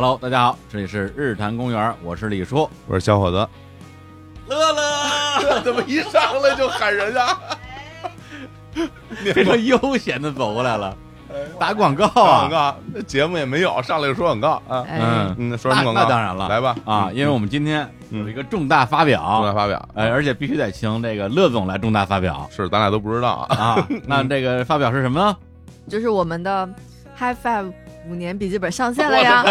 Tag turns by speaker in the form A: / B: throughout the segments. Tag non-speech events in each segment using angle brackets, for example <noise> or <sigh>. A: Hello，大家好，这里是日坛公园，我是李叔，
B: 我说小伙子，
A: 乐乐，
B: <laughs> 怎么一上来就喊人家？
A: <laughs> 非常悠闲的走过来了，打广告
B: 广
A: 啊，
B: 告，那节目也没有，上来就说广告啊。
C: 哎
A: 嗯，
B: 嗯，说什么广
A: 那那
B: 告？
A: 当然了
B: 来吧嗯
A: 啊，因为我们今天有一个重大发
B: 正在
A: 表，
B: 发表，
A: 哎，而且必须得请这个乐总来重大发
B: <laughs>
A: 表
B: 是咱俩都不知道啊。 <laughs>
A: 啊。那这个发表是什么呢？
C: 就是我们的 High Five 五年笔记本上线了呀，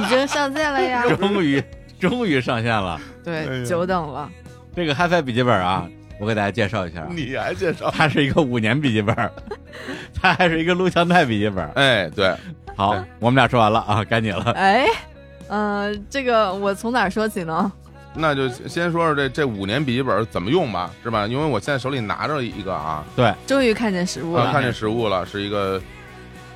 C: 已经上线
B: <laughs>
C: 了呀，
A: 终于，终于上线了。
B: 哎呀
C: 对，久等了，
A: 这个 HiFi 笔记本啊，我给大家介绍一下啊，
B: 你还介绍？
A: 它是一个五年笔记本，它还是一个录像带笔记本。
B: 哎，对，
A: 好，
B: 哎
A: 我们俩说完了啊，该你了。
C: 哎，呃，这个我从哪儿说起呢？
B: 那就先说说这这五年笔记本怎么用吧，是吧？因为我现在手里拿着一个啊，
A: 对，
C: 终于看见实物
B: 啊
C: 了，
B: 看见实物了，是一个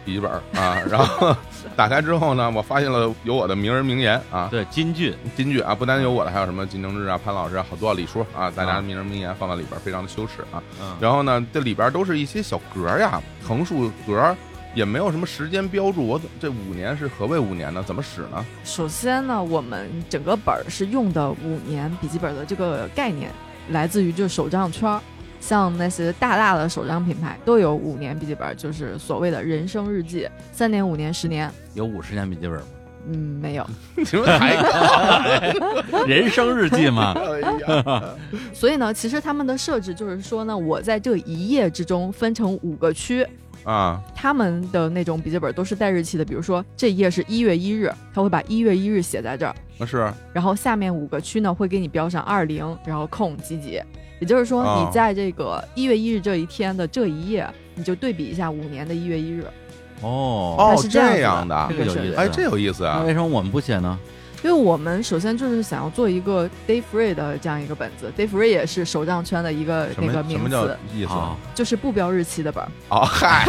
B: 笔记本啊。然后 <laughs> 打开之后呢，我发现了有我的名人名言啊，
A: 对，金句，
B: 金句啊，不单有我的，还有什么金正日啊、潘老师啊，好多啊李叔啊，大
A: 啊
B: 家名人名言放到里边，非常的羞耻啊。
A: 嗯，
B: 然后呢，这里边都是一些小格儿呀，横竖格儿，也没有什么时间标注。我怎这五年是何谓五年呢？怎么使呢？ <laughs>
C: 首先呢，我们整个本儿是用的五年笔记本的这个概念，来自于就手账圈儿，像那些大大的手账品牌都有五年笔记本，就是所谓的人生日记，三年、五年、十年，
A: 有五十年笔记本吗？
C: 嗯，没有。
B: 你们还
A: 人生日记 <laughs> 嘛，
B: 哎呀，
C: 所以呢，其实他们的设置就是说呢，我在这一页之中分成五个区，
B: <laughs> 啊，
C: 他们的那种笔记本都是带日期的，比如说这一页是一月一日，他会把一月一日写在这儿，
B: 那是
C: 然后下面五个区呢会给你标上二零，然后空几几，也就是说
B: 哦
C: 你在这个一月一日这一天的这一页，你就对比一下五年的一月一日，
A: 哦，
B: 哦
C: 它，是这样
B: 这
C: 子的
B: 样的
A: 这，个有意思。
B: 哎，这有意思
A: 那
B: 啊
A: 为。什么我们不写呢？
C: 因为我们首先就是想要做一个 day free 的这样一个本子，day free 也是手账圈的一个
B: 什
C: 那
B: 么
C: 个
B: 什
C: 名
B: 么叫
C: 词，
B: 意思？
A: 啊
C: 就是不标日期的本儿，
B: 哦，嗨，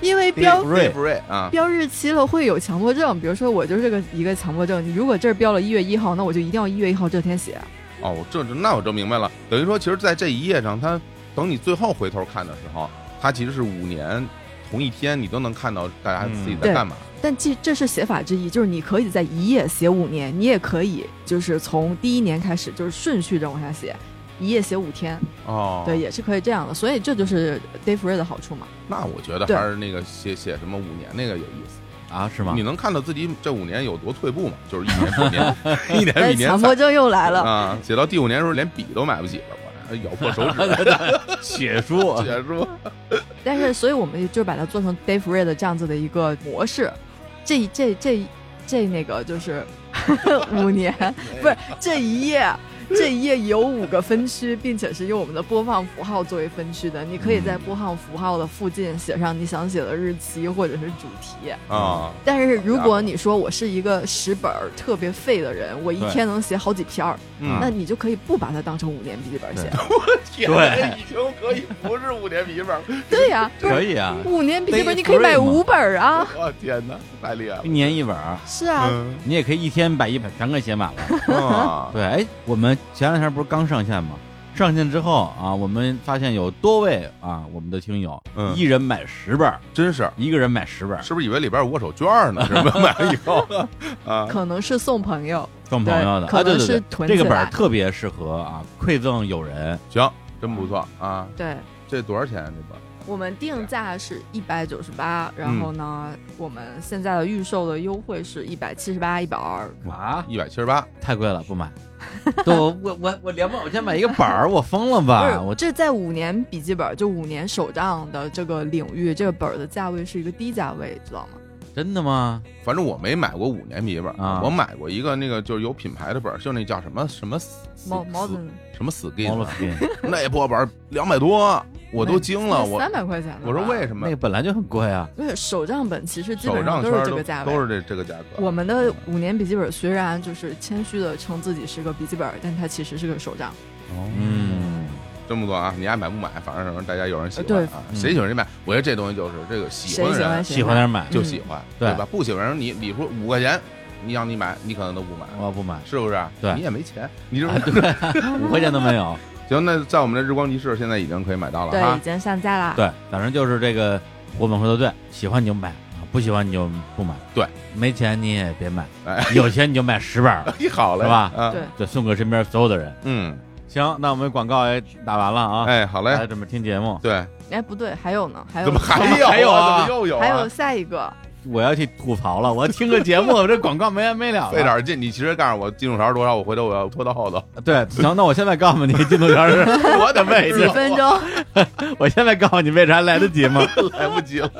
C: 因为
A: 标
C: 标
A: Free
B: <laughs> 不瑞啊，
C: 标日期了会有强迫症，比如说我就是这个一个强迫症，你如果这儿标了一月一号，那我就一定要一月一号这天写。
B: 哦，我这那我就明白了，等于说，其实，在这一页上，它等你最后回头看的时候，它其实是五年同一天，你都能看到大家自己
A: 嗯
B: 在干嘛。
C: 但这这是写法之一，就是你可以在一页写五年，你也可以就是从第一年开始，就是顺序着往下写，一页写五天，
B: 哦，
C: 对，也是可以这样的。所以这就是 day free 的好处嘛。
B: 那我觉得
C: 对
B: 还是那个写写什么五年那个有意思。
A: 啊，是吗
B: 你？能看到自己这五年有多退步吗？就是一年比一年，
C: <laughs>
B: 一年
C: 哎，
B: 比一年
C: 强迫症又来
B: 惨 <laughs>
C: 了。
B: 啊！写到第五年的时候，连笔都买不起了，我这咬破手
C: <laughs>
B: 指。
A: 写书啊
B: 写书
C: 但是，所以我们就把它做成 day free 的这样子的一个模式。这这这这那个就是 <laughs>
A: <laughs>
C: 五年，不是这一页，这一页有五个分区，并且是用我们的播放符号作为分区的。你可以在播放符号的附近写上你想写的日期或者是主题。
B: 啊，
C: 但是如果你说我是一个识本儿特别废的人，我一
A: 对
C: 天能写好几篇儿，
A: 嗯
B: <laughs>
C: 那你就可以不把它当成五年笔记本写。
B: 天
A: 对
C: <laughs>
B: 已经可以不是五年笔记本，
C: 对呀、
A: <laughs>
C: 不
A: 可
C: 是
A: 以啊，
C: 五年笔记本
A: Day
C: 你可以买
A: free 嘛
C: 五本儿啊。
B: 我天哪，太厉害了
A: 一！年一本儿，
C: 是啊，
B: 嗯
A: 你也可以一天把一本全给写满了。
B: 啊，
A: 对，哎，我们前两天不是刚上线吗？上线之后啊，我们发现有多位啊，我们的听友，
B: 嗯
A: 一人买十本儿，
B: 真是，
A: 一个人买十本儿，
B: 是不是以为里边有握手券呢？是吧？ <laughs> 买了以后啊，
C: 可能是送朋友，
A: 送朋友的。
C: 对
A: 啊，对
C: 可能
A: 对
C: 是
A: 对，
C: 囤
A: 这个
C: 起
A: 本儿
C: 来
A: 特别适合啊馈赠友人。
B: 行，真不错啊。
C: 对
B: 这多少钱啊？这本？
C: 我们定价是一百九十八，然后呢，
B: 嗯
C: 我们现在的预售的优惠是一百七十八、一百二，
A: 啊，
B: 一百七十八，
A: 太贵了，不
C: <laughs>
A: 买。对，我我我我两百块钱买一个本儿，我疯了
B: 啊
C: 不是
A: 吧？我
C: 这在五年笔记本，就五年手账的这个领域，这个本儿的价位是一个低价位，知道吗？
A: 真的吗？
B: 反正我没买过五年笔记本
A: 啊
B: 我买过一个那个就是有品牌的本儿，就那叫什么什么死
C: 毛毛
B: 死
C: 子
B: 什么死 skin，
A: 毛
B: 啊
A: <laughs> 巾，
B: 那破本两百多，我都惊了，我
C: 三百块钱的吧，
B: 我说为什么
A: 那个本来就很贵啊。
C: 不是手账本，其实基
B: 手
C: 本
B: 账
C: 上都
B: 圈儿
C: 是这
B: 都
C: 个价位，
B: 都是这这个价格？
C: 我们的五年笔记本虽然就是谦虚的称自己是个笔记本，但它其实是个手账。
A: 嗯，
B: 真不错啊！你爱买不买，反正大家有人喜欢
C: 对
B: 啊，
A: 嗯
B: 谁喜欢谁买。我觉得这东西就是这个喜
C: 谁
B: 欢的
C: 喜欢
B: 人
C: 谁
A: 喜欢点买，
B: 就喜欢，
A: 嗯对
B: 对吧？不喜欢人，你你说五块钱，你让你买，你可能都不买，
A: 我不买，
B: 是不是？
A: 哦对
B: 你也没钱，你就是
A: 啊对，五块钱都没
C: <laughs>
A: 有。
B: <laughs> 行。那在我们的日光集市现在已经可以买到了
C: 对，
B: 哈
C: 已。经上架啦。
A: 对，反正就是这个活本回头队，喜欢你就买啊，不喜欢你就不买，
B: 对，
A: 没钱你也别买
B: 哎，
A: 有钱你就买十本 <laughs> 儿，
B: 嘿，好嘞，
A: 是吧
B: 啊，
C: 对，
A: 对，送给身边所有的人。
B: 嗯，
A: 行，那我们广告也打完了啊，
B: 哎，好
A: 大
B: 嘞
A: 家，准备听节目。
B: 对，
C: 哎，不对，还有呢，还有
B: 怎么还
A: 怎么
B: 有啊？
A: 还有啊
B: 怎么又有啊？
C: <laughs> 还有下
B: <laughs>
C: 一个，
A: 我要去吐槽了，我要听个节目，这广告没完没了了。
B: 费点劲，你其实告诉我金属勺多少，我回头我要拖到后头， <laughs>
A: 对，行，那我现在告诉你，进度条是 <laughs> 我的位
C: 几
A: 置，
B: 啊
C: 分钟，
A: 我现在告诉你为啥来得及 <laughs> 吗？
B: 来不及了。 <laughs>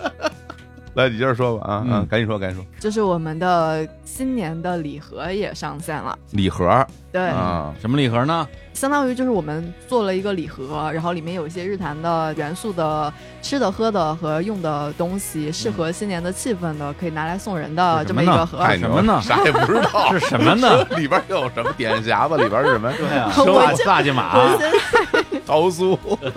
B: 来，你接着说吧啊啊
A: 嗯，
B: 赶紧说，赶紧说。
C: <laughs> 就是我们的新年的礼盒也上线了。
B: 礼盒
C: 对，
B: 啊，
A: 什么礼盒 <laughs> 呢？
C: 相当于就是我们做了一个礼盒，然后里面有一些日坛的元素的吃的、喝的和用的东西，
B: 嗯
C: 适合新年的气氛的，可以拿来送人的
A: 是
C: 这
A: 什么
C: 么一
A: 呢
C: 个盒。 <laughs>
B: 太牛
A: 什
B: 了
A: 么呢
B: 啥也不知
A: <laughs>
B: 道，
A: 是什么呢？
B: 里边有什么点匣子？里边是什么？对
A: 啊
C: 我
A: 萨
C: 这
A: 萨琪玛，
C: 我先
B: 桃酥， <laughs> 嗯，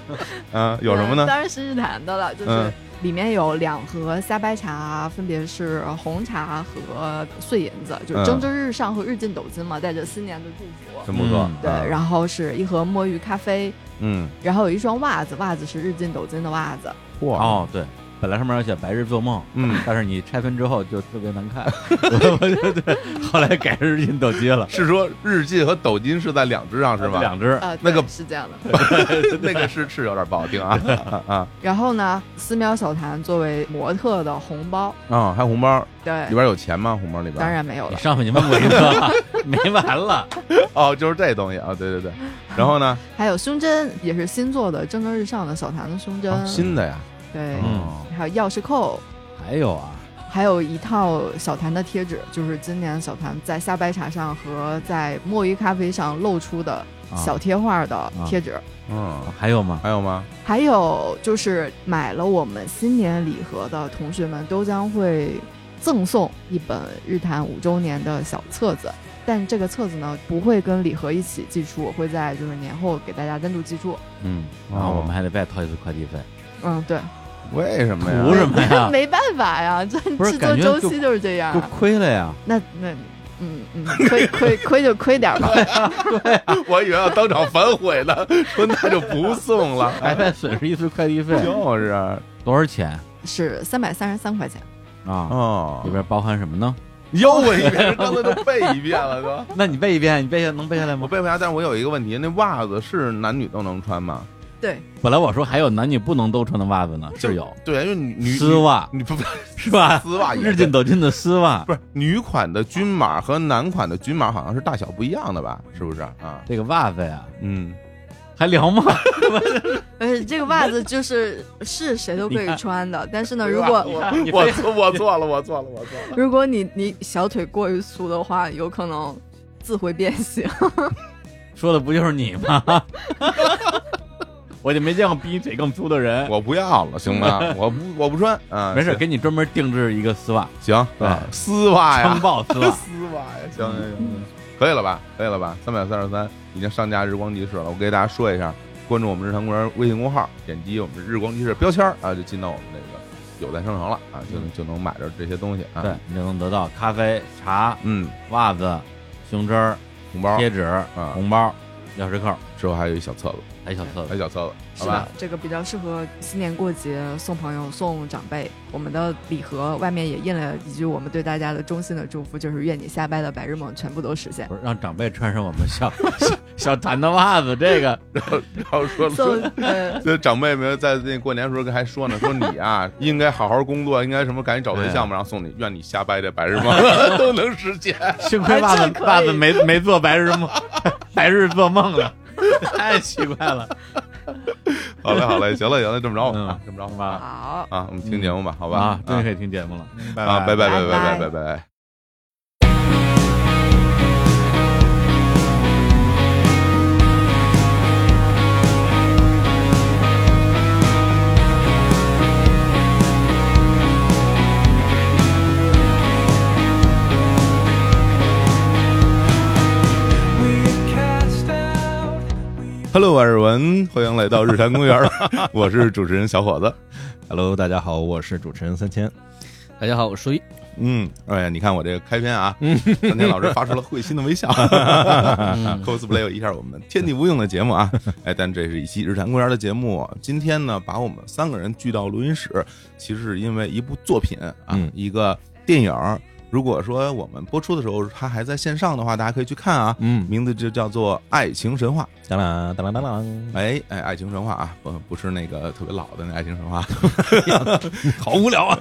B: 啊有什么呢？
C: 当然是日坛的了，就是
B: 嗯
C: 里面有两盒虾白茶，分别是红茶和碎银子，就是
B: 嗯
C: 蒸蒸日上和日进斗金嘛，带着新年的祝福。
B: 真不错
A: 嗯。
C: 对，
B: 啊
C: 然后是一盒墨鱼咖啡，
B: 嗯，
C: 然后有一双袜子，袜子是日进斗金的袜子。
B: 哇，
A: 哦，对，本来上面要写白日做梦，
B: 嗯，
A: 但是你拆分之后就特别难 <laughs> 看，我我就对，后来改成日进斗鸡了，
B: 是说日进和斗金是在两只上是吧？
A: 两只，
C: 呃，
B: 那个
C: 对是这样的。
B: <laughs> 那个是是有点不好 <laughs> 听啊啊啊
C: 然后呢，丝喵小谭作为模特的红包，
B: 啊！还有红包
C: 对
B: 里，边嗯有钱吗？红包里边
C: 当然没有
A: 你
C: 了。
A: 上面你问过一个， <laughs> 没完了，
B: 哦，就是这东西啊，对对对。
C: 嗯
B: 然后呢，
C: 还有胸针，也是新做的，蒸蒸日上的小谭的胸针，
B: 哦新的呀，
C: 嗯对，
B: 哦
C: 还有钥匙扣，
A: 还有啊，
C: 还有一套小谭的贴纸，就是今年小谭在虾白茶上和在墨鱼咖啡上露出的
B: 啊
C: 小贴画的贴纸。
B: 嗯，
A: 啊还有吗？
B: 还有吗？
C: 还有就是买了我们新年礼盒的同学们都将会赠送一本日坛五周年的小册子，但这个册子呢不会跟礼盒一起寄出，我会在就是年后给大家单独寄
A: <laughs>
C: 出。
A: 嗯，
B: 哦
A: 然后我们还得再掏一次快递费，
C: 嗯，对，？
B: 为什么呀？
A: 图什么呀 <laughs>
C: 没办法呀，这
A: 不是
C: 制作
A: 感觉
C: 周
A: 就
C: 期就是这样
A: 就
C: 啊。
A: 亏了呀，
C: 那那嗯嗯，亏亏亏就亏
A: <laughs>
C: 点儿吧。
B: <laughs> 我以为要当场反悔呢， <laughs> 说那就不送了。
A: 还
B: <laughs> 哎，
A: 在损失一次快递费，
B: 就是啊
A: 多少钱
C: 是三百三十三块钱。
A: 啊？
B: 哦
A: 里，边包含什么呢？
B: 又我一遍，刚才都背一遍了都。
A: 那你背一遍，你背下能背下来
B: <laughs> 我
A: 吗？
B: 背不下，但是我有一个问题，那袜子是男女都能穿吗？
C: 对，
A: 本来我说还有男女不能都穿的袜子呢，是有
B: 对，因为女女
A: 丝袜
B: 你不不
A: 是吧？
B: 丝袜也
A: 日进斗金的丝袜，
B: 不是女款的均码和男款的均码好像是大小不一样的吧？是不是啊？
A: 这个袜子呀，
C: <laughs>
B: 嗯，
A: 还聊吗？
C: 而且这个袜子就是是谁都可以穿的，但是呢，如果
A: 你
B: 我
A: 看你
B: <laughs> 我
A: 非 <laughs>
B: 错我错了，我错了，我错了。
C: <laughs> 如果你你小腿过于粗的话，有可能自会变形。
A: 说的不就是你吗？ <laughs> 我就没见过比你腿更粗的人。
B: 我不要了，行 <laughs> 吗？我不我不穿啊，
A: 没事，给你专门定制一个丝袜，
B: 行
A: 哎
B: 啊，丝袜
A: 枪
B: <laughs> 呀，
A: 爆丝袜。
B: 丝袜呀，行行行行，可以了吧？可以了吧？三百三十三已经上架日光集市了，我给大家说一下，关注我们日常公园微信公号，点击我们日光集市标签儿啊，就进到我们那个有在商城了啊，就能就能买着这些东西啊。
A: 对，，你就能得到咖啡、茶、
B: 嗯，
A: 袜子、胸针儿、
B: 红包嗯
A: 贴纸、红包、钥匙扣，
B: 之后还有一小册子，
A: 还有小册
B: 还
A: 子。
B: 有小册子，
C: 是
B: <laughs> 好吧
C: 的？，这个比较适合新年过节送朋友、送长辈。我们的礼盒外面也印了一句我们对大家的衷心的祝福，就是愿你下班的白日梦全部
B: <laughs>
C: 都实现。
A: 不是让长辈穿上我们小 <laughs> 小小谭的袜子，这个
B: 然后说说
C: 送呃， <laughs>
B: 这长辈们在那过年时候还说呢，说你啊应该好好工作，应该什么赶紧找对象吧，然后送你，愿你瞎掰的白日梦 <laughs> 都能实现。
A: 幸亏袜
D: 啊
C: 哎这
A: 子
C: 可以
A: 袜子没没做白日梦， <laughs> 白日做梦了， <laughs> 太奇怪了。
B: 好嘞，好嘞，行了，行了，这么着吧，
A: 嗯
B: 啊这么着吧，
A: 吧，
C: 好，
B: 啊，我们听节目吧，好吧，
E: 嗯
A: 啊，终于
B: 啊
A: 可以听节目了，拜
B: 啊，拜拜拜拜
C: 拜
B: 拜
C: 拜
B: 拜拜。Hello，我是文，欢迎来到日坛公 <laughs> 园，我是主持人小伙子。
F: Hello，大家好，我是主持人三千。
G: 大家好，我是舒一。
B: 嗯，哎呀，你看我这个开篇啊，三天老师发出了会心的微笑，cosplay 一下我们天地无用的节目啊，哎，但这是一期日坛公园的节目。今天呢，把我们三个人聚到录音室，其实是因为一部作品啊
E: 嗯，
B: 一个电影儿。如果说我们播出的时候它还在线上的话，大家可以去看啊，
E: 嗯，
B: 名字就叫做《爱情神话》。
E: 当啷当啷当啷，
B: 哎哎，爱情神话啊，不不是那个特别老的那爱情神
E: <laughs>
B: 话，
E: 好无聊啊！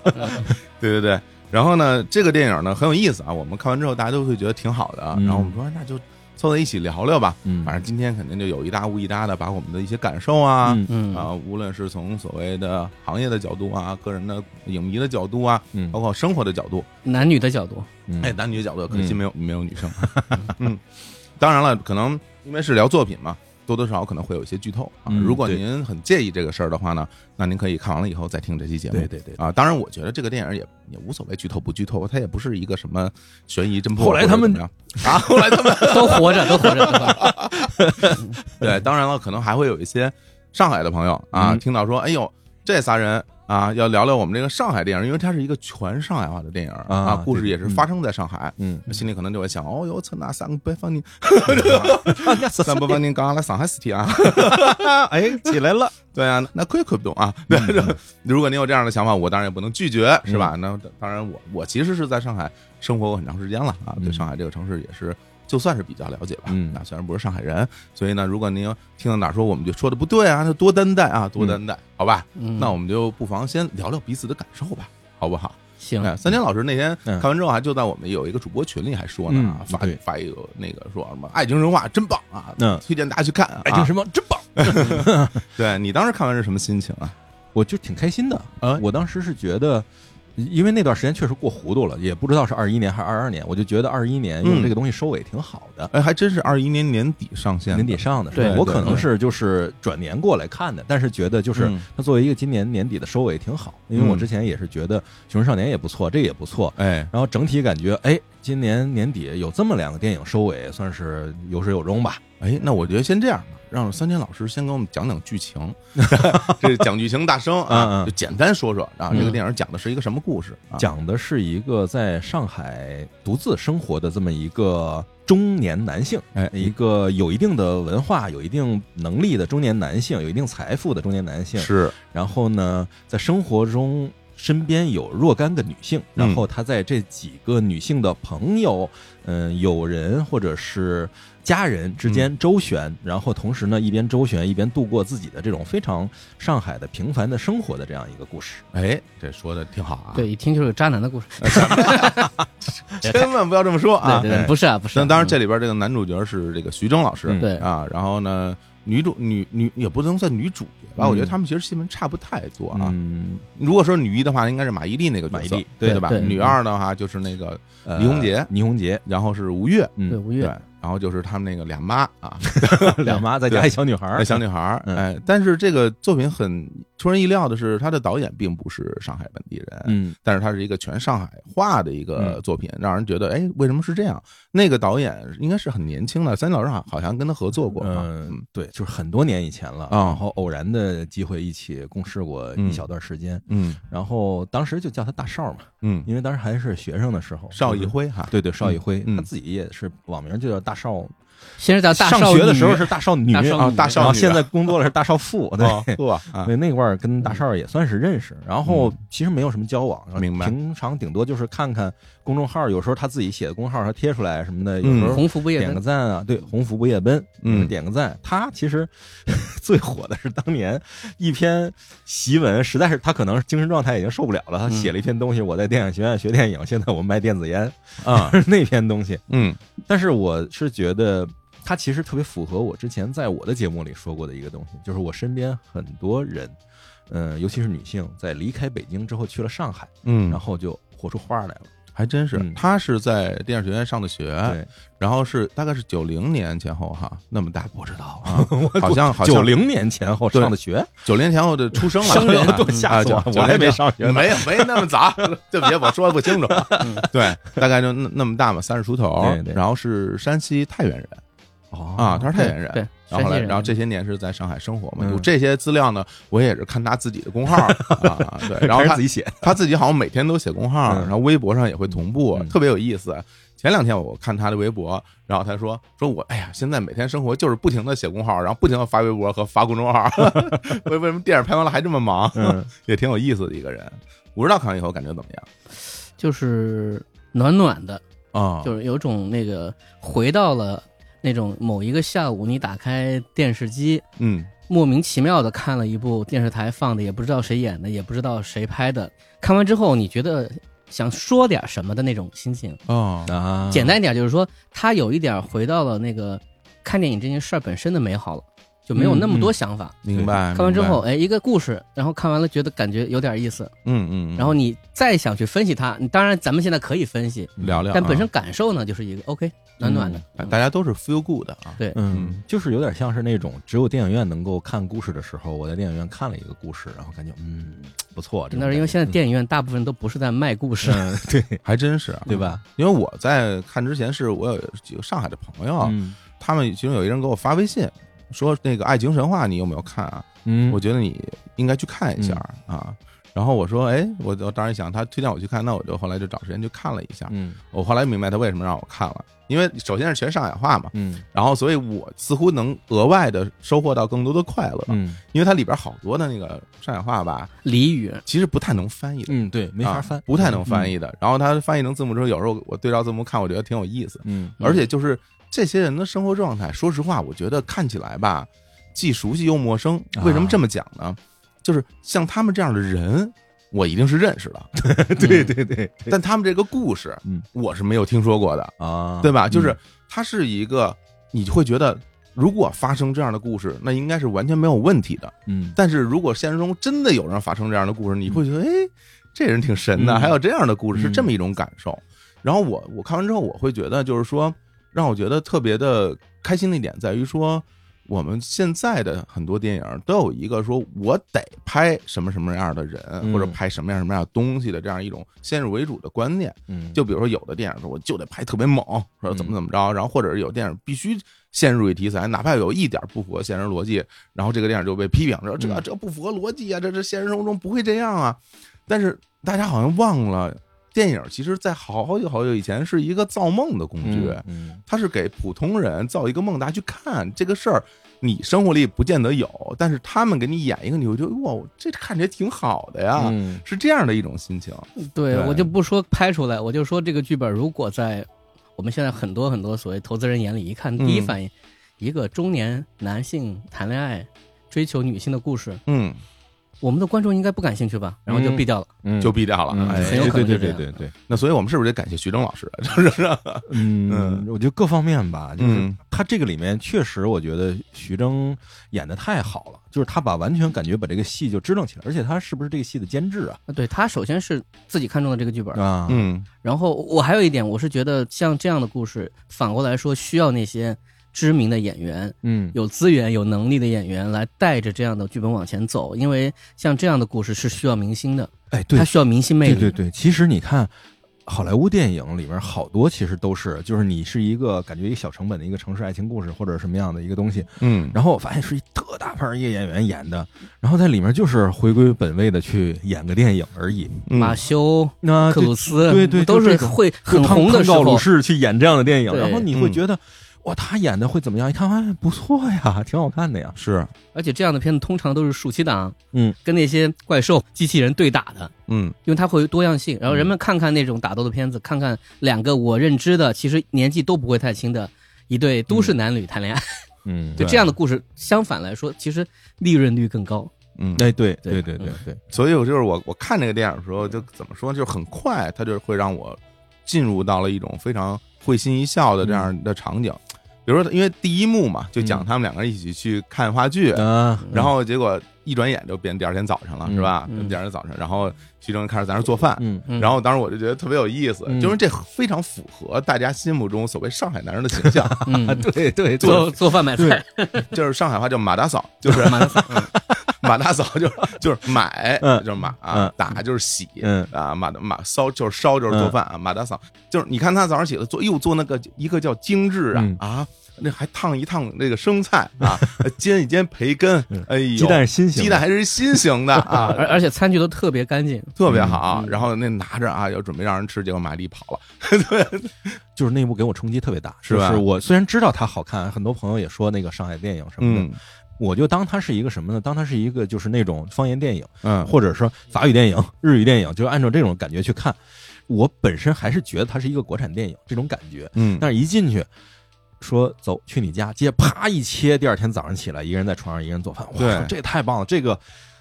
B: <laughs> 对对对。然后呢，这个电影呢很有意思啊，我们看完之后大家都会觉得挺好的啊。
E: 嗯
B: 然后我们说那就凑在一起聊聊吧，
E: 嗯
B: 反正今天肯定就有一搭无一搭的把我们的一些感受啊。
E: 嗯
D: 嗯
B: 啊，无论是从所谓的行业的角度啊，个人的影迷的角度啊，
E: 嗯
B: 包括生活的角度，啊
D: 男女的角度，
B: <clears throat>
E: 嗯
B: 哎，男女角度，可惜
E: 嗯
B: 没有、没有女生。 <laughs> 嗯，当然了，可能因为是聊作品嘛，多多少少可能会有一些剧透啊。
E: 嗯
B: 如果
E: 对
B: 您很介意这个事儿的话呢，那您可以看完了以后再听这期节目。
E: 对对对
B: 啊，当然，我觉得这个电影也也无所谓剧透不剧透，它也不是一个什么悬疑侦破。
E: 后来他们
B: 或者怎么
E: <laughs>
B: 样啊，后来他们
D: 都活着，都 <laughs> 活着，都活
A: <laughs>
D: 着。
B: <laughs> 对，当然了，可能还会有一些上海的朋友啊，
E: 嗯
B: 听到说，哎呦，这仨人。啊，要聊聊我们这个上海电影，因为它是一个全上海化的电影
E: 啊
B: 故事
E: 对
B: 也是
E: 嗯
B: 发生在上海，
E: 嗯，
B: 心里可能就会想，哦哟，操，那三个北
E: <laughs>
B: 方人，三
E: 三
B: 不方人刚来上海 city
E: <laughs>
B: 啊，
E: 哎起来了，
B: 对啊，那可以可不懂啊。对，
E: 嗯
B: <laughs> 如果你有这样的想法，我当然也不能拒绝，是吧？那当然我，我其实是在上海生活过很长时间了啊，
E: 嗯
B: 对上海这个城市也是就算是比较了解吧。
E: 嗯
B: 那虽然不是上海人，所以呢，如果您听到哪儿说我们就说的不对啊，那多担待啊，多担待，好吧？
D: 嗯，
B: 那我们就不妨先聊聊彼此的感受吧，好不好？
D: 行，
B: 哎，三天老师那天
E: 嗯
B: 看完之后，还就在我们有一个主播群里还说呢，啊
E: 嗯
B: 发
E: 对
B: 发一个那个说什么《爱情神话》真棒啊，
E: 嗯
B: 推荐大家去看啊。
E: 爱情神话真棒，
B: 对你当时看完是什么心情啊？
E: 我就挺开心的
B: 哎。
E: 我当时是觉得。因为那段时间确实过糊涂了，也不知道是二一年还是二二年，我就觉得二一年
B: 嗯
E: 用这个东西收尾挺好的。
B: 哎，还真是二一年年底上线的，
E: 年底上的，
D: 对
E: 是吧我
B: 对
E: 可能
D: 对
E: 是就是转年过来看的，但是觉得就是
B: 嗯
E: 它作为一个今年年底的收尾挺好，因为我
B: 嗯
E: 之前也是觉得《熊出没少年》也不错，这也不错，
B: 哎，
E: 然后整体感觉哎，今年年底有这么两个电影收尾，算是有始有终吧。
B: 哎，那我觉得先这样吧，让三千老师先给我们讲讲剧
E: <laughs>
B: 情，这讲剧情大声
E: 嗯
B: 啊，
E: 嗯
B: 就简单说说啊，这个
D: 嗯
B: 电影讲的是一个什么故事啊？
E: 讲的是一个在上海独自生活的这么一个中年男性，
B: 哎
E: 一个有一定的文化、有一定能力的中年男性，有一定财富的中年男性，
B: 是
E: 然后呢，在生活中身边有若干个女性，
B: 嗯
E: 然后他在这几个女性的朋友、嗯、友人或者是家人之
B: 嗯
E: 间周旋，然后同时呢，一边周旋一边度过自己的这种非常上海的平凡的生活的这样一个故事。
B: 哎，这说的挺好啊，
D: 对，一听就是渣男的故事。
B: 千万不要这么说啊，
D: 对
A: 哎
D: 对，对不是啊，不是啊。
B: 但当然，这
D: 嗯
B: 里边这个男主角是这个徐峥老师，
E: 嗯
D: 对
B: 啊，然后呢，女主女女也不能算女主角吧，
E: 嗯
B: 我觉得他们其实戏份差不太多啊。
E: 嗯，
B: 如果说女一的话，应该是马伊琍那个角色，
E: 马伊琍嗯
B: 对
D: 对
B: 吧？
D: 对
B: 女二的话就是那个，倪虹洁
E: 呃倪虹洁，
B: 然后是吴越，
D: 对
E: 嗯，
D: 吴
B: 对
D: 越，，
B: 然后就是他们那个俩妈啊，
E: <laughs> 两妈再加一小女孩
B: 那
E: 儿，
B: 小女孩儿，
E: 嗯
B: 哎，但是这个作品很出人意料的是，他的导演并不是上海本地人，
E: 嗯
B: 但是它是一个全上海话的一个作品，让人觉得哎，为什么是这样？那个导演应该是很年轻的，三井老师好好像跟他合作过啊，
E: 嗯，对，就是很多年以前了，
B: 啊
E: 然后偶然的机会一起共事过一小段时间，
B: 嗯
E: 然后当时就叫他大少嘛，
B: 嗯，
E: 因为当时还是学生的时候，
B: 邵艺，辉哈，
E: 对对，邵艺辉，
B: 嗯
E: 他自己也是网名就叫大少，
D: 先是叫大
E: 上
D: 少
E: 学的时候
D: 女
E: 是大少女，
D: 大少
E: 啊
D: 女
B: 大
E: 然
B: 少
E: 后
B: 女啊，
E: 现在工作了是大少妇，对。
B: 哦呵
E: <laughs>
B: 啊，
E: 对那块儿跟大少也算是认识，然后其实没有什么交往，然后
B: 明白
E: 平常顶多就是看看公众号，有时候他自己写的公众号他贴出来什么的，有
B: 嗯
E: 时候
D: 鸿福不夜
E: 点个
D: 奔，
E: 赞啊，对，鸿福不夜奔，
B: 嗯
E: 点个赞。他其实 <laughs> 最火的是当年一篇檄文，实在是他可能是精神状态已经受不了了，他
D: 嗯
E: 写了一篇东西，我在电影学院学电影，现在我卖电子烟啊， <laughs> 那篇东西。
B: 嗯
E: 但是我是觉得他其实特别符合我之前在我的节目里说过的一个东西，就是我身边很多人，嗯、尤其是女性，在离开北京之后去了上海，
B: 嗯，
E: 然后就活出花来了。
B: 还真是
E: 嗯，
B: 他是在电影学院上的学，
E: 对，
B: 然后是大概是九零年前后哈，那么大不知道
E: <laughs>
B: 啊，好像好像
E: 九零年前后上的学，
B: 九零前后的出生了，
E: 生人
B: 啊
E: 都吓死我
B: 啊
E: 了
B: 九
E: 我还
B: 九零
E: 没上学呢嗯
B: 没有没那么早， <laughs> 就别我说的不清楚。 <laughs> 对，大概就那那么大嘛，三十出头
E: 对，对
B: 然后是山西太原人。
D: 哦
B: 啊，他是太原人。
D: 对，
B: 然后后
D: 山
B: 来，
D: 西人
B: 然后这些年是在上海生活嘛，
E: 嗯
B: 有这些资料呢，我也是看他自己的公号
E: <laughs>
B: 啊，对，然后
E: 开始
B: 他
E: 自己写，
B: 他自己好像每天都写公号，
E: 嗯
B: 然后微博上也会同步，
E: 嗯
B: 特别有意思。前两天我看他的微博，然后他说说我哎呀，现在每天生活就是不停的写公号，然后不停的发微博和发公众号， <laughs> 为为什么电影拍完了还这么忙？
E: <laughs> 嗯，
B: 也挺有意思的一个人。五十道看完以后感觉怎么样？
D: 就是暖暖的，
B: 啊、
D: 就是有种那个回到了那种某一个下午，你打开电视机，
B: 嗯
D: 莫名其妙的看了一部电视台放的，也不知道谁演的，也不知道谁拍的。看完之后，你觉得想说点什么的那种心情。
B: 啊
E: 啊，
D: 简单一点就是说，他有一点回到了那个看电影这件事儿本身的美好了，就没有那
B: 嗯
D: 么多想法。
B: 明白。
D: 看完之
B: 啊明白
D: 后，，哎，一个故事，然后看完了觉得感觉有点意思，
B: 嗯嗯，嗯
D: 然后你再想去分析它，你当然咱们现在可以分析，
B: 聊聊啊，
D: 但本身感受呢就是一个 OK 暖暖的，
B: 哎大家都是 feel good 的啊。
D: 对，
E: 嗯，就是有点像是那种只有电影院能够看故事的时候，我在电影院看了一个故事，然后感觉嗯不错。这种
D: 那是因
E: 感
D: 为
E: 觉
D: 现在电影院大部分都不是在卖故事，
E: 嗯对
B: 还真是啊，
E: 对吧？
B: 因为我在看之前是我有几个上海的朋友，
E: 嗯
B: 他们其中有一人给我发微信说：“那个《爱情神话》你有没有看啊？
E: 嗯
B: 我觉得你应该去看一下啊。”然后我说：“哎，我我当时想他推荐我去看，那我就后来就找时间去看了一下。
E: 嗯
B: 我后来明白他为什么让我看了，因为首先是全上海话嘛，
E: 嗯
B: 然后所以我似乎能额外的收获到更多的快乐，
E: 嗯
B: 因为它里边好多的那个上海话吧，
D: <laughs> 俚语，
B: 其实不太能翻译的。
E: 嗯，对，没法
B: 啊
E: 翻，嗯
B: 不太能翻
E: 译。
B: 译的。然后他翻译成字幕之后，有时候我对照字幕看，我觉得挺有意思。
E: 嗯
B: 而且就是这些人的生活状态，说实话，我觉得看起来吧，既熟悉又陌生。
E: 啊
B: 为什么这么讲呢？就是像他们这样的人，我一定是认识的，
D: 嗯
E: 对对对
B: <laughs> 但他们这个故事
E: 嗯，
B: 我是没有听说过的，
E: 啊，
B: 对吧？就是它是一个，你会觉得。如果发生这样的故事，那应该是完全没有问题的。
E: 嗯
B: 但是如果现实中真的有人发生这样的故事，你会觉得，哎，这人挺神的，
E: 嗯
B: 还有这样的故事，是
E: 嗯
B: 这么一种感受。然后我我看完之后，我会觉得，就是说，让我觉得特别的开心的一点在于说，我们现在的很多电影都有一个说我得拍什么什么样的人，
E: 嗯
B: 或者拍什么样什么样的东西的这样一种先入为主的观念。
E: 嗯
B: 就比如说有的电影说我就得拍特别猛，说怎么
E: 嗯
B: 怎么着，然后或者是有电影必须陷入于题材，哪怕有一点不符合现实逻辑，然后这个电影就被批评说这
E: 嗯
B: 这不符合逻辑啊，这这现实生活中不会这样啊。但是大家好像忘了，电影其实在好久好久以前是一个造梦的工具，
E: 嗯
B: 它是给普通人造一个梦，大家去看这个事儿。你生活里不见得有，但是他们给你演一个，你会觉得哇，这看起来挺好的呀，
E: 嗯
B: 是这样的一种心情。
D: 嗯对
B: 对
D: 我就不说拍出来，我就说这个剧本如果在我们现在很多很多所谓投资人眼里一看，
B: 嗯
D: 第一反应，一个中年男性谈恋爱追求女性的故事，
B: 嗯，
D: 我们的观众应该不感兴趣吧？然后就
E: 嗯
D: 毙掉了。
E: 嗯
B: 就毙掉了。
E: 嗯
B: 哎，
D: 很有可能
E: 对
D: 就这
E: 对
D: 样
E: 对对对，
B: 那所以我们是不是得感谢徐峥老师？就是
E: 嗯，我觉得各方面吧，就是
B: 嗯
E: 他这个里面确实，我觉得徐峥演的太好了，就是他把完全感觉把这个戏就支棱起来，而且他是不是这个戏的监制啊？
D: 啊对他首先是自己看中了这个剧本，
E: 啊，
B: 嗯
D: 然后我还有一点，我是觉得像这样的故事，反过来说需要那些知名的演员、
E: 嗯
D: 有资源、有能力的演员来带着这样的剧本往前走，因为像这样的故事是需要明星的，
E: 哎，对
D: 他，需要明星魅力。
E: 对对对，其实你看。好莱坞电影里面好多其实都是，就是你是一个感觉一个小成本的一个城市爱情故事或者什么样的一个东西，
B: 嗯，
E: 然后我发现是一特大牌儿一个演员演的，然后在里面就是回归本位的去演个电影而已。
B: 嗯
D: 马修、
E: 那
D: 克
E: 就
D: 鲁斯，
E: 嗯啊对对
D: 都
E: 就是这种
D: 会
E: 就
D: 很
E: 汤
D: 红的
E: 汤
D: 时
E: 告
D: 候
E: 鲁，士去演这样的电影，
D: 对
E: 然后你会
B: 嗯
E: 觉得哇，他演的会怎么样？一看哎，不错呀，挺好看的呀。
B: 是
D: 而且这样的片子通常都是暑期档，
E: 嗯，
D: 跟那些怪兽、机器人对打的。
B: 嗯
D: 因为它会有多样性，然后人们
E: 嗯
D: 看看那种打斗的片子，看看两个我认知的，其实年纪都不会太轻的一对都市男女谈恋爱，
E: 嗯，
D: <laughs> 就
B: 对
D: 这样的故事，相反来说，其实利润率更高。
B: 嗯，
E: 哎，对对
D: 对
E: 对对对，
B: 所以我就是我我看这个电影的时候，就怎么说，就很快，它就会让我进入到了一种非常会心一笑的这样的场景。比如说，因为第一幕嘛，就讲
E: 嗯
B: 他们两个人一起去看话剧，
E: 啊，
B: 然后结果一转眼就变第二天早上了，
E: 嗯
B: 是吧？
D: 嗯
B: 第二天早上，然后徐峥开始在那儿做饭，
E: 嗯
D: 嗯、
B: 然后当时我就觉得特别有意思，
E: 嗯
B: 就是这非常符合大家心目中所谓上海男人的形
E: <laughs>
B: 象，
D: 嗯，
E: 啊对对 <laughs>
D: 做做饭买菜，
E: <laughs>
B: 就是上海话叫马大嫂，就是
D: 马
B: 马大嫂就是就是买，
E: 嗯
B: 就是马
E: 嗯
B: 啊打就是洗，
E: 嗯
B: 啊马马烧就是烧就是做饭啊，马大嫂就是你看她早上起来做又做那个一个叫精致啊
E: 嗯
B: 啊，那还烫一烫那个生菜啊，煎一煎培根
E: 嗯，
B: 哎呦，
E: 鸡蛋是新型
B: 鸡
E: 的
B: 蛋，还是新型的啊，
D: 而而且餐具都特别干净，
B: 特别好
D: 嗯。
B: 然后那拿着啊，要准备让人吃，结果马丽跑了，
E: 就是那部给我冲击特别大，
B: 是
E: 就
B: 吧
E: 是我虽然知道它好看，很多朋友也说那个上海电影什么的，
B: 嗯
E: 我就当它是一个什么呢？当它是一个就是那种方言电影，
B: 嗯，
E: 或者说法语电影、日语电影，就按照这种感觉去看。我本身还是觉得它是一个国产电影这种感觉，
B: 嗯
E: 但是一进去说走去你家，接啪一切，第二天早上起来，一个人在床上，一个人做饭，哇
B: 对，
E: 这也太棒了！这个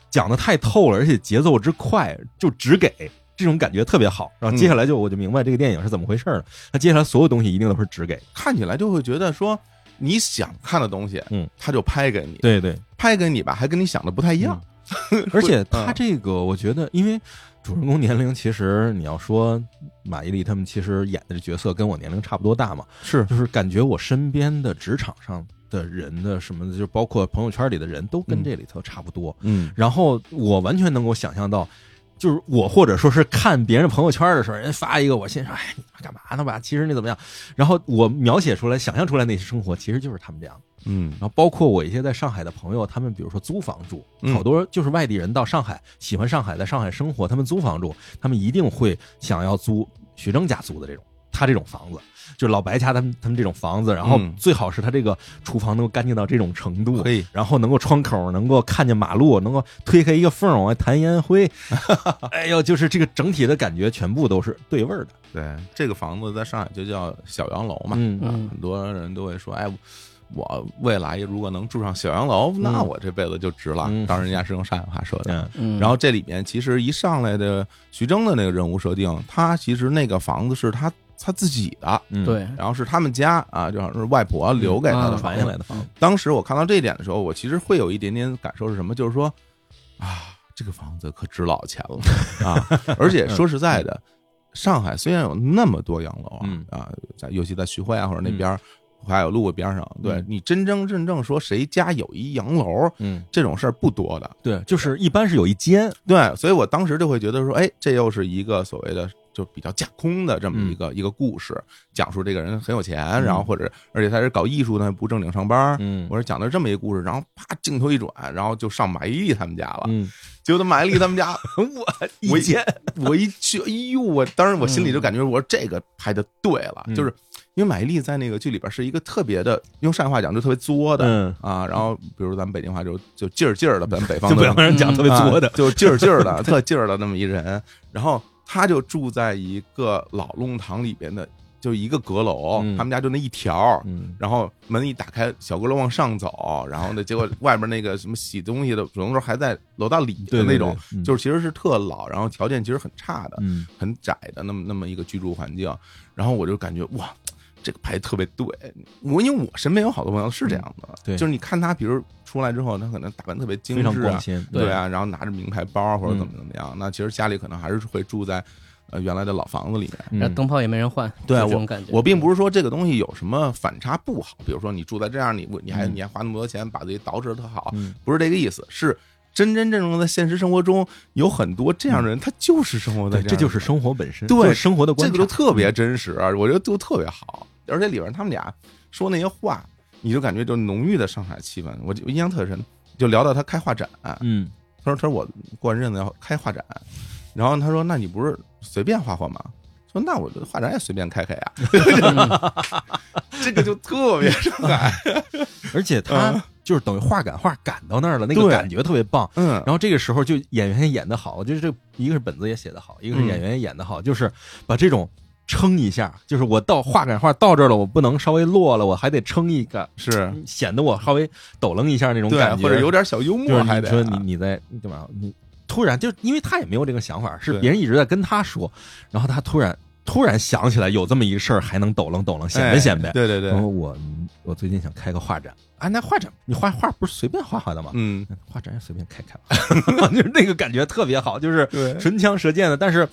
E: 讲的太透了，而且节奏之快，就只给这种感觉特别好。然后接下来就我就明白这个电影是怎么回事了。它接下来所有东西一定都是只给，
B: 看起来就会觉得说你想看的东西，
E: 嗯，
B: 他就拍给你，
E: 对对，
B: 拍给你吧，还跟你想的不太一样。
E: <laughs> 而且他
B: 嗯
E: 这个，我觉得，因为主人公年龄，其实你要说马伊琍他们其实演的这角色跟我年龄差不多大嘛，
B: 是
E: 就是感觉我身边的职场上的人的什么的，就包括朋友圈里的人都跟这里头差不多。
B: 嗯，
E: 然后我完全能够想象到，就是我或者说是看别人朋友圈的时候，人家发一个，我心想，哎，你妈干嘛呢吧？其实你怎么样？然后我描写出来、想象出来那些生活，其实就是他们这样。
B: 嗯
E: 然后包括我一些在上海的朋友，他们比如说租房住，
B: 嗯
E: 好多就是外地人到上海，喜欢上海，在上海生活，他们租房住，他们一定会想要租徐峥家租的这种，他这种房子，就是老白家他们他们这种房子，然后
B: 嗯
E: 最好是他这个厨房能够干净到这种程度
B: 可，以
E: 然后能够窗口能够看见马路，能够推开一个缝儿往外弹烟灰，哎呦，就是这个整体的感觉全部都是对味儿的，
B: 对这个房子在上海就叫小洋楼嘛，
E: 嗯
D: 嗯，
B: 很多人都会说，哎。我未来如果能住上小洋楼，那
E: 嗯
B: 我这辈子就值了。
E: 嗯
B: 当然，人家是用上海话说的。
E: 嗯
D: 嗯，
B: 然后这里面其实一上来的徐峥的那个人物设定，他其实那个房子是他他自己的，
E: 嗯，
D: 对，
B: 然后是他们家啊，就好像是外婆留给他的房
D: 嗯
E: 啊反
B: 子
E: 应。来的房子，
B: 当时我看到这一点的时候，我其实会有一点点感受是什么？就是说，啊，这个房子可值老钱了啊！而
E: 嗯
B: 且说实在的，上海虽然有那么多洋楼啊，
E: 嗯
B: 啊，在尤其在徐汇啊或者那边儿，还有路过边上，对
E: 嗯
B: 你真真正正说谁家有一洋楼
E: 嗯，
B: 这种事儿不多的，
E: 对，就是一般是有一间，
B: 对，所以我当时就会觉得说，哎，这又是一个所谓的就比较架空的这么一个、
E: 嗯
B: 一个故事，讲述这个人很有钱，然后或者而且他是搞艺术的，不正经上班，
E: 嗯
B: 我是讲的是这么一个故事，然后啪镜头一转，然后就上马伊琍他们家了。
E: 嗯，
B: 结果他马伊琍他们
E: <laughs>
B: 家，
E: 我
B: 我一我一去，哎呦，我当时我心里就感觉我说这个拍的对了，
E: 嗯
B: 就是因为马伊琍在那个剧里边是一个特别的，用上海话讲就特别作的。
E: 嗯，
B: 啊，然后比如咱们北京话就就劲儿劲儿的，咱们北
E: <laughs>
B: 方
E: 就
B: 的
E: 不要让人讲特别作的
B: 啊，就劲儿劲儿的，特劲儿的那么一人。然后他就住在一个老弄堂里边的，就一个阁楼，
E: 嗯
B: 他们家就那一条。
E: 嗯
B: 然后门一打开，小阁楼往上走，然后呢，结果外边那个什么洗东西的，有的时候还在楼道里的
E: 对
B: 那种，，
E: 对对
B: 就是其实是特老，然后条件其实很差的，
E: 嗯
B: 很窄的那么那么一个居住环境。然后我就感觉哇，这个牌特别对。我因为我身边有好多朋友是这样的，
E: 嗯对
B: 就是你看他，比如出来之后，他可能打扮特别精
E: 非常
B: 致
E: 光
B: 啊，
E: 鲜，
B: 对
E: 啊，
B: 啊，然后拿着名牌包啊或者怎么怎么样，那其实家里可能还是会住在呃原来的老房子里面。
E: 嗯
D: 然后灯泡也没人换，
B: 对啊
D: 就这种感觉。
B: 我并不是说这个东西有什么反差不好，比如说你住在这样，你你还
E: 嗯
B: 你还花那么多钱把自己捯饬得特好，
E: 嗯
B: 不是这个意思，是真真正正在现实生活中有很多这样的人，他就是生活在
E: 对，
B: 这样的
E: 这就是生活本身，
B: 对
E: 就是生活的
B: 这
E: 观
B: 个
E: 察，
B: 都特别真实，啊我觉得都特别好，而且里边他们俩说那些话，你就感觉就浓郁的上海气氛，我就我印象特深，就聊到他开画展，
E: 嗯
B: 他说：“他说我过完日子要开画展。”然后他说：“那你不是随便画画吗？”说：“那我这画展也随便开开呀。” <laughs> 这个就特别上海，
E: 而且他就是等于画赶画赶到那儿了，那
B: 嗯
E: 个
B: 对
E: 感觉特别棒。
B: <laughs> 嗯，
E: 然后这个时候就演员也演得好，就是这一个是本子也写得好，一个是
B: 嗯
E: 演员也演得好，就是把这种撑一下，就是我到画赶画到这儿了，我不能稍微落了，我还得撑一个，
B: 是
E: 显得我稍微抖楞一下那种
B: 对
E: 感，觉，
B: 或者有点小幽
E: 就
B: 默，
E: 是
B: 还
E: 你
B: 得啊
E: 说你你在你干嘛？你突然就因为他也没有这个想法，是
B: 对
E: 别人一直在跟他说，然后他突然突然想起来有这么一事儿，还能抖楞抖楞，显摆
B: 哎
E: 显摆。
B: 对对对
E: 然，后我我最近想开个画展啊，那画展你画画不是随便画画的吗？
B: 嗯，
E: 嗯画展也随便开开吧， <laughs> 就是那个感觉特别好，就是
B: 对，
E: 唇枪舌剑的，但是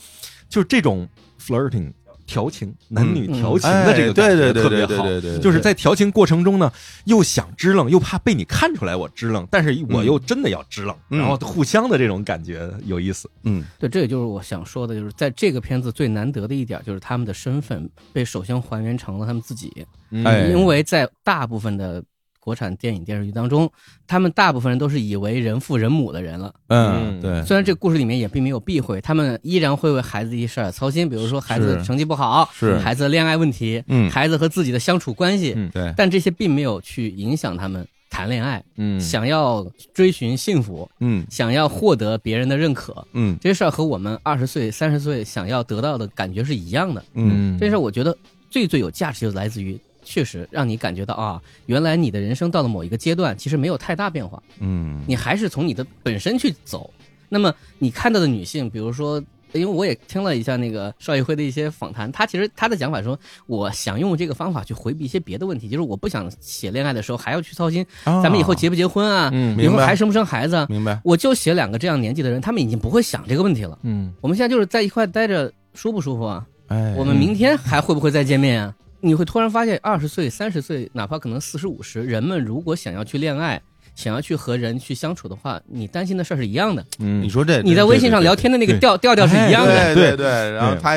E: 就这种 flirting 调情，男女调情
B: 哎
E: 的这个感
B: 对对
E: 觉
B: 对
E: 特别
B: 对
E: 好。
B: 对对对，
E: 就是在调情过程中呢，又想支棱，又怕被你看出来我支棱，但是我又真的要支棱，
B: 嗯
E: 然后互相的这种感觉有意思。
B: 嗯
D: 对，这也就是我想说的，就是在这个片子最难得的一点，就是他们的身份被首先还原成了他们自己。
B: 哎
D: 因为在大部分的国产电影电视剧当中，他们大部分人都是以为人父人母的人了。
B: 嗯
E: 嗯
B: 对，
D: 虽然这个故事里面也并没有避讳，他们依然会为孩子一事儿操心，比如说孩子
B: 是
D: 成绩不好，
B: 是
D: 孩子的恋爱问题，
B: 嗯
D: 孩子和自己的相处关系，
E: 嗯
B: 对
D: 但这些并没有去影响他们谈恋爱，
E: 嗯
D: 想要追寻幸福，
B: 嗯
D: 想要获得别人的认可，
B: 嗯
D: 这事儿和我们二十岁、三十岁想要得到的感觉是一样的。
B: 嗯
D: 这事儿我觉得最最有价值，就来自于确实让你感觉到啊，原来你的人生到了某一个阶段，其实没有太大变化，
B: 嗯
D: 你还是从你的本身去走。那么你看到的女性，比如说。因为我也听了一下那个邵艺辉的一些访谈，他其实他的讲法说，我想用这个方法去回避一些别的问题，就是我不想写恋爱的时候还要去操心
B: 啊
D: 咱们以后结不结婚啊，
E: 哦嗯
D: 以
B: 明
D: 后
B: 白
D: 还生不生孩子啊，
B: 明白
D: 我就写两个这样年纪的人，他们已经不会想这个问题了。
E: 嗯
D: 我们现在就是在一块待着舒不舒服啊？
B: 哎
D: 我们明天还会不会再见面啊？你会突然发现，二十岁、三十岁，哪怕可能四十五十，人们如果想要去恋爱，想要去和人去相处的话，你担心的事儿是一样的。
E: 嗯
B: 你说这
D: 你在微信上聊天的那个调调调是
E: 哎
D: 一样的。
B: 对对对，然后他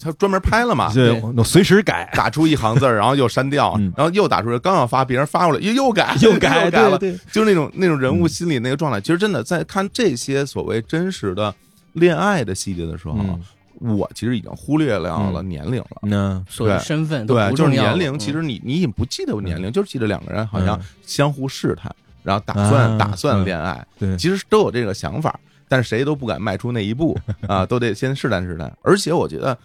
B: 他专门拍了嘛，
E: 对，我随
B: <laughs>
E: 时改，
B: 打出一行字儿，然后又删掉，
E: 嗯
B: 然后又打出来，刚要发，别人发过来又又改
E: 又
B: 改
E: 改
B: 又改了，
E: 对对
B: 就是那种那种人
D: 嗯
B: 物心理那个状态。其实真的在看这些所谓真实的恋爱的细节的时候，
E: 嗯
B: 我其实已经忽略了了年龄了。
E: 那
D: 所有
B: 对
D: 身嗯份都
B: 对，
D: 不
B: 就是
D: 重要了。嗯
B: 年龄，其实你你已经不记得年龄，就是记得两个人好像
E: 嗯
B: 相互试探，然后打算
E: 啊
B: 打算
E: 嗯
B: 恋爱，
E: 对
B: 其实都有这个想法，但是谁都不敢迈出那一
E: <laughs>
B: 步啊，都得先试探试探。而且我觉得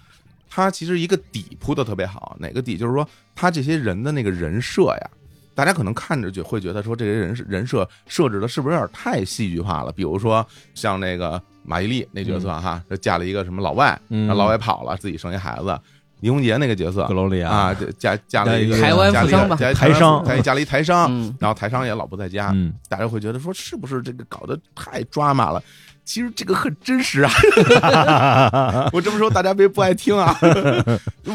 B: 他其实一个底铺的特别好，哪个底就是说他这些人的那个人设呀。大家可能看着就会觉得说这些人是人设设置的是不是有点太戏剧化了？比如说像那个马伊琍那角色哈，就嫁了一个什么老外，
E: 嗯
B: 然后老外跑了，自己生一孩子。倪虹洁那个角色
E: 格罗利亚
B: 啊，这嫁嫁了一个
E: 台湾
B: 嫁了一个
D: 富商吧
B: 嫁
E: 台
B: <laughs>
E: 商
B: 嫁嫁了一台
E: 啊
B: 商，
D: 嗯，
B: 然后台商也老不在家，
E: 嗯
B: 大家会觉得说是不是这个搞得太抓马了？其实这个很真实
E: <laughs>
B: 啊！我这么说大家别不爱听
E: <laughs>
B: 啊！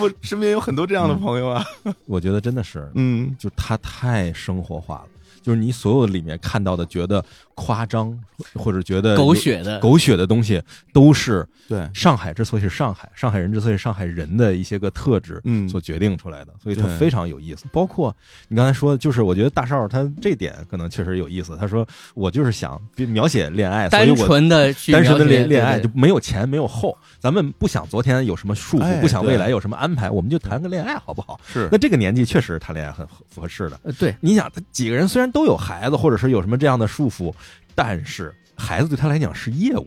B: 我身边有很多这样的朋友啊，
E: 我觉得真的是，
B: 嗯
E: 就他太生活化了，就是你所有里面看到的，觉得夸张或者觉得
D: 狗血的
E: 狗血的东西，都是
B: 对，
E: 上海之所以是上海，上海人之所以是上海人的一些个特质，
B: 嗯
E: 所决定出来的，所以它
B: 对
E: 非常有意思。包括你刚才说，就是我觉得大少他这点可能确实有意思。他说我就是想描写恋爱，所以
D: 单
E: 我
D: 纯的去
E: 单纯的
D: 了解
E: 恋恋爱
D: 对
E: 就没有前没有后，咱们不想昨天有什么束
B: 哎
E: 缚，不想
B: 对
E: 未来有什么安排，我们就谈个恋爱好不好？
B: 是
E: 那这个年纪确实谈恋爱很合合适的。
D: 呃对
E: 你想，他几个人虽然都有孩子，或者是有什么这样的束缚，但是孩子对他来讲是业务，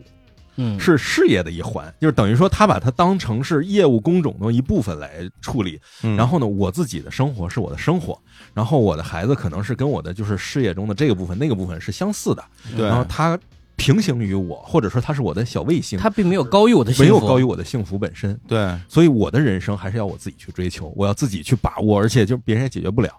D: 嗯
E: 是事业的一环，就是等于说他把它当成是业务工种的一部分来处理。
B: 嗯
D: 嗯
E: 然后呢，我自己的生活是我的生活，然后我的孩子可能是跟我的就是事业中的这个部分、那个部分是相似的，
B: 对
E: 然后他平行于我，或者说他是我的小卫星，
D: 他并没有高于我的幸
E: 没
D: 福，
E: 有高于我的幸福本身。
B: 对
E: 所以我的人生还是要我自己去追求，我要自己去把握，而且就别人也解决不了。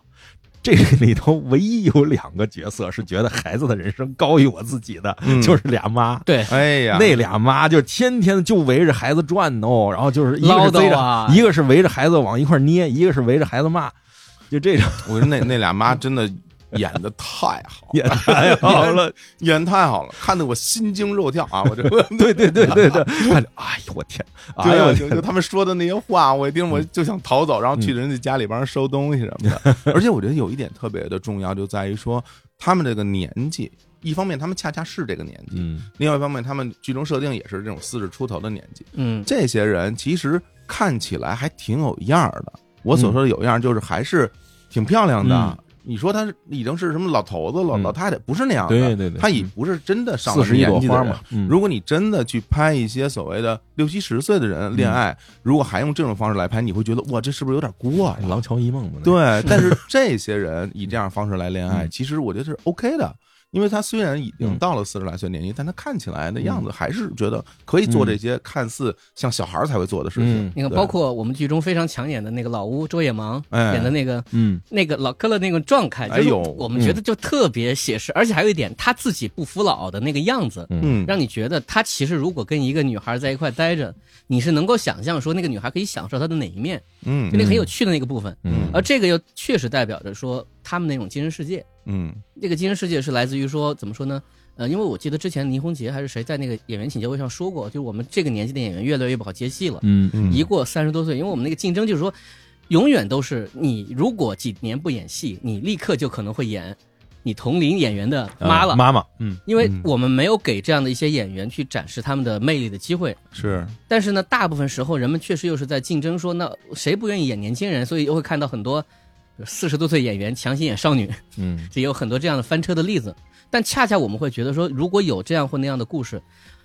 E: 这里头唯一有两个角色是觉得孩子的人生高于我自己的，
B: 嗯
E: 就是俩妈。
D: 对
B: 哎呀，
E: 那俩妈就是天天就围着孩子转哦，然后就是一
D: 唠
E: 个是
D: 叨
E: 逮着，
D: 啊
E: 一个是围着孩子往一块捏，一个是围着孩子骂，就这种
B: 我说那那俩妈真的演的太好
E: 也太好了。
B: 了，演得太好了，看得我心惊肉跳啊！我
E: <laughs>
B: 这。
E: 对对对对对，看着，哎呦我天，哎
B: 对
E: 呦
B: 啊，
E: 我
B: 就
E: 天
B: 就，他们说的那些话，我一听我就想逃走，然后去人家家里帮人收东西什么 <laughs> 的。而且我觉得有一点特别的重要，就在于说他们这个年纪，一方面他们恰恰是这个年纪，
E: 嗯
B: 另外一方面他们剧中设定也是这种四十出头的年纪。
D: 嗯
B: 这些人其实看起来还挺有样儿的。我所说的有样儿，就是还是挺漂亮的。
E: 嗯
B: 你说他已经是什么老头子了、
E: 嗯
B: 老太太，不是那样的。
E: 对对对
B: 他已不是真的上了
E: 41朵
B: 年纪的
E: 花
B: 人
E: 嘛嗯
B: 如果你真的去拍一些所谓的六七十岁的人恋
E: 嗯
B: 爱，如果还用这种方式来拍，你会觉得哇，这是不是有点过啊
E: 哎
B: 了？
E: <laughs> 廊桥遗梦嘛，那个
B: 对，但是这些人以这样方式来恋爱，其实我觉得是 OK 的。因为他虽然已经
E: 嗯
B: 到了四十来岁年纪，但他看起来的样子还是觉得可以做这些看似像小孩儿才会做的事情
E: 嗯。
D: 你看，
B: 对
D: 包括我们剧中非常抢眼的那个老乌周野芒
B: 哎
D: 演的那个
E: 嗯
D: 那个老哥的那个状态，就是
B: 哎呦
D: 我们觉得就特别写实，而且还有一点他自己不服老的那个样子，
E: 嗯
B: 嗯，
D: 让你觉得他其实如果跟一个女孩在一块待着，你是能够想象说那个女孩可以享受她的哪一面，就
B: 嗯
D: 那个很有趣的那个部分。
E: 嗯，
D: 而这个又确实代表着说他们那种精神世界，
B: 嗯
D: 这个精神世界是来自于说怎么说呢？呃，因为我记得之前倪虹洁还是谁在那个演员请教会上说过，就是我们这个年纪的演员越来越不好接戏了。
E: 嗯嗯
B: 嗯
D: 一过三十多岁，因为我们那个竞争就是说，永远都是你如果几年不演戏，你立刻就可能会演你同龄演员的妈了，
E: 妈妈，嗯
D: 因为
B: 嗯
D: 我们没有给这样的一些演员去展示他们的魅力的机会。
B: 是
D: 但是呢，大部分时候人们确实又是在竞争说，那谁不愿意演年轻人，所以又会看到很多呃四十多岁演员强行演少女，
E: 嗯
D: 这也有很多这样的翻车的例子。但恰恰我们会觉得说，如果有这样或那样的故事，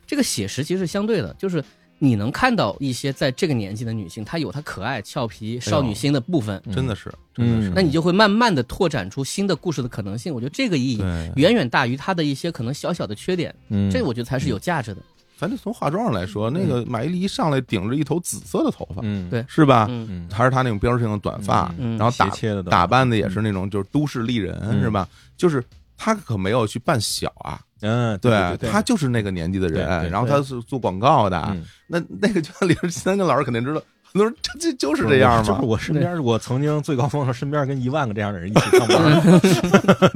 D: 这个写实其实是相对的，就是你能看到一些在这个年纪的女性，她有她可爱、俏皮、少女心的部分，
B: 真的是真的是
E: 嗯
D: 那你就会慢慢的拓展出新的故事的可能性。我觉得这个意义
B: 对。
D: 远远大于她的一些可能小小的缺点，
E: 嗯，
D: 嗯这我觉得才是有价值的。
B: 咱就从化妆上来说，那个马伊琍一上来顶着一头紫色的头发，
E: 嗯
D: 对
B: 是吧？
D: 嗯
E: 嗯
B: 还是她那种标志性的短发，
D: 嗯
B: 然后打
E: 斜切的都
B: 打扮的也是那种就是都市丽人，
E: 嗯
B: 是吧？就是她可没有去扮小啊，
E: 嗯
B: 对
E: 对对，
B: 她就是那个年纪的人
E: 对，对
B: 然后她是做广告的，
E: 嗯
B: 那那个就像李志三跟老师肯定知道，很多人这这就是这样
E: <laughs> 就
B: 嘛
E: 是，我身边，我曾经最高峰的时候身边跟一万个这样的人一起上班，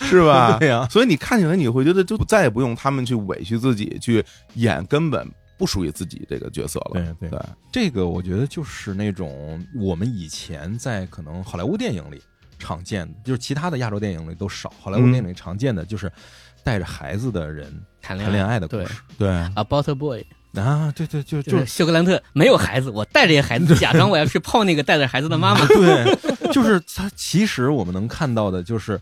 B: 是吧？
E: <laughs> 对呀，
B: 所以你看起来你会觉得就再也不用他们去委屈自己去演根本不属于自己这个角色了，
E: 对
B: 对，
E: 这个我觉得就是那种我们以前在可能好莱坞电影里常见的，就是其他的亚洲电影里都少，好莱坞
B: 嗯
E: 电影里常见的就是带着孩子的人
D: 谈
E: 谈
D: 恋
E: 恋
D: 爱
E: 爱的故
D: 对
E: 事
B: 对。
D: ，About a Boy，
E: 啊，对对，就
D: 就
E: 就是
D: 休格兰特没有孩子，我带着一个孩子，假装我要去泡那个带着孩子的妈妈。
E: 啊对，就是它。其实我们能看到的就是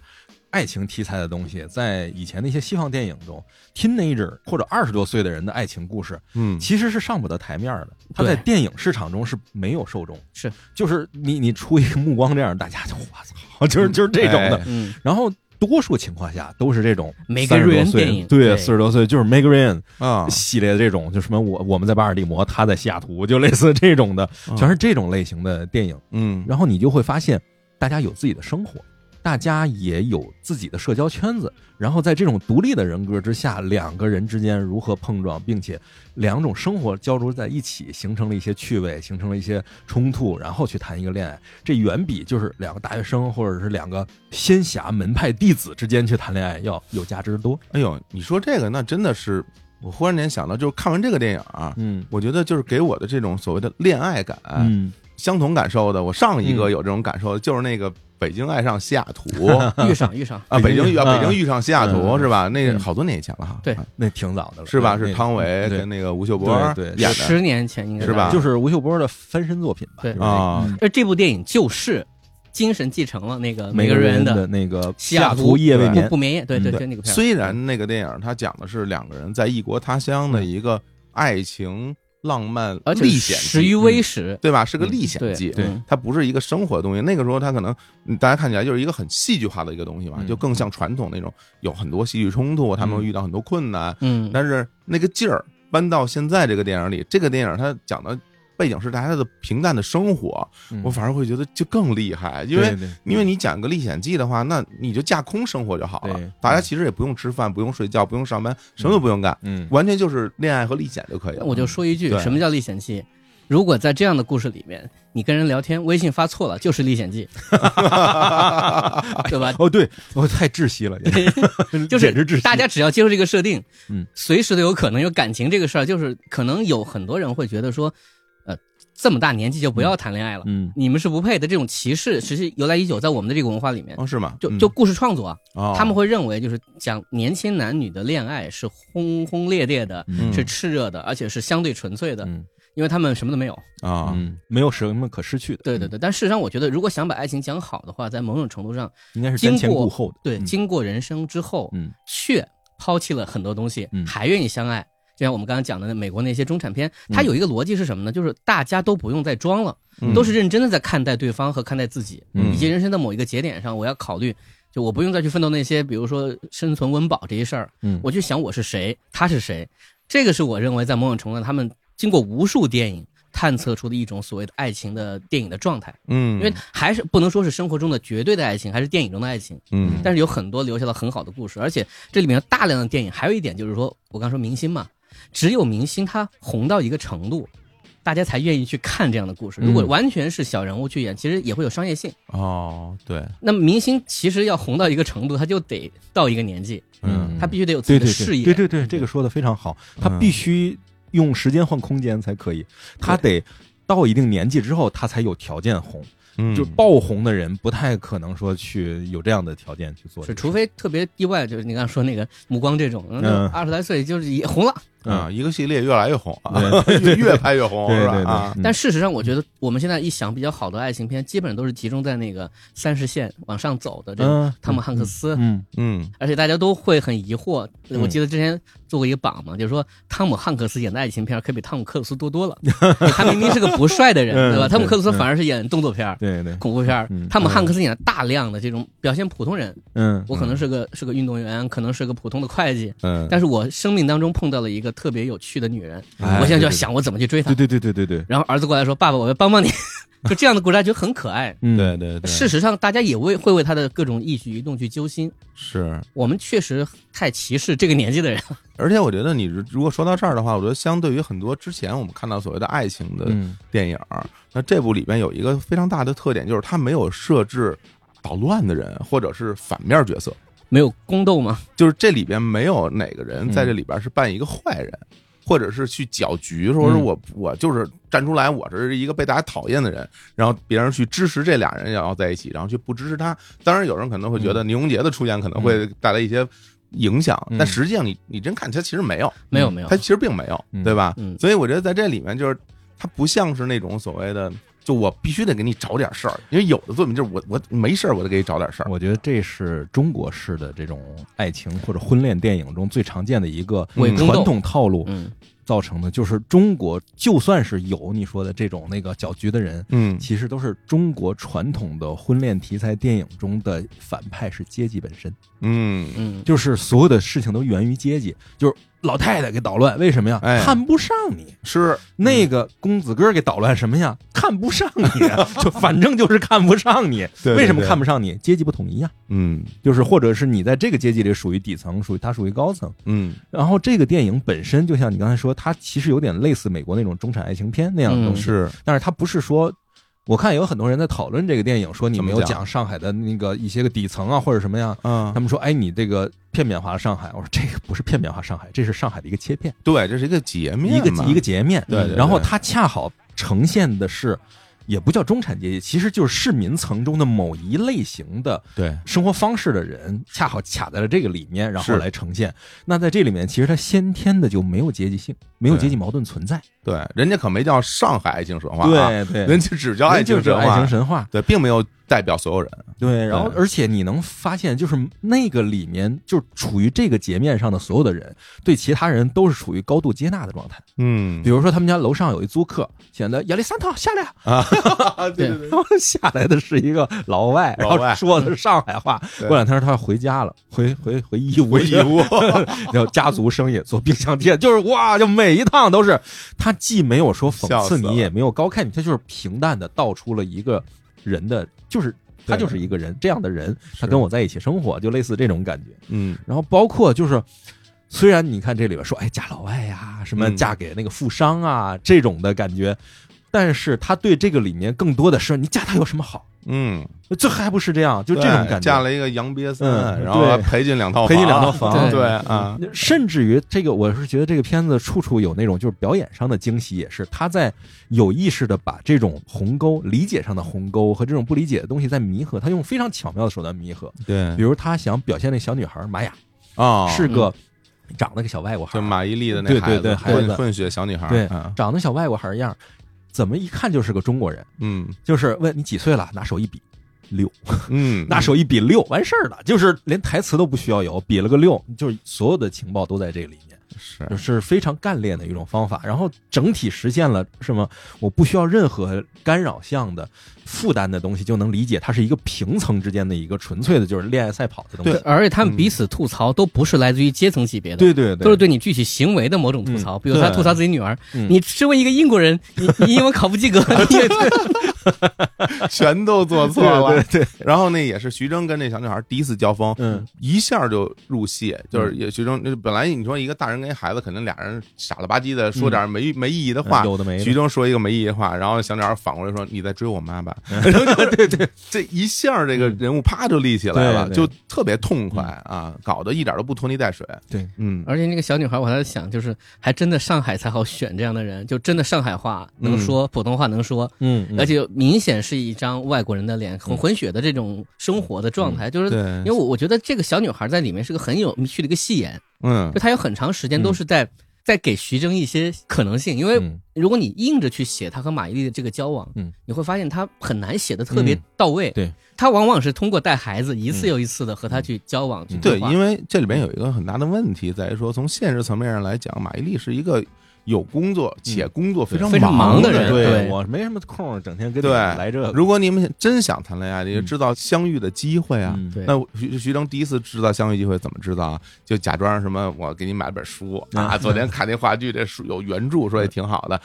E: 爱情题材的东西，在以前的一些西方电影中，teenager 或者二十多岁的人的爱情故事，
B: 嗯，
E: 其实是上不得台面的。它在
D: 对
E: 电影市场中是没有受众，
D: 是
E: 就是你你出一个目光这样，大家就我操， <laughs> 就是就是这种的。
B: 哎
D: 嗯，
E: 然后多数情况下都是这种
D: 梅根
E: 三十
D: 瑞
E: 多
D: 恩电
E: 岁，
D: 影对
E: 四十多岁就是 Meg Ryan
B: 啊，
E: 系列的这种，就什么我我们在巴尔的摩，他在西雅图，就类似这种的，
D: 嗯
E: 全是这种类型的电影。 <laughs>
B: 嗯，
E: 然后你就会发现，大家有自己的生活，大家也有自己的社交圈子。然后在这种独立的人格之下，两个人之间如何碰撞，并且两种生活交织在一起，形成了一些趣味，形成了一些冲突，然后去谈一个恋爱。这远比就是两个大学生或者是两个仙侠门派弟子之间去谈恋爱要有价值得多。
B: 哎呦，你说这个，那真的是，我忽然间想到，就是看完这个电影啊，
E: 嗯
B: 我觉得就是给我的这种所谓的恋爱感，
E: 嗯，
B: 相同感受的，我上一个
E: 嗯
B: 有这种感受的，就是那个《北京爱上西雅图》
E: <laughs>
D: <laughs> 遇上遇上，
B: 啊，北
E: 北京
B: 京遇啊，
E: 啊
B: 北京遇上西雅图
E: 嗯
B: 是吧？那
E: 嗯
B: 好多年以前了哈，
D: 对
B: 啊
E: 那挺早的了，
B: 是吧？
E: 对
B: 是汤唯
E: 对
B: 跟那个吴秀波
E: 对对
B: 演的
D: 十年前应该
B: 是吧
E: 就是吴秀波的翻身作品吧？
D: 对
E: 就是那个嗯
B: 啊，
D: 而这部电影就是精神继承了那个
E: 每
D: 个
E: 个
D: 人
E: 人
D: 的
E: 那个
D: 西雅
E: 图
D: 图
E: 夜未
B: 对
E: 眠
D: 不，眠夜，对对
E: 嗯
D: 对，那个片儿。
B: 虽然那个电影它讲的是两个人在异国他乡的一个爱情浪漫
D: 而且
B: 历险
D: 十余
B: 记，
D: 微时，
B: 对吧？是个
E: 嗯
B: 历险
D: 对
B: 记，
E: 对
D: 嗯
B: 它不是一个生活的东西。那个时候，它可能嗯大家看起来就是一个很戏剧化的一个东西嘛，
E: 嗯
B: 就更像传统那种有很多戏剧冲突，他们会遇到很多困难。
D: 嗯，
B: 但是那个劲儿搬到现在这个电影里，这个电影它讲的背景是大家的平淡的生活，
E: 嗯
B: 我反而会觉得就更厉害，因为
E: 对对
B: 因为你讲个历险记的话，那你就架空生活就好了
E: 对，
B: 大家其实也不用吃饭，不用睡觉，不用上班，什么都不用干，
E: 嗯
B: 完全就是恋爱和历险就可以了。
E: <laughs>
D: 我就说一句
B: 对，
D: 什么叫历险记？如果在这样的故事里面，你跟人聊天，微信发错了，就是历险记，对吧？
E: 哦，对，我太窒息了，也是
D: <laughs> 就
E: 简直窒
D: 是
E: 息。
D: 大家只要接受这个设定，
E: 嗯，
D: 随时都有可能有感情这个事儿，就是可能有很多人会觉得说，呃，这么大年纪就不要谈恋爱了，
E: 嗯
D: 你们是不配的。这种歧视其实由来已久，在我们的这个文化里面，
B: 哦，是吗？
D: 就
B: 嗯
D: 就故事创作啊，
B: 哦
D: 他们会认为就是讲年轻男女的恋爱是轰轰烈烈的，
B: 嗯
D: 是炽热的，而且是相对纯粹的，
E: 嗯
D: 因为他们什么都没有。
B: 啊，
E: 嗯，没有什么可失去的。嗯
D: 对对对，但事实上我觉得，如果想把爱情讲好的话，在某种程度上，
E: 嗯，应该是瞻前
D: 经过
E: 顾后的。
D: 对，
E: 嗯
D: 经过人生之后，
E: 嗯
D: 却抛弃了很多东西，
E: 嗯
D: 还愿意相爱。就像我们刚刚讲的那美国那些中产片，它
E: 嗯
D: 有一个逻辑是什么呢？就是大家都不用再装了，
B: 嗯
D: 都是认真的在看待对方和看待自己，
E: 嗯
D: 以及人生的某一个节点上，我要考虑就我不用再去奋斗那些，比如说生存温饱这些事儿，
E: 嗯，
D: 我就想我是谁，他是谁，这个是我认为在某种程度上，他们经过无数电影探测出的一种所谓的爱情的电影的状态，
B: 嗯，
D: 因为还是不能说是生活中的绝对的爱情，还是电影中的爱情，
B: 嗯
D: 但是有很多留下了很好的故事，而且这里面有大量的电影，还有一点就是说，我刚说明星嘛，只有明星他红到一个程度。大家才愿意去看这样的故事。如果
E: 嗯
D: 完全是小人物去演，其实也会有商业性。
B: 哦，对，
D: 那么明星其实要红到一个程度，他就得到一个年纪，
E: 嗯
D: 他必须得有自
E: 对
D: 己的嗯
E: 对
D: 事
E: 对
D: 业。
E: 对对对，这个说的非常好，
D: 嗯
E: 他必须用时间换空间才可以，他得到一定年纪之后，他才有条件红。
B: 嗯
E: 就爆红的人不太可能说去有这样的条件去做这
D: 是，
E: 个事，
D: 除非特别意外，就是你刚才说那个目光这种，
E: 嗯
D: 二十来岁就是也红了。
B: 啊，一个系列越来越红啊，
D: <laughs>
E: 对
B: <laughs> 越越拍越红，
E: <laughs> 对
B: 是
E: 对
B: 吧？
E: 对，
B: 啊，
E: 嗯
D: 但事实上，我觉得我们现在一想比较好的爱情片，基本上都是集中在那个三十线往上走的这种
E: 嗯，
D: 汤姆汉克斯，啊
E: 嗯，
B: 嗯
D: 而且大家都会很疑惑。
E: 嗯
D: 我记得之前做过一个榜嘛，就是说汤姆汉克斯演的爱情片可比汤姆克鲁斯多多了， <laughs> 他明明是个不帅的人，
E: 嗯
D: 对吧？
E: 对
D: 汤姆克鲁斯
E: 嗯
D: 反而是演动作片儿。
E: 对对，
D: 恐怖片儿
E: 嗯，
D: 汤姆汉克斯演了大量的这种表现普通人，
E: 嗯，
D: 我可能是个是个运动员，可能是个普通的会计，
B: 嗯，
D: 但是我生命当中碰到了一个特别有趣的女人，
E: 哎
D: 我现在就要想我怎么去追她
E: 嗯对，。对对对对对对，
D: 然后儿子过来说：“爸爸，我要帮帮你。” <laughs> 就这样的故事，大家觉得很可爱。
E: 嗯，
B: 对对对，
D: 事实上，大家也为会为他的各种一举一动去揪心。
B: 是，
D: 我们确实太歧视这个年纪的人。 <laughs>
B: 而且我觉得你如如果说到这儿的话，我觉得相对于很多之前我们看到所谓的爱情的
E: 嗯
B: 电影儿，那这部里边有一个非常大的特点，就是它没有设置捣乱的人或者是反面角色，
D: 没有宫斗吗？
B: 就是这里边没有哪个人在
D: 嗯
B: 这里边是扮一个坏人。或者是去搅局，说是
D: 嗯
B: 我我就是站出来，我是一个被大家讨厌的人，然后别人去支持这俩人要在一起，然后去不支持他。当然，有人可能会觉
D: 嗯
B: 得倪虹洁的出现可能会带来一些影响，
E: 嗯
B: 但实际上你你真看他其实没有，嗯
D: 没有，没有
B: 他。其实并没有，
E: 嗯
B: 对吧？
D: 嗯
B: 所以我觉得在这里面，就是他不像是那种所谓的，就我必须得给你找点事儿，因为有的作品就是我我没事儿我就给你找点事儿。
E: 我觉得这是中国式的这种爱情或者婚恋电影中最常见的一个
D: 为
B: 嗯
D: 宫
E: 传
D: 斗，
E: 统套路
D: 嗯，
E: 造成的，就是中国就算是有你说的这种那个搅局的人，
B: 嗯
E: 其实都是中国传统的婚恋题材电影中的反派是阶级本身，
B: 嗯
D: 嗯，
E: 就是所有的事情都源于阶级，就是老太太给捣乱，为什么呀？
B: 哎
E: 看不上你。
B: 是嗯
E: 那个公子哥给捣乱什么呀？看不上你，啊
B: <laughs>
E: 就反正就是看不上你。
B: 对对
E: 为什么
B: 对
E: 看不上你？阶级不统一呀、
B: 嗯
E: 就是或者是你在这个阶级里属于底层，属于他属于高层。
B: 嗯
E: 然后这个电影本身就像你刚才说，它其实有点类似美国那种中产爱情片那样的东
D: 嗯
E: 西，
B: 是
E: 但是它不是说。我看有很多人在讨论这个电影，说你没有
B: 怎么
E: 讲上海的那个一些个底层啊，或者什么呀？
B: 啊
E: 他，们说，哎，你这个片面化了上海。我说这个不是片面化上海，这是上海的一个切片，
B: 对，这是一个截面
E: 一个
B: 嘛
E: 一个截面。
B: 对对对
E: 然后它恰好呈现的是，也不叫中产阶级，其实就是市民层中的某一类型的
B: 对
E: 生活方式的人恰好卡在了这个里面，然后
B: 是
E: 来呈现。那在这里面，其实他先天的就没有阶级性，没有
B: 对
E: 阶级矛盾存在。
B: 对，人家可没叫上海爱情神话、啊，
E: 对对，
B: 人家只叫爱
E: 人就
B: 情
E: 是
B: 神
E: 爱
B: 话
E: 情，神话。
B: 对，并没有代表所有人。
E: 对，然后
B: 对
E: 而且你能发现，就是那个里面就处于这个截面上的所有的人，对其他人都是处于高度接纳的状态。
B: 嗯
E: 比如说，他们家楼上有一租客，显得亚历山大下来啊，
B: 啊， <laughs> 对
E: <laughs>
B: 对对，
E: 下来的是一个老外，然
B: 老外
E: 后说的是上海话。
B: 对
E: 过两天他要回家了，回回回义乌
B: 回
E: 去
B: 忆屋，
E: <laughs> 然后家族生意做冰箱贴，就是哇，就每一趟都是他既没有说讽刺
B: 笑死了
E: 你，也没有高看你，他就是平淡的道出了一个人的，就是他就是一个人这样的人，他跟我在一起生活，就类似这种感觉。
B: 嗯
E: 然后包括就是，虽然你看这里边说，哎，嫁老外呀、什么
B: 嗯
E: 嫁给那个富商啊、这种的感觉，但是他对这个里面更多的是，你嫁他有什么好？
B: 嗯，
E: 这还不是这样，就这
B: 对
E: 种感
B: 嫁
E: 觉。
B: 了一个杨瘪三，
E: 嗯
B: 然后还
E: 对
B: 赔进两套，
E: 赔进两套房
B: 对
D: 对
B: 啊，
E: 甚至于这个，我是觉得这个片子处处有那种就是表演上的惊喜，也是他在有意识的把这种鸿沟、理解上的鸿沟和这种不理解的东西在弥合，他用非常巧妙的手段弥合。
B: 对
E: 比如他想表现那小女孩玛雅
B: 啊，
E: 是个长得个小外国孩
B: 就
E: 儿，
B: 马伊琍的那
E: 对
B: 孩子，
E: 对对孩
B: 混
E: 子
B: 混血小女孩儿，
E: 对
B: 啊
E: 长得小外国孩儿样儿，怎么一看就是个中国人？
B: 嗯
E: 就是问你几岁了，拿手一比，六，
B: 嗯，
E: 那手一比六完事儿了，就是连台词都不需要有，比了个六，就是所有的情报都在这里面，
B: 是
E: 就是非常干练的一种方法。然后整体实现了什么？我不需要任何干扰项的负担的东西，就能理解它是一个平层之间的一个纯粹的，就是恋爱赛跑的东西。
D: 对，而且他们彼此吐槽都不是来自于阶层级别的，
E: 对对对，
D: 都是对你具体行为的某种吐槽。比如说他
E: 对
D: 吐槽自己女儿，
E: 嗯
D: 你身为一个英国人，你你英文考不及格，
E: <laughs>
D: 你
B: 全都做错了。对然后那也是徐峥跟那小女孩第一次交锋，
E: 嗯，
B: 一下就入戏，就是也徐峥本来你说一个大人跟一孩子，肯定俩人傻了吧唧的说点没没意义的话。
E: 哎有的没的
B: 徐峥说一个没意义的话，然后小女孩反过来说：“你在追我妈吧？” <laughs> 对对，这一下这个人物啪就立起来了，
E: 对
B: 就
E: 对
B: 特别痛快啊，搞得一点都不拖泥带水。
E: 对，
B: 嗯，
D: <laughs> 而且那个小女孩，我还在想，就是还真的上海才好选这样的人，就真的上海话能说，普通话能说，
E: 嗯，
D: 而
E: 且
D: 且明显是一张外国人的脸，混混血的这种生活的状
E: 嗯
D: 态，就是。因为
B: 对，
D: 我我觉得这个小女孩在里面是个很有趣的一个戏演，
B: 嗯
D: 就，她有很长时间都是在、在给徐峥一些可能性，因为
E: 嗯
D: 如果你硬着去写他和马伊琍的这个交往，
E: 嗯，
D: 你会发现他很难写的特别
E: 嗯
D: 到位。
E: 对，
D: 他往往是通过带孩子一次又一次的和他去交往，去
B: 嗯对，
D: 话
B: 因为这里边有一个很大的问题在于说，从现实层面上来讲，马伊琍是一个有工作且工作非常
D: 非常忙
B: 的
D: 的人
B: 对
D: 对
E: 我没什么空儿，整天跟你
B: 对，
E: 来这个。
B: 如果你们真想谈恋爱，你就
E: 呃嗯
B: 知道相遇的机会啊。
E: 嗯
D: 对
B: 那徐徐峥第一次知道相遇机会怎么知道啊？就假装什么我给你买了本书啊，
E: 嗯
B: 昨天看那话剧，这书有原著，说也挺好的，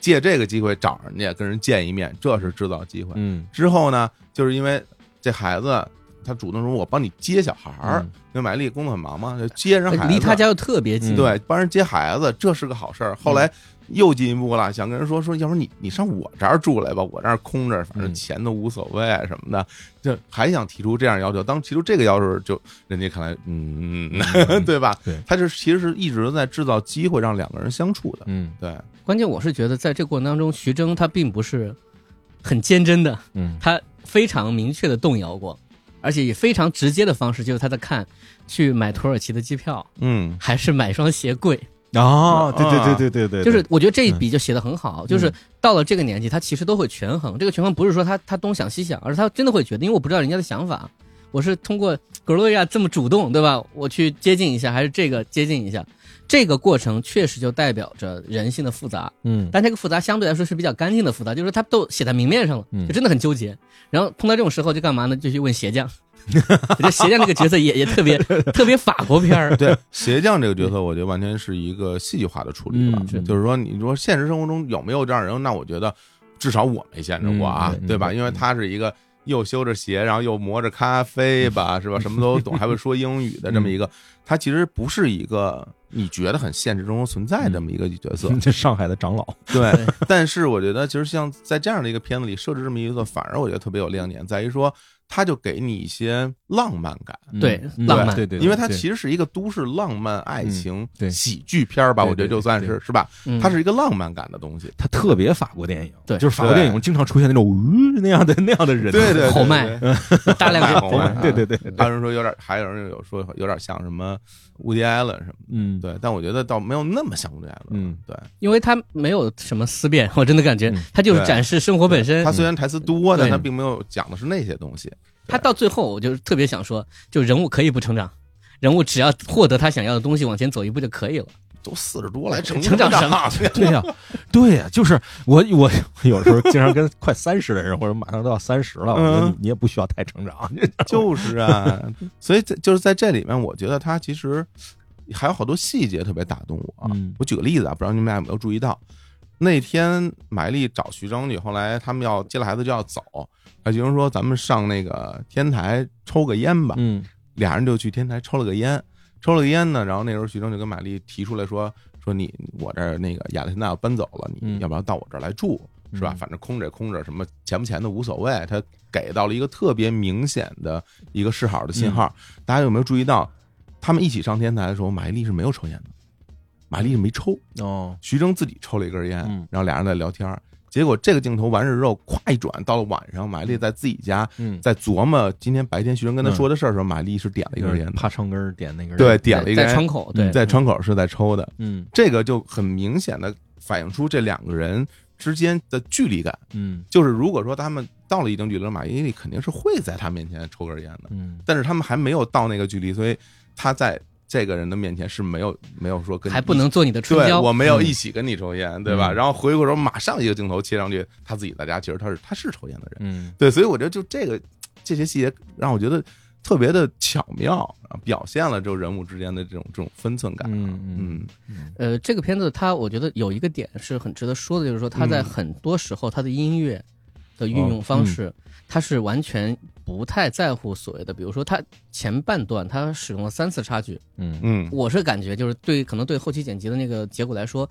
B: 借这个机会找人家跟人见一面，这是制造机会。
E: 嗯，
B: 之后呢，就是因为这孩子他主动说我帮你接小孩儿，
E: 嗯哎
B: 因为马丽工作很忙嘛，就接人孩子，
D: 离他家又特别
E: 嗯
D: 近。
B: 对，帮人接孩子，这是个好事儿。后来又进一步了，想跟人说说，要不然你你上我这儿住来吧，我这儿空着，反正
E: 嗯
B: 钱都无所谓啊什么的，就还想提出这样要求。当提出这个要求，就人家看来，嗯，
E: <laughs>
B: 嗯对吧？
E: 对
B: 他就是其实是一直在制造机会让两个人相处的。
E: 嗯
B: 对，
D: 关键我是觉得在这个过程当中，徐峥他并不是很坚贞的，
E: 嗯
D: 他非常明确的动摇过，而且以非常直接的方式，就是他在看去买土耳其的机票，
B: 嗯，
D: 还是买双鞋柜。
E: 哦，对
B: 啊
E: 对对对对对，嗯
D: 就是我觉得这一笔就写的很好，就是到了这个年纪，他其实都会权衡。这个权衡不是说他他东想西想，而是他真的会觉得，因为我不知道人家的想法，我是通过格罗 r 这么主动，对吧？我去接近一下，还是这个接近一下？这个过程确实就代表着人性的复杂，
E: 嗯
D: 但这个复杂相对来说是比较干净的复杂，就是他都写在明面上了，
E: 嗯
D: 就真的很纠结。然后碰到这种时候就干嘛呢？就去问鞋匠。 <laughs> 我觉得鞋匠这个角色也也
E: <laughs>
D: 特别特别法国片
B: <laughs>
D: 儿，
B: 对，鞋匠这个角色，我觉得完全是一个戏剧化的处理吧。
E: 嗯是
B: 就是说，你说现实生活中有没有这样人？那我觉得至少我没见着过啊，
E: 嗯对
B: 对吧？
E: 嗯
B: 因为他是一个又修着鞋，然后又磨着咖啡吧，是吧？什么都懂，还会说英语的这么
E: 嗯
B: 一个，他其实不是一个你觉得很现实中存在这么一个角色。
E: 这上海的长老，
B: 对
D: 对，
B: <laughs> 但是我觉得，其实像在这样的一个片子里设置这么一个，反而我觉得特别有亮点，在于说，他就给你一些浪漫感。
D: 对
E: 嗯
D: 浪漫
E: 对对，对
B: 因为它
E: 对
B: 其实是一个都市浪漫爱情
E: 对
B: 喜剧片儿吧，
E: 对
B: 我觉得就算
E: 对
B: 是是吧，
D: 嗯
B: 它是一个浪漫感的东西。
E: 它特别法国电影，
D: 对
E: 就是法国电影经常出现那种呃呜那样的那样的人，嗯
B: 对对，对
D: 豪迈
B: 对
D: 大量
B: 豪迈，
E: 对对对
B: 对。还有人说有点，还有人有说有点像什么乌迪艾伦什么
E: 嗯
B: 的，对，但我觉得倒没有那么像乌迪艾伦。
E: 嗯，
B: 对，
D: 因为他没有什么思辨， <laughs> 我真的感觉
E: 嗯
D: 他就是
B: 对
D: 展示生活本身。
B: 他
D: 他
B: 虽然台词多，但
D: 对
B: 他并没有讲的是那些东西。
D: 到最后，我就是特别想说，就人物可以不成长，人物只要获得他想要的东西，往前走一步就可以了。
B: 都四十多了，还成
D: 成长
B: 长
D: 什么
E: 对呀、对呀、就是我我我有时候经常跟快三十的人，或者马上都要三十了，我觉得
B: 嗯
E: 你你也不需要太成长，
B: 就是啊，所以在就是在这里面，我觉得他其实还有好多细节特别打动我、啊
E: 嗯。
B: 我举个例子啊，不知道你们俩有没有注意到，那天马丽找徐峥去，后来他们要接了孩子就要走，啊，徐峥说咱们上那个天台抽个烟吧，
E: 嗯
B: 俩人就去天台抽了个烟，抽了个烟呢，然后那时候徐峥就跟马丽提出来说说你我这儿那个亚历山大要搬走了，你
E: 嗯
B: 要不要到我这儿来住？是吧？
E: 嗯
B: 反正空着也空着，什么钱不钱的无所谓。他给到了一个特别明显的一个示好的信号。
E: 嗯
B: 大家有没有注意到，他们一起上天台的时候，马伊琍是没有抽烟的，马伊琍是没抽，
E: 哦，
B: 徐峥自己抽了一根烟，
E: 嗯
B: 然后俩人在聊天儿。结果这个镜头完事之后，咵一转，到了晚上，马伊琍在自己家
E: 嗯，
B: 在琢磨今天白天徐峥跟他
E: 嗯
B: 说的事儿的时候，马丽是点了一根烟的，
E: 怕唱歌点那个人，
B: 对，，点了一根烟
D: 在
B: 嗯
D: 窗口，对，
B: 在窗口是在抽的，
E: 嗯
B: 这个就很明显的反映出这两个人之间的距离感。
E: 嗯
B: 就是如果说他们到了一定距离了，马伊琍肯定是会在他面前抽根烟的，
E: 嗯，
B: 但是他们还没有到那个距离，所以他在这个人的面前是没有没有说跟你
D: 还不能做你的春
B: 对
D: 娇。
B: 我没有
E: 嗯
B: 一起跟你抽烟，对吧？
E: 嗯
B: 然后回过头马上一个镜头切上去，他自己在家，其实他是他是抽烟的人，
E: 嗯，
B: 对，所以我觉得就这个这些细节让我觉得特别的巧妙，啊表现了就人物之间的这种这种分寸感。
E: 嗯
B: 嗯
D: 呃，这个片子它我觉得有一个点是很值得说的，就是说它在
B: 嗯
D: 很多时候它的音乐的运用方式，
B: 嗯
D: 它是完全不太在乎所谓的，比如说它前半段它使用了三次插曲，
E: 嗯
B: 嗯
D: 我是感觉就是对可能对后期剪辑的那个结果来说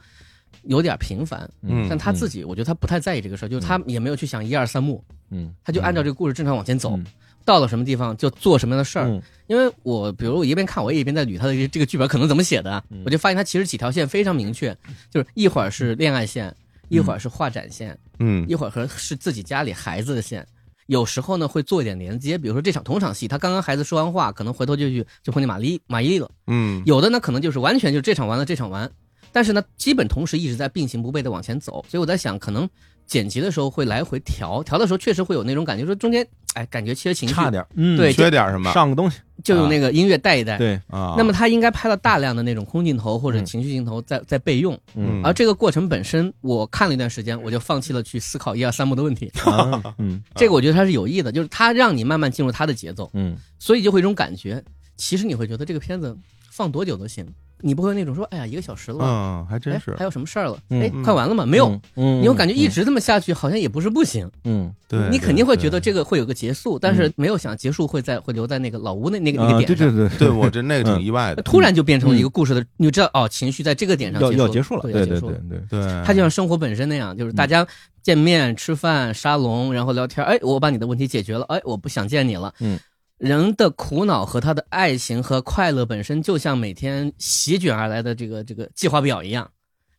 D: 有点频繁，
E: 嗯，
D: 但他自己我觉得他不太在意这个事儿，就是他也没有去想一二三幕，
E: 嗯
D: 他就按照这个故事正常往前走。
E: 嗯
D: 到了什么地方就做什么样的事儿，
E: 嗯
D: 因为我比如我一边看，我也一边在捋他的这个剧本可能怎么写的，啊
E: 嗯
D: 我就发现他其实几条线非常明确，就是一会儿是恋爱线，一会儿是画展线，
B: 嗯
D: 一会儿和是自己家里孩子的线。有时候呢会做一点连接，比如说这场同场戏，他刚刚孩子说完话，可能回头就去就碰见玛丽玛丽了。
B: 嗯
D: 有的呢可能就是完全就是这场完了这场完，但是呢基本同时一直在并行不悖的往前走，所以我在想可能。剪辑的时候会来回调，调的时候确实会有那种感觉，说中间哎感觉缺情绪，
E: 差点儿，嗯
D: 对
B: 缺点什么
E: 上个东西，
D: 就用那个音乐带一带。
E: 对，
B: 啊？
D: 那么他应该拍了大量的那种空镜头或者
E: 嗯
D: 情绪镜头在、在备用，
E: 嗯
D: 啊而这个过程本身，我看了一段时间，我就放弃了去思考一二三幕的问题。
E: 啊嗯
D: 这个我觉得他是有意的，就是他让你慢慢进入他的节奏，
E: 嗯
D: 所以就会有一种感觉，其实你会觉得这个片子放多久都行，你不会有那种说哎呀一个小时了，
B: 嗯，还真
D: 哎
B: 是
D: 还有什么事儿了，
E: 嗯
D: 哎
B: 嗯
D: 快完了吗？ <laughs> 没有。，
E: 嗯，
D: 你会感觉一直这么下去，好像也不是不行。
E: 嗯
B: 对，
D: 你肯定会觉得这
B: 个。
D: 个会有个结束，但是没有想结束会在会留在那个老吴那那
E: 嗯
D: 个那个
E: 啊
D: 点
E: 对
D: 上。
E: 对对
B: 对我这那个挺意外的，
D: 突然就变成了一个故事的，你知道哦，情绪在这个点上
E: 要要结
D: 结
E: 束了，
D: 要
E: 对
D: 结
E: 对
D: 束
E: 对
D: 了。
E: 对，
B: 对，
D: 它就像生活本身那样，就是大
E: 嗯
D: 家见面、吃饭、沙龙，然后聊天。哎，我把你的问题解决了，哎，我不想见你了。
E: 嗯，
D: 人的苦恼和他的爱情和快乐本身，就像每天席卷而来的这个这个计划表一样，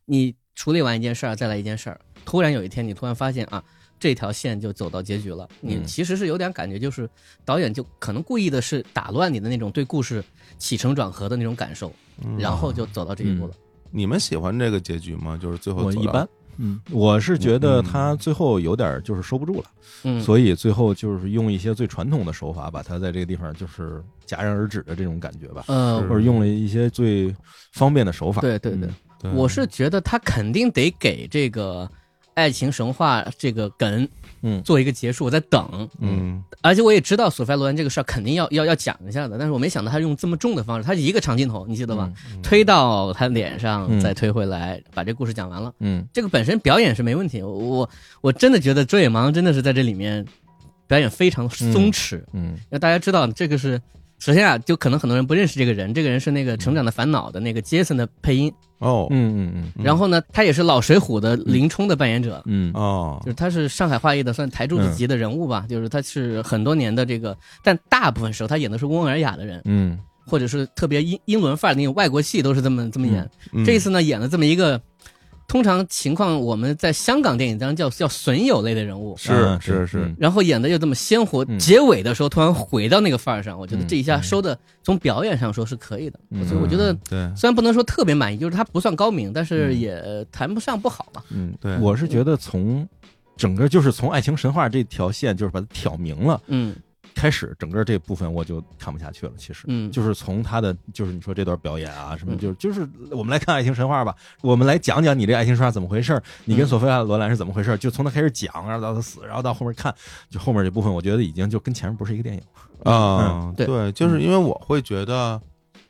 D: 你处理完一件事儿，再来一件事儿。突然有一天，你突然发现啊，这条线就走到结局了。你
E: 嗯
D: 其实是有点感觉，就是导演就可能故意的是打乱你的那种对故事起承转合的那种感受，
B: 嗯
D: 然后就走到这一步了。
B: 你们喜欢这个结局吗？就是最后
E: 我
B: 走
E: 一
A: <laughs>
B: 到
E: 般。嗯，我是觉得
B: 嗯
E: 他最后有点儿就是收不住了，
D: 嗯，
E: 所以最后就是用一些最传统的手法，把他在这个地方就是戛然而止的这种感觉吧，
D: 呃
B: 是，
E: 或者用了一些最方便的手法。
D: 对对对
E: 嗯，
B: 对
D: 我是觉得他肯定得给这个爱情神话这个梗，
E: 嗯
D: 做一个结束。我在等，
B: 嗯
D: 而且我也知道索菲亚罗兰这个事儿肯定要要要讲一下的，但是我没想到他用这么重的方式，他是一个长镜头，你记得吧？推到他脸上，
E: 嗯
D: 再推回来，把这故事讲完了。
E: 嗯
D: 这个本身表演是没问题，我我我真的觉得周野芒真的是在这里面表演非常松弛，
E: 嗯
D: 因为大家知道这个是。首先啊，就可能很多人不认识这个人，这个人是那个《成长的烦恼》的那个杰森的配音，
B: 哦
E: 嗯嗯
B: 嗯
D: 然后呢，他也是老水浒的林冲的扮演者，
E: 嗯嗯
B: 哦
D: 就是他是上海话译的算台柱子级的人物吧，就是他是很多年的这个，但大部分时候他演的是温文尔雅的人，
E: 嗯
D: 或者是特别英英伦范儿的那种外国戏都是这么这么演。
B: 嗯
D: 这次呢，演了这么一个，当然后演了这么一个通常情况我们在香港电影当中叫叫损友类的人物。
B: 是
E: 啊
B: 是是
E: 嗯
D: 然后演的又这么鲜活，
E: 嗯
D: 结尾的时候突然回到那个范儿上，我觉得
E: 嗯
D: 这一下收的，从表演上说是可以的，
E: 嗯
D: 所以我觉得
B: 对
D: 虽然不能说特别满意，就是他不算高明，但是
E: 嗯
D: 也谈不上不好吧。
E: 嗯，
B: 对
E: 我是觉得从整个就是从爱情神话这条线就是把它挑明了。
D: 嗯
E: 开始整个这部分我就看不下去了，其实，
D: 嗯
E: 就是从他的就是你说这段表演啊什么，
D: 嗯
E: 就是就是我们来看爱情神话吧，我们来讲讲你这爱情神话怎么回事儿，你跟
D: 嗯
E: 索菲亚罗兰是怎么回事儿，就从他开始讲，然后到他死，然后到后面看，就后面这部分我觉得已经就跟前面不是一个电影，
B: 啊
E: 嗯，
D: 对
B: 对，就是因为我会觉得，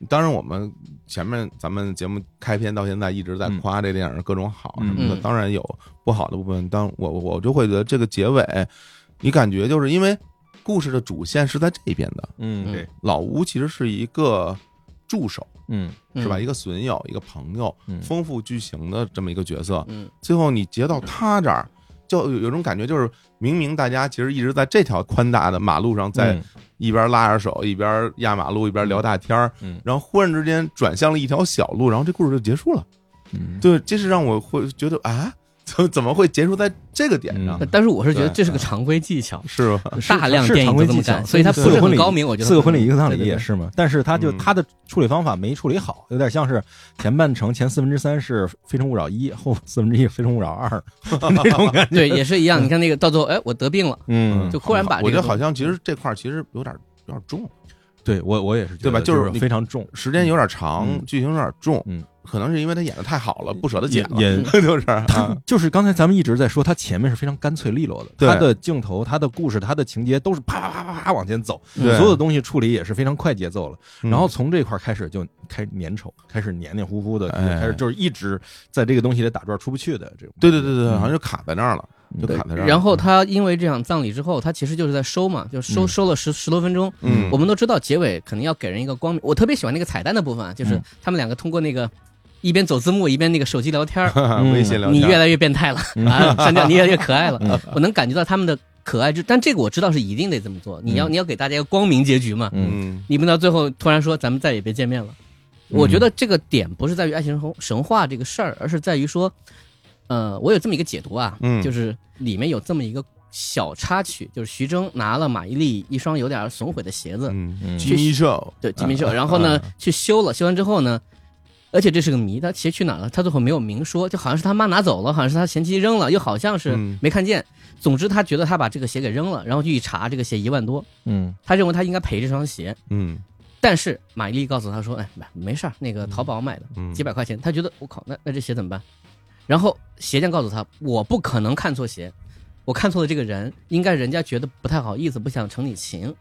B: 当然我们前面咱们节目开篇到现在一直在
E: 嗯
B: 夸这电影各种好什么的，
D: 嗯
B: 当然有不好的部分，当我我我就会觉得这个结尾，你感觉就是因为故事的主线是在这边的，
E: 嗯
D: 对，
B: 老吴其实是一个助手
E: 嗯
B: 是吧？
D: 嗯
B: 一个损友，一个朋友，
E: 嗯
B: 丰富剧情的这么一个角色，
D: 嗯
B: 最后你截到他这儿。就有有种感觉，就是明明大家其实一直在这条宽大的马路上
E: 嗯
B: 在一边拉着手，一边压马路，一边聊大天儿，
E: 嗯
B: 然后忽然之间转向了一条小路，然后这故事就结束了。
E: 嗯
B: 对，这是让我会觉得啊， <laughs> 怎怎么会结束在这个点上
E: 嗯？啊
D: 但是我是觉得
B: 对
D: 这是个常规技巧，
B: 是吧？
D: 大量
E: 是
D: 电
E: 常
D: 影都
E: 规
D: 这么
E: 技巧
D: 干，，所以它
E: 四
D: 不
E: 个
D: 是
E: 婚礼
D: 很高明。我觉得
E: 四个婚礼一个丧礼
D: 对对对
E: 也是嘛，但是他就
B: 嗯
E: 他的处理方法没处理好，有点像是前半程前四分之三是《非诚勿扰一》，后四分之一《非诚勿扰二》
B: <laughs>
E: 那种感觉。
D: 对，也是
E: <laughs>
D: 一样。你看那个到最后，哎，我得病了，
E: 嗯，
D: 就忽然把
B: 我觉得
D: 这个
B: 好像其实这块儿其实有点有点重，
E: 对我我也是觉得，
B: 对吧就
E: 就是是
B: 你
E: 非常重，
B: 时间有点长，
E: 嗯
B: 剧情有点重，
E: 嗯，
B: 可能是因为他演的太好了，
D: 嗯
B: 不舍得
E: 也
B: 剪了，
E: 也
B: <laughs> 就是啊，
E: 就是刚才咱们一直在说，它前面是非常干脆利落的，
B: 对
E: 它的镜头、它的故事、它的情节都是啪啪啪啪啪往前走，
B: 对
E: 所有的东西处理也是非常快节奏了。
B: 嗯
E: 然后从这块儿开始就开始粘稠，开始黏黏糊糊的，
B: 哎
E: 开始就是一直在这个东西里打转出不去的这种。
B: 对对对对，
E: 嗯
B: 好像就卡在那儿了，就
D: 对
B: 卡在这儿了。
D: 嗯然
B: <laughs>
D: 后他因为这场葬礼之后，他其实就是在收嘛，就收
E: 嗯
D: 收了十十多分钟。
B: 嗯，，
D: 我们都知道结尾肯定要给人一个光明。我特别喜欢那个彩蛋的部分啊，就是
E: 嗯
D: 他们两个通过那个一边走字幕一边那个手机聊
E: <laughs>
D: 天儿
B: 微信聊天，
D: 你越来越变态了
E: 嗯
D: 啊，删掉你越来越可爱了
E: 嗯。
D: 我能感觉到他们的可爱之，但这个我知道是一定得这么做。你要
E: 嗯
D: 你要给大家一个光明结局嘛，
E: 嗯
B: 嗯
D: 你们到最后突然说咱们再也别见面了。我觉得这个点不是在于爱情神神话这个事儿，而是在于说，呃，我有这么一个解读啊，
B: 嗯
D: 就是里面有这么一个小插曲，就是徐峥拿了马伊琍一双有点损毁的鞋子，
B: 嗯
E: 嗯
B: ，Jimmy Show，
D: 对金明秀，然后呢、
B: 啊
D: 去修了，修完之后呢，而且这是个谜，他鞋去哪儿了？他最后没有明说，就好像是他妈拿走了，好像是他前妻扔了，又好像是
B: 嗯
D: 没看见。总之，他觉得他把这个鞋给扔了，然后就一查，这个鞋一万多，
E: 嗯
D: 他认为他应该赔这双鞋，
B: 嗯
D: 但是马伊琍告诉他说：“哎，没事儿，那个淘宝买的，
B: 嗯，
D: 几百块钱。”他觉得我靠，那那这鞋怎么办？然后鞋匠告诉他：“我不可能看错鞋，我看错了这个人，应该人家觉得不太好意思，不想成你情。”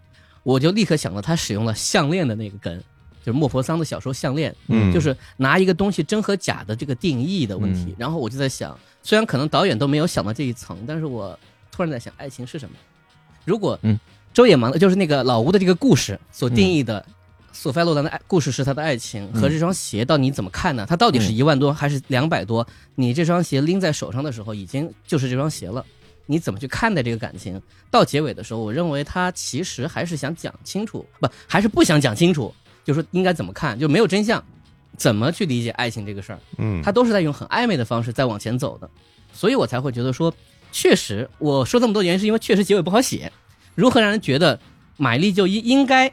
D: 我就立刻想到他使用了项链的那个梗，就是莫泊桑的小说《项链》，
B: 嗯
D: 就是拿一个东西真和假的这个定义的
E: 嗯
D: 问题。然后我就在想，虽然可能导演都没有想到这一层，但是我突然在想，爱情是什么？如果
E: 嗯
D: 周野芒的就是那个老吴的这个故事所定义的。索菲亚·洛兰的爱故事是他的爱情和
E: 嗯
D: 这双鞋，到底你怎么看呢？它到底是一万多还是两百多？你这双鞋拎在手上的时候，已经就是这双鞋了。你怎么去看待这个感情？到结尾的时候，我认为他其实还是想讲清楚，不，还是不想讲清楚，就是说应该怎么看，就没有真相，怎么去理解爱情这个事儿，
B: 嗯，
D: 他都是在用很暧昧的方式在往前走的，所以我才会觉得说，确实，我说这么多原因是因为确实结尾不好写，如何让人觉得买力就应应该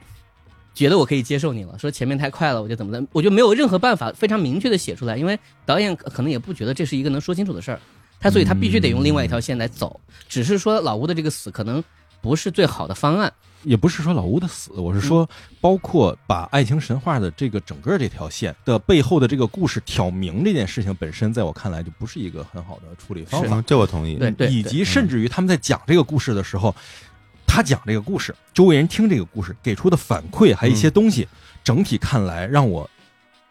D: 觉得我可以接受你了，说前面太快了，我就怎么的，我就没有任何办法非常明确的写出来，因为导演可可能也不觉得这是一个能说清楚的事儿，他所以他必须得用另外一条线来走，只是说老吴的这个死可能不是最好的方案，
E: 也不是说老吴的死，我是说，包括把爱情神话的这个整个这条线的背后的这个故事挑明这件事情本身，在我看来就不是一个很好的处理方法。
B: 嗯这我同意，
D: 对对
E: 以及甚至于他们在讲这个故事的时候，他讲这个故事，周围人听这个故事给出的反馈，还有一些东西，整体看来让我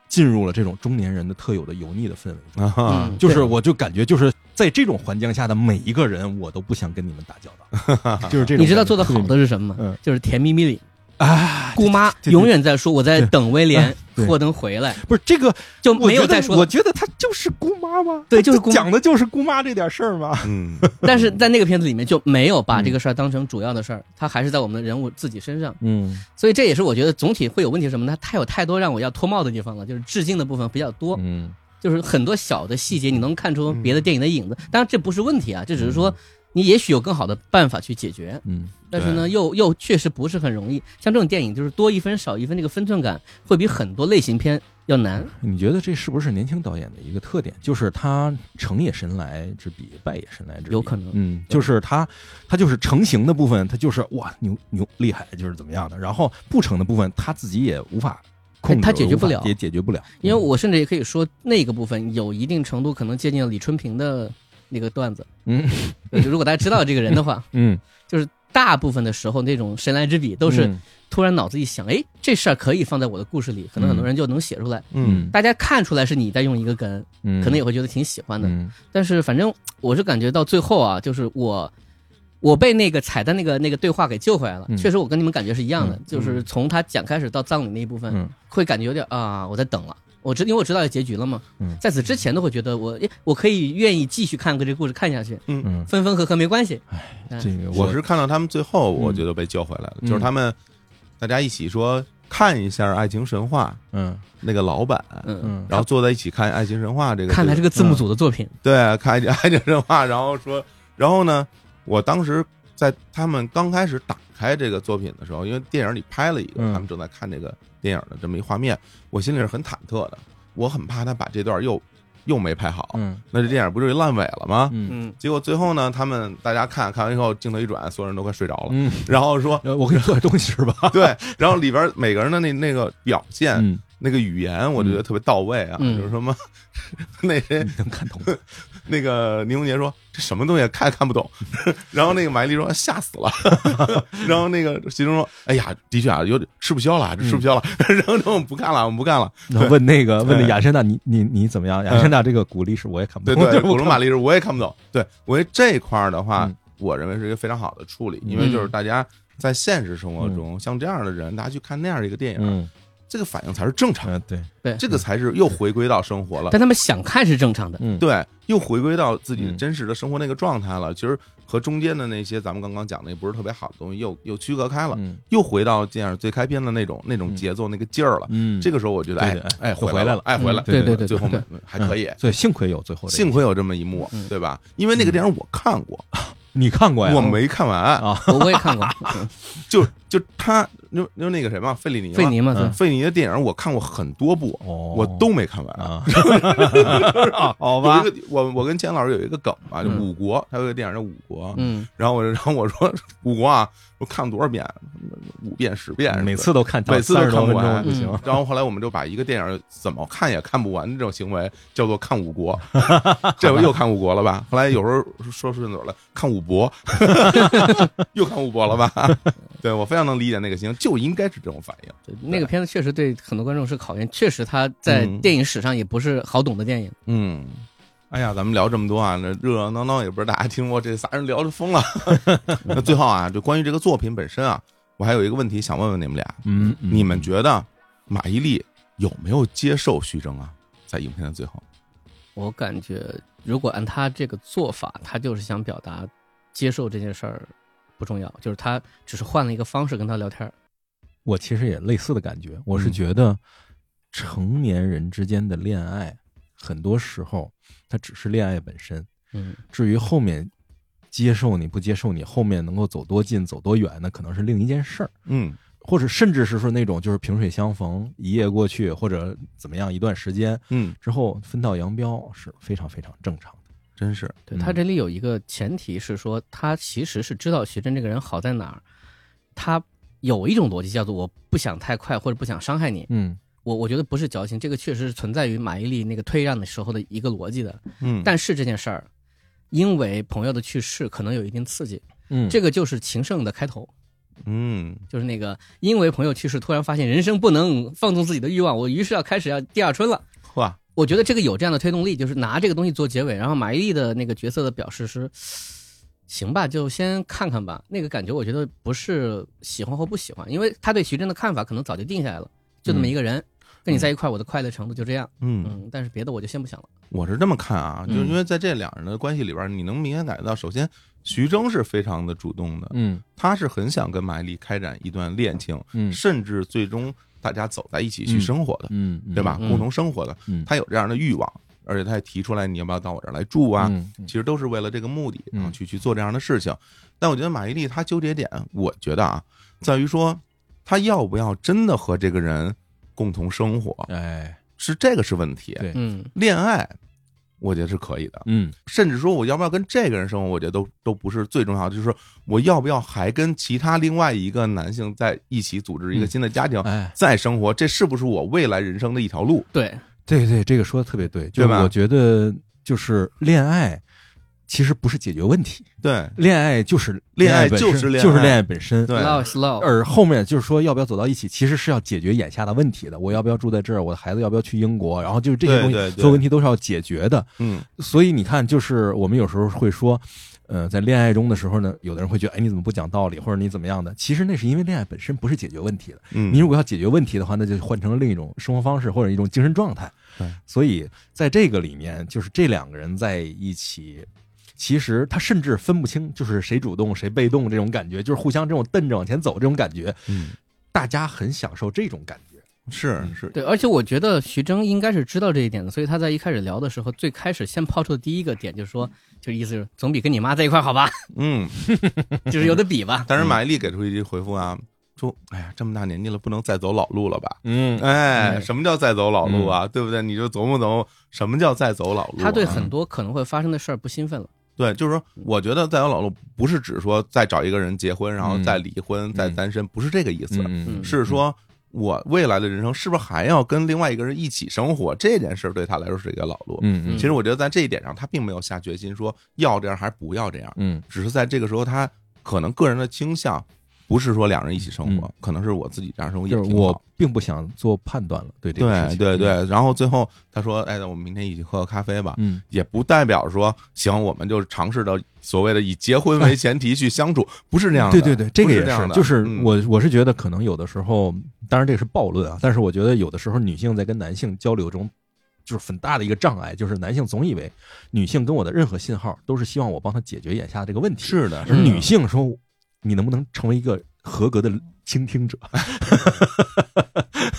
E: 进入了这种中年人的特有的油腻的氛围中。
B: 啊
D: 嗯，
E: 就是我就感觉就是在这种环境下的每一个人，我都不想跟你们打交道，就是这种感觉。
D: 你知道做的
E: 特别
D: 好的是什么吗？
E: 嗯
D: 就是《甜蜜蜜》里，
E: 啊，
D: <laughs> 姑妈
E: 对对嗯
D: 永远在说我在等威廉
E: 对
D: 霍登回来，
E: 不是这个，
D: 就
E: 我
D: 没
E: 觉
D: 有
E: 得
D: 再说
E: 我
D: 了。
E: 觉得他就是姑妈嘛，
D: 对
E: 他
D: 就是姑妈
E: 讲的就是姑妈这点事儿嘛。
B: 嗯
D: 但是在那个片子里面就没有把这个事儿当成主要的事儿，他还是在我们的人物自己身上。
E: 嗯
D: 所以这也是我觉得总体会有问题是什么呢？它有太多让我要脱帽的地方了，就是致敬的部分比较多，
E: 嗯
D: 就是很多小的细节你能看出别的电影的影子。当然这不是问题啊，这只是说你也许有更好的办法去解决。
E: 嗯
D: 但是呢，又又确实不是很容易。像这种电影，就是多一分少一分，这个分寸感会比很多类型片要难。
E: 你觉得这是不是年轻导演的一个特点？就是他成也神来之笔，败也神来之笔，
D: 有可能
E: 嗯，就是他，他就是成型的部分，他就是哇牛牛厉害，就是怎么样的。然后不成的部分，他自己也无法控制，
D: 哎他解决不了
E: 无法也解决不了。
D: 因为我甚至也可以说，那个部分有一定程度可能借鉴了李春平的那个段子。
E: 嗯
D: 就如果大家知道这个人
E: <laughs>
D: 的话，
E: 嗯，
D: 大部分的时候那种神来之笔 <laughs> 都是
E: 嗯
D: 突然脑子一想，哎，这事儿可以放在我的故事里，可能很多人就能写出来。
B: 嗯
D: 大家看出来是你在用一个梗，
E: 嗯，
D: 可能也会觉得挺喜欢的。
E: 嗯
D: 但是反正我是感觉到最后啊，就是我。我被那个彩蛋那个那个对话给救回来了，
E: 嗯
D: 确实我跟你们感觉是一样的，
E: 嗯
D: 就是从他讲开始到葬礼那一部分，
E: 嗯
D: 会感觉有点啊，我在等了。我知因为我知道有结局了嘛，
E: 嗯
D: 在此之前都会觉得我诶我可以愿意继续看个这个故事看下去，
E: 嗯，
D: 分分合合没关系。嗯
E: 这个
B: 我是看到他们最后，我觉得被救回来了，
E: 嗯
B: 就是他们大家一起说看一下《爱情神话》
E: 嗯
B: 那个老版，
D: 嗯，
E: 嗯，
B: 然后坐在一起看《爱情神话》这个，
D: 看来是个字幕组的作品，
B: 对，看爱情爱情神话，然后说，然后呢，我当时在他们刚开始打开这个作品的时候，因为电影里拍了一个，
E: 嗯
B: 他们正在看这个电影的这么一画面，我心里是很忐忑的，我很怕他把这段又又没拍好，
E: 嗯
B: 那这电影不就烂尾了吗？
E: 嗯 <laughs>
D: 嗯，
B: 结果最后呢，他们大家看看完以后，镜头一转，所有人都快睡着了，
E: 嗯，。
B: 然后说
E: <laughs> 呃我给你做点东西是吧？
B: 对，然后里边每个人的那那个表现、
E: 嗯，
B: 那个语言，我觉得特别到位啊，
D: 嗯
B: 就是什么 <laughs> 那谁
E: 你 <laughs> 能看懂。
B: 那个宁红杰说：“这什么东西看也看不懂。” <laughs> 然后那个马伊琍说：“吓死了。” <laughs> 然后那个其中说：“哎呀，的确啊，有点吃不消了，这吃不消了。 <laughs> 然后我们不看了，我们不看了。
E: 然后问那个问那
B: 哎
E: 亚琛娜，你你你怎么样？亚琛娜这个鼓励是我也看
B: <laughs>
E: 不
B: 对
E: 懂，
B: 嗯
E: <laughs>
B: 对，
E: 就是我
B: 古罗马历史我也看不懂。对，我觉得这一块儿的话，
E: 嗯
B: 我认为是一个非常好的处理，因为就是大家在现实生活中，像这样的人，大家去看那样一个电影，
E: 嗯
B: 这个反应才是正常的，
E: 嗯对，
B: 这个才是又回归到生活了。
D: 但他们想看是
E: <laughs>
D: 正常的，
E: 嗯
B: 对，又回归到自己
E: 嗯
B: 真实的生活那个状态了。其实和中间的那些咱们刚刚讲那不是特别好的东西又又区隔开了，
E: 嗯
B: 又回到这样最开篇的那种那种节奏、那个劲儿了。
E: 嗯，
B: 这个时候我觉得，
E: 对
B: 哎
E: 对哎
B: 哎，
E: 又
B: 回
E: 回来
B: 来
E: 了
B: 哎，回来了，
D: 嗯对对对
B: 最后
D: 对
B: 没还可以
E: 嗯，所以幸亏有最后这一
B: 幸亏有这么一幕
D: 嗯，
B: 对吧？因为那个电影我看过，
E: 你看过呀？
B: 我没看完，
E: 啊，
D: 我我也看过，
E: <laughs>
D: 嗯
B: 就就他就就那个谁嘛，费里尼嘛，
D: 费尼嘛，
E: 嗯
D: 对
B: 费里尼的电影我看过很多部，
E: 哦，
B: 我都没看完。 <laughs>
E: 啊，
B: 好
E: 吧
B: 有一个我我跟钱老师有一个梗啊，就
D: 嗯
B: 五国，他有一个电影叫《五国》，
D: 嗯，
B: 然后我就然后我说五国啊，我看多少遍，五遍十遍，
E: 每次都看，
B: 每次都
E: 30多
B: 看不
E: 分钟
B: 完
E: 不行
D: 嗯，
B: 然后后来我们就把一个电影怎么看也看不完这种行为叫做看五国，这回又看五国了吧？后来有时候说顺嘴了，看五博， <laughs> 又看五博了吧？对我非常能理解那个心情，就应该是这种反应。
D: 对那个片子确实对很多观众是考验，确实它在
B: 嗯
D: 电影史上也不是好懂的电影，
B: 嗯，哎呀，咱们聊这么多啊，那热热闹闹也不知道大家听过这仨人聊着疯了。那最后啊，就关于这个作品本身啊，我还有一个问题想问问你们俩，
E: 嗯，嗯
B: 你们觉得马伊琍有没有接受徐峥啊？在影片的最后，
D: 我感觉如果按他这个做法，他就是想表达接受这件事儿不重要，就是他只是换了一个方式跟他聊天儿，
E: 我其实也类似的感觉，我是
B: 嗯
E: 觉得成年人之间的恋爱，很多时候它只是恋爱本身，
D: 嗯
E: 至于后面接受你不接受你，后面能够走多近走多远，那可能是另一件事儿。
B: 嗯
E: 或者甚至是说那种就是萍水相逢，一夜过去，或者怎么样，一段时间
B: 嗯，
E: 之后分道扬镳是非常非常正常的。
B: 真是，
E: 嗯
D: 对他这里有一个前提是说，他其实是知道徐峥这个人好在哪儿，他有一种逻辑叫做我不想太快或者不想伤害你，
E: 嗯
D: 我我觉得不是矫情，这个确实是存在于马伊琍那个退让的时候的一个逻辑的。
B: 嗯，
D: 但是这件事儿，因为朋友的去世可能有一定刺激，
E: 嗯，
D: 这个就是情圣的开头，
B: 嗯
D: 就是那个因为朋友去世，突然发现人生不能放纵自己的欲望，我于是要开始要第二春了。
B: 嚯，
D: 我觉得这个有这样的推动力，就是拿这个东西做结尾，然后马伊琍的那个角色的表示是，行吧，就先看看吧。那个感觉我觉得不是喜欢或不喜欢，因为他对徐峥的看法可能早就定下来了，就那么一个人，跟你在一块儿，我的快乐程度就这样。
B: 嗯，
D: 嗯，但是别的我就先不想了。
B: 我是这么看啊，
E: 嗯
B: 就是因为在这两人的关系里边，你能明显感觉到，首先徐峥是非常的主动的，
E: 嗯
B: 他是很想跟马伊琍开展一段恋情，
E: 嗯
B: 甚至最终大家走在一起去生活的，
E: 嗯，嗯
B: 对吧？
D: 嗯
B: 共同生活的，
E: 嗯
B: 他有这样的欲望，而且他也提出来，你要不要到我这儿来住啊？
E: 嗯嗯
B: 其实都是为了这个目的，
E: 嗯
B: 然后去去做这样的事情。但我觉得马伊琍她纠结点，我觉得啊，在于说她要不要真的和这个人共同生活，
E: 哎，
B: 是这个是问题。
E: 对
D: 嗯
B: 恋爱，我觉得是可以的，
E: 嗯
B: 甚至说我要不要跟这个人生活，我觉得都都不是最重要的，就是说我要不要还跟其他另外一个男性在一起组织一个
E: 嗯
B: 新的家庭。
E: 哎，
B: 再生活，这是不是我未来人生的一条路？
D: 对，
E: 对对，这个说的特别对，
B: 对
E: 就是
B: 吧
E: 我觉得就是恋爱。其实不是解决问题，
B: 对，
E: 恋爱就是
B: 恋爱
E: 本
B: 就
E: 身
B: 是恋爱
E: 就是恋爱本身。
B: 对
D: love is love，
E: 而后面就是说要不要走到一起，其实是要解决眼下的问题的。我要不要住在这儿？我的孩子要不要去英国？然后就是这些
B: 对
E: 东西，
B: 对对
E: 所有问题都是要解决的。
B: 嗯，
E: 所以你看，就是我们有时候会说，呃，在恋爱中的时候呢，有的人会觉得，哎，你怎么不讲道理，或者你怎么样的？其实那是因为恋爱本身不是解决问题的。
B: 嗯
E: 你如果要解决问题的话，那就换成了另一种生活方式或者一种精神状态
B: 对。
E: 所以在这个里面，就是这两个人在一起。其实他甚至分不清，就是谁主动谁被动这种感觉，就是互相这种瞪着往前走这种感觉。
B: 嗯
E: 大家很享受这种感觉。
B: 是
E: 嗯
B: 是，
D: 对，而且我觉得徐峥应该是知道这一点的，所以他在一开始聊的时候，最开始先抛出的第一个点就是说，就意思是总比跟你妈在一块儿好吧，
B: 嗯，
D: 就是有的比吧。
B: 但是马伊琍给出一句回复啊，说，哎呀，这么大年纪了，不能再走老路了吧？
E: 嗯
B: 哎，
D: 嗯
B: 什么叫再走老路啊？对不对？你就琢磨琢磨，什么叫再走老路啊？
D: 他对很多可能会发生的事儿不兴奋了。
B: 对，就是说，我觉得再走老路不是指说再找一个人结婚，然后
E: 嗯
B: 再离婚、再单身，不是这个意思，
E: 嗯
B: 是说我未来的人生是不是还要跟另外一个人一起生活？这件事儿对他来说是一个老路。
E: 嗯
B: 其实我觉得在这一点上，他并没有下决心说要这样还是不要这样，
E: 嗯
B: 只是在这个时候，他可能个人的倾向不是说两人一起生活，
E: 嗯
B: 可能是我自己这样生活
E: 嗯，
B: 也
E: 就
B: 挺
E: 是
B: 好
E: 我。并不想做判断了，对这个事
B: 对
E: 情。
B: 对，对，嗯然后最后他说：“哎，那我们明天一起喝个咖啡吧。”
E: 嗯，
B: 也不代表说行，我们就尝试到所谓的以结婚为前提去相处，不是这样的。
E: <laughs> 对对对，这个
B: 不
E: 也
B: 这样的，
E: 就是
B: 嗯
E: 我我是觉得可能有的时候，当然这个是暴论啊，但是我觉得有的时候女性在跟男性交流中。就是很大的一个障碍，就是男性总以为女性跟我的任何信号都是希望我帮她解决眼下这个问题，
B: 是的，
E: 而
D: 嗯
E: 女性说，你能不能成为一个合格的倾听者？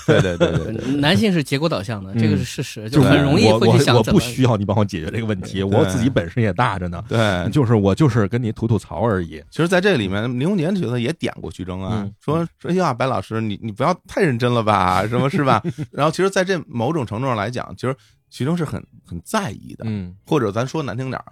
B: 对对对
E: <laughs>
B: 对对。
D: 男性是结果导向的，这个是事实，就
B: 对
D: 很容易
E: 我
D: 会去想
E: 我我
D: 怎么
E: 不需要你帮我解决这个问题，我自己本事也大着呢。
B: 对，
E: 就是我就是跟你吐吐槽而已。
B: 其实在这里面，林永杰角色也点过徐峥啊
E: 嗯，
B: 说说哎呀，白老师，你你不要太认真了
E: <laughs>
B: 吧，什么是吧？然后其实在这某种程度上来讲，其实徐峥是很很在意的，
E: 嗯，
B: 或者咱说难听点儿，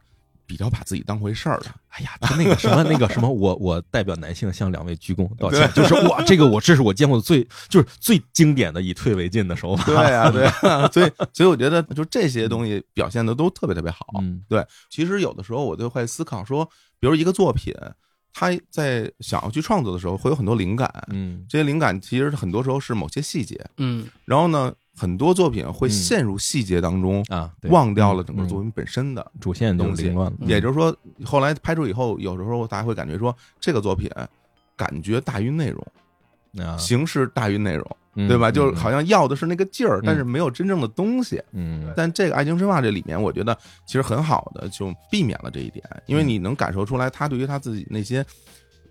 B: 比较把自己当回事儿
E: <laughs>
B: 了。
E: 哎呀，他那个什么那个什么，我我代表男性向两位鞠
B: <laughs>
E: 躬道歉，就是哇，这个我这是我见过最就是最经典的以退为进的手法。
B: 对啊，对啊，所以所以我觉得就这些东西表现的都特别特别好。
E: 嗯
B: 对，其实有的时候我就会思考说，比如一个作品，它在想要去创作的时候，会有很多灵感，
E: 嗯
B: 这些灵感其实很多时候是某些细节，
D: 嗯，
B: 然后呢，很多作品会
E: 嗯
B: 陷入细节当中，
E: 啊，对
B: 忘掉了整个
E: 嗯
B: 作品本身的。
E: 主线嗯都
B: 东西
E: 凌乱了。
B: 也就是说，后来拍出以后，有时候大家会感觉说，这个作品感觉大于内容，
E: 啊，
B: 形式大于内容，
E: 嗯
B: 对吧？就是
E: 嗯
B: 好像要的是那个劲儿，
E: 嗯
B: 但是没有真正的东西。
E: 嗯
B: 但这个《爱情神话》这里面，我觉得其实很好的就避免了这一点，因为
D: 嗯
B: 你能感受出来，他对于他自己那些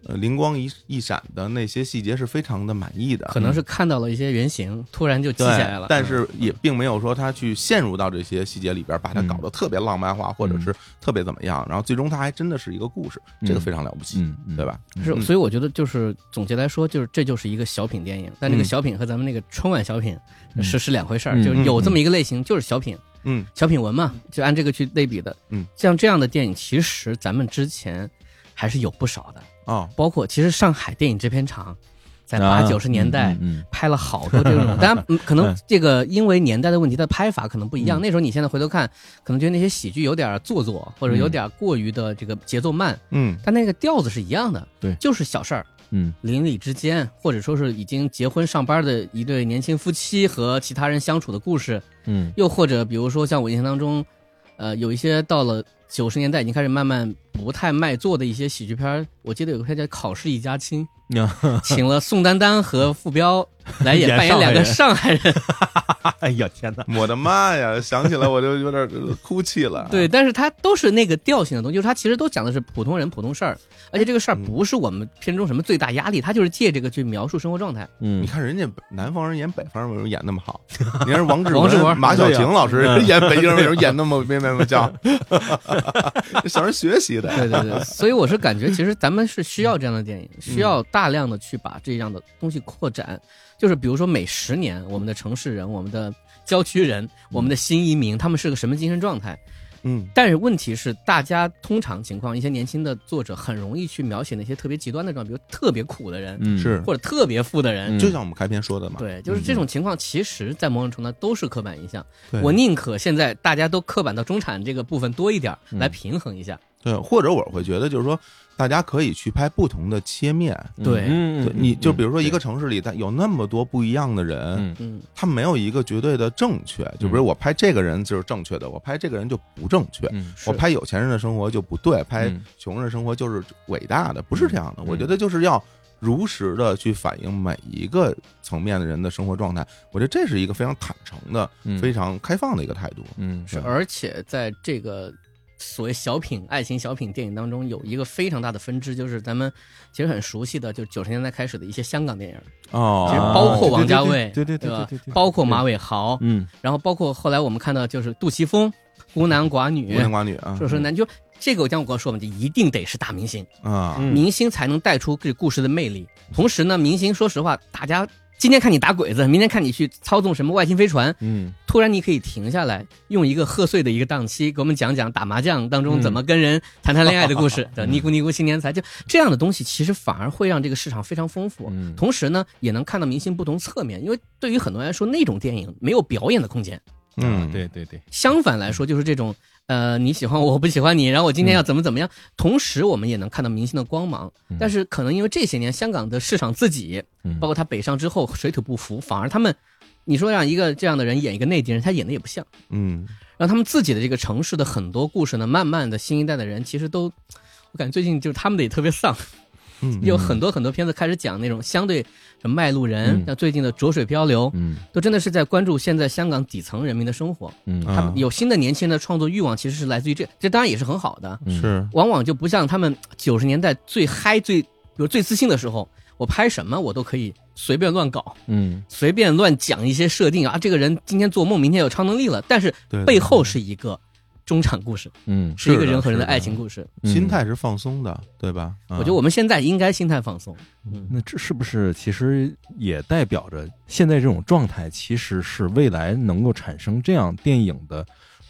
B: 呃灵光一一闪的那些细节是非常的满意的，
D: 可能是看到了一些原型，突然就记
B: 对
D: 下来了。嗯
B: 但是也并没有说他去陷入到这些细节里边，把它
E: 嗯
B: 搞得特别浪漫化，或
D: 嗯
B: 者是特别怎么样，然后最终他还真的是一个故事，
E: 嗯
B: 这个非常了不起，
E: 嗯嗯
B: 对？吧？
D: 是，
B: 嗯
D: 所以我觉得就是总结来说，就是这就是一个小品电影，但这个小品和咱们那个春晚小品
E: 嗯
D: 是是两回事儿，
E: 嗯
D: 就是有这么一个类型，就是小品，
B: 嗯，
D: 小品文嘛，就按这个去类比的。
B: 嗯，
D: 像这样的电影，其实咱们之前还是有不少的，
B: 哦，
D: 包括其实上海电影制片厂在
E: 啊
D: 八九十年代
E: 嗯嗯嗯
D: 拍了好多
E: <laughs>
D: 这种，当然嗯可能
E: 嗯
D: 这个因为年代的问题，它拍法可能不一样。
E: 嗯
D: 那时候你现在回头看，可能觉得那些喜剧有点做作，或
E: 嗯
D: 者有点过于的这个节奏慢，
B: 嗯， <laughs>
D: 但那个调子是一样的，
E: 对
D: 就是小事儿，
E: 嗯
D: 邻里之间，或者说是已经结婚上班的一对年轻夫妻和其他人相处的故事，
E: 嗯
D: 又或者比如说像我印象当中，呃，有一些到了九十年代已经开始慢慢不太卖座的一些喜剧片儿，我记得有个片叫《考试一家亲》， <laughs> 请了宋丹丹和付彪来演
E: 演
D: 扮演
E: 上海
D: 两个
E: 人
D: 上海人，
E: 哎呀天 <laughs> 哪！
B: 我的妈呀，想起来我就有点呃哭泣了。
D: <laughs> 对，，但是它都是那个调性的东西，就是它其实都讲的是普通人普通事儿，而且这个事儿不是我们片中什么最大压力，它就是借这个去描述生活状态。
E: 嗯
B: 你，看人家南方人演北方人为什么演那么
E: <laughs>
B: 好？你看王志
D: 王志
B: 文、
D: 文
B: 马小
E: 对
B: 晴
E: 啊
B: 老师 <laughs> 演北京人为什么演那么面面不
E: <laughs>
B: 笑？小人学习的。
D: 对对对，所以我是感觉，其实咱们是需要这样的电影，需要大量的去把这样的东西扩展。就是比如说，每十年，我们的城市人、我们的郊区人、我们的新移民，他们是个什么精神状态？
B: 嗯，
D: 但是问题是，大家通常情况，一些年轻的作者很容易去描写那些特别极端的状态，比如特别苦的人，
E: 嗯
B: 是，
D: 或者特别富的人。
E: 嗯
B: 就像我们开篇说的嘛。
D: 对，就是这种情况，其实，在某种程度上都是刻板印象。
B: 对
D: 我宁可现在大家都刻板到中产这个部分多一点儿，
E: 嗯
D: 来平衡一下。
B: 对，或者我会觉得就是说，大家可以去拍不同的切面。
D: 对
E: 嗯
B: 对，你就比如说一个城市里，它有那么多不一样的人，
E: 嗯
D: 嗯，
B: 他没有一个绝对的正确。就比如我拍这个人就是正确的，我拍这个人就不正确。
E: 嗯
B: 我
D: 是
B: 拍有钱人的生活就不对，拍
E: 嗯
B: 穷人的生活就是伟大的，不是这样的。
E: 嗯
B: 我觉得就是要如实的去反映每一个层面的人的生活状态。我觉得这是一个非常坦诚的、
E: 嗯
B: 非常开放的一个态度。
E: 嗯
D: 是，而且在这个所谓小品爱情小品电影当中有一个非常大的分支，就是咱们其实很熟悉的，就九十年代开始的一些香港电影，
E: 哦，
D: 其实包括王家卫，
E: 对对对
D: 吧
E: 对对对，
D: 包括马伟豪，
E: 嗯，
D: 然后包括后来我们看到就是杜琪峰、孤男寡
B: 孤
D: 女，
B: 男寡女啊，
D: 说说
E: 嗯
D: 男就这个我讲过说嘛，就一定得是大明星，
B: 啊，
E: 嗯
D: 明星才能带出这故事的魅力。同时呢，明星说实话，大家今天看你打鬼子，明天看你去操纵什么外星飞船，
E: 嗯
D: 突然你可以停下来，用一个贺岁的一个档期给我们讲讲打麻将当中
E: 嗯
D: 怎么跟人谈谈恋爱的故事， <laughs> 嗯对吧？尼姑尼姑新年财，就这样的东西，其实反而会让这个市场非常丰富。
E: 嗯，
D: 同时呢，也能看到明星不同侧面，因为对于很多人来说，那种电影没有表演的空间。
E: 嗯
B: 嗯，，
E: 对对对，
D: 相反来说，就是这种呃，你喜欢我，我不喜欢你，然后我今天要怎么怎么样。同时，我们也能看到明星的光芒
E: 嗯，
D: 但是可能因为这些年香港的市场自己，
E: 嗯
D: 包括他北上之后水土不服，反而他们，你说让一个这样的人演一个内地人，他演的也不像。
B: 嗯，
D: 然后他们自己的这个城市的很多故事呢，慢慢的新一代的人其实都，我感觉最近就是他们的也特别丧，
B: 嗯
D: 有很多很多片子开始讲那种相对什么卖路人
E: 嗯，
D: 像最近的《浊水漂流》，
E: 嗯
D: 都真的是在关注现在香港底层人民的生活。
E: 嗯
B: 啊
D: 他们有新的年轻人的创作欲望，其实是来自于这，这当然也是很好的。
E: 嗯
B: 是，
D: 往往就不像他们九十年代最嗨、最比如最自信的时候，我拍什么我都可以随便乱搞，
E: 嗯
D: 随便乱讲一些设定啊，这个人今天做梦，明天有超能力了，但是
B: 对对
D: 背后是一个中场故事，
E: 嗯，
D: 是一个
B: 是的
D: 人和人的
B: 是的
D: 爱情故事。
E: 嗯
B: 心态是放松的，对吧？
E: 啊
D: 我觉得我们现在应该心态放松，嗯，
E: 那这是不是其实也代表着现在这种状态，其实是未来能够产生这样电影的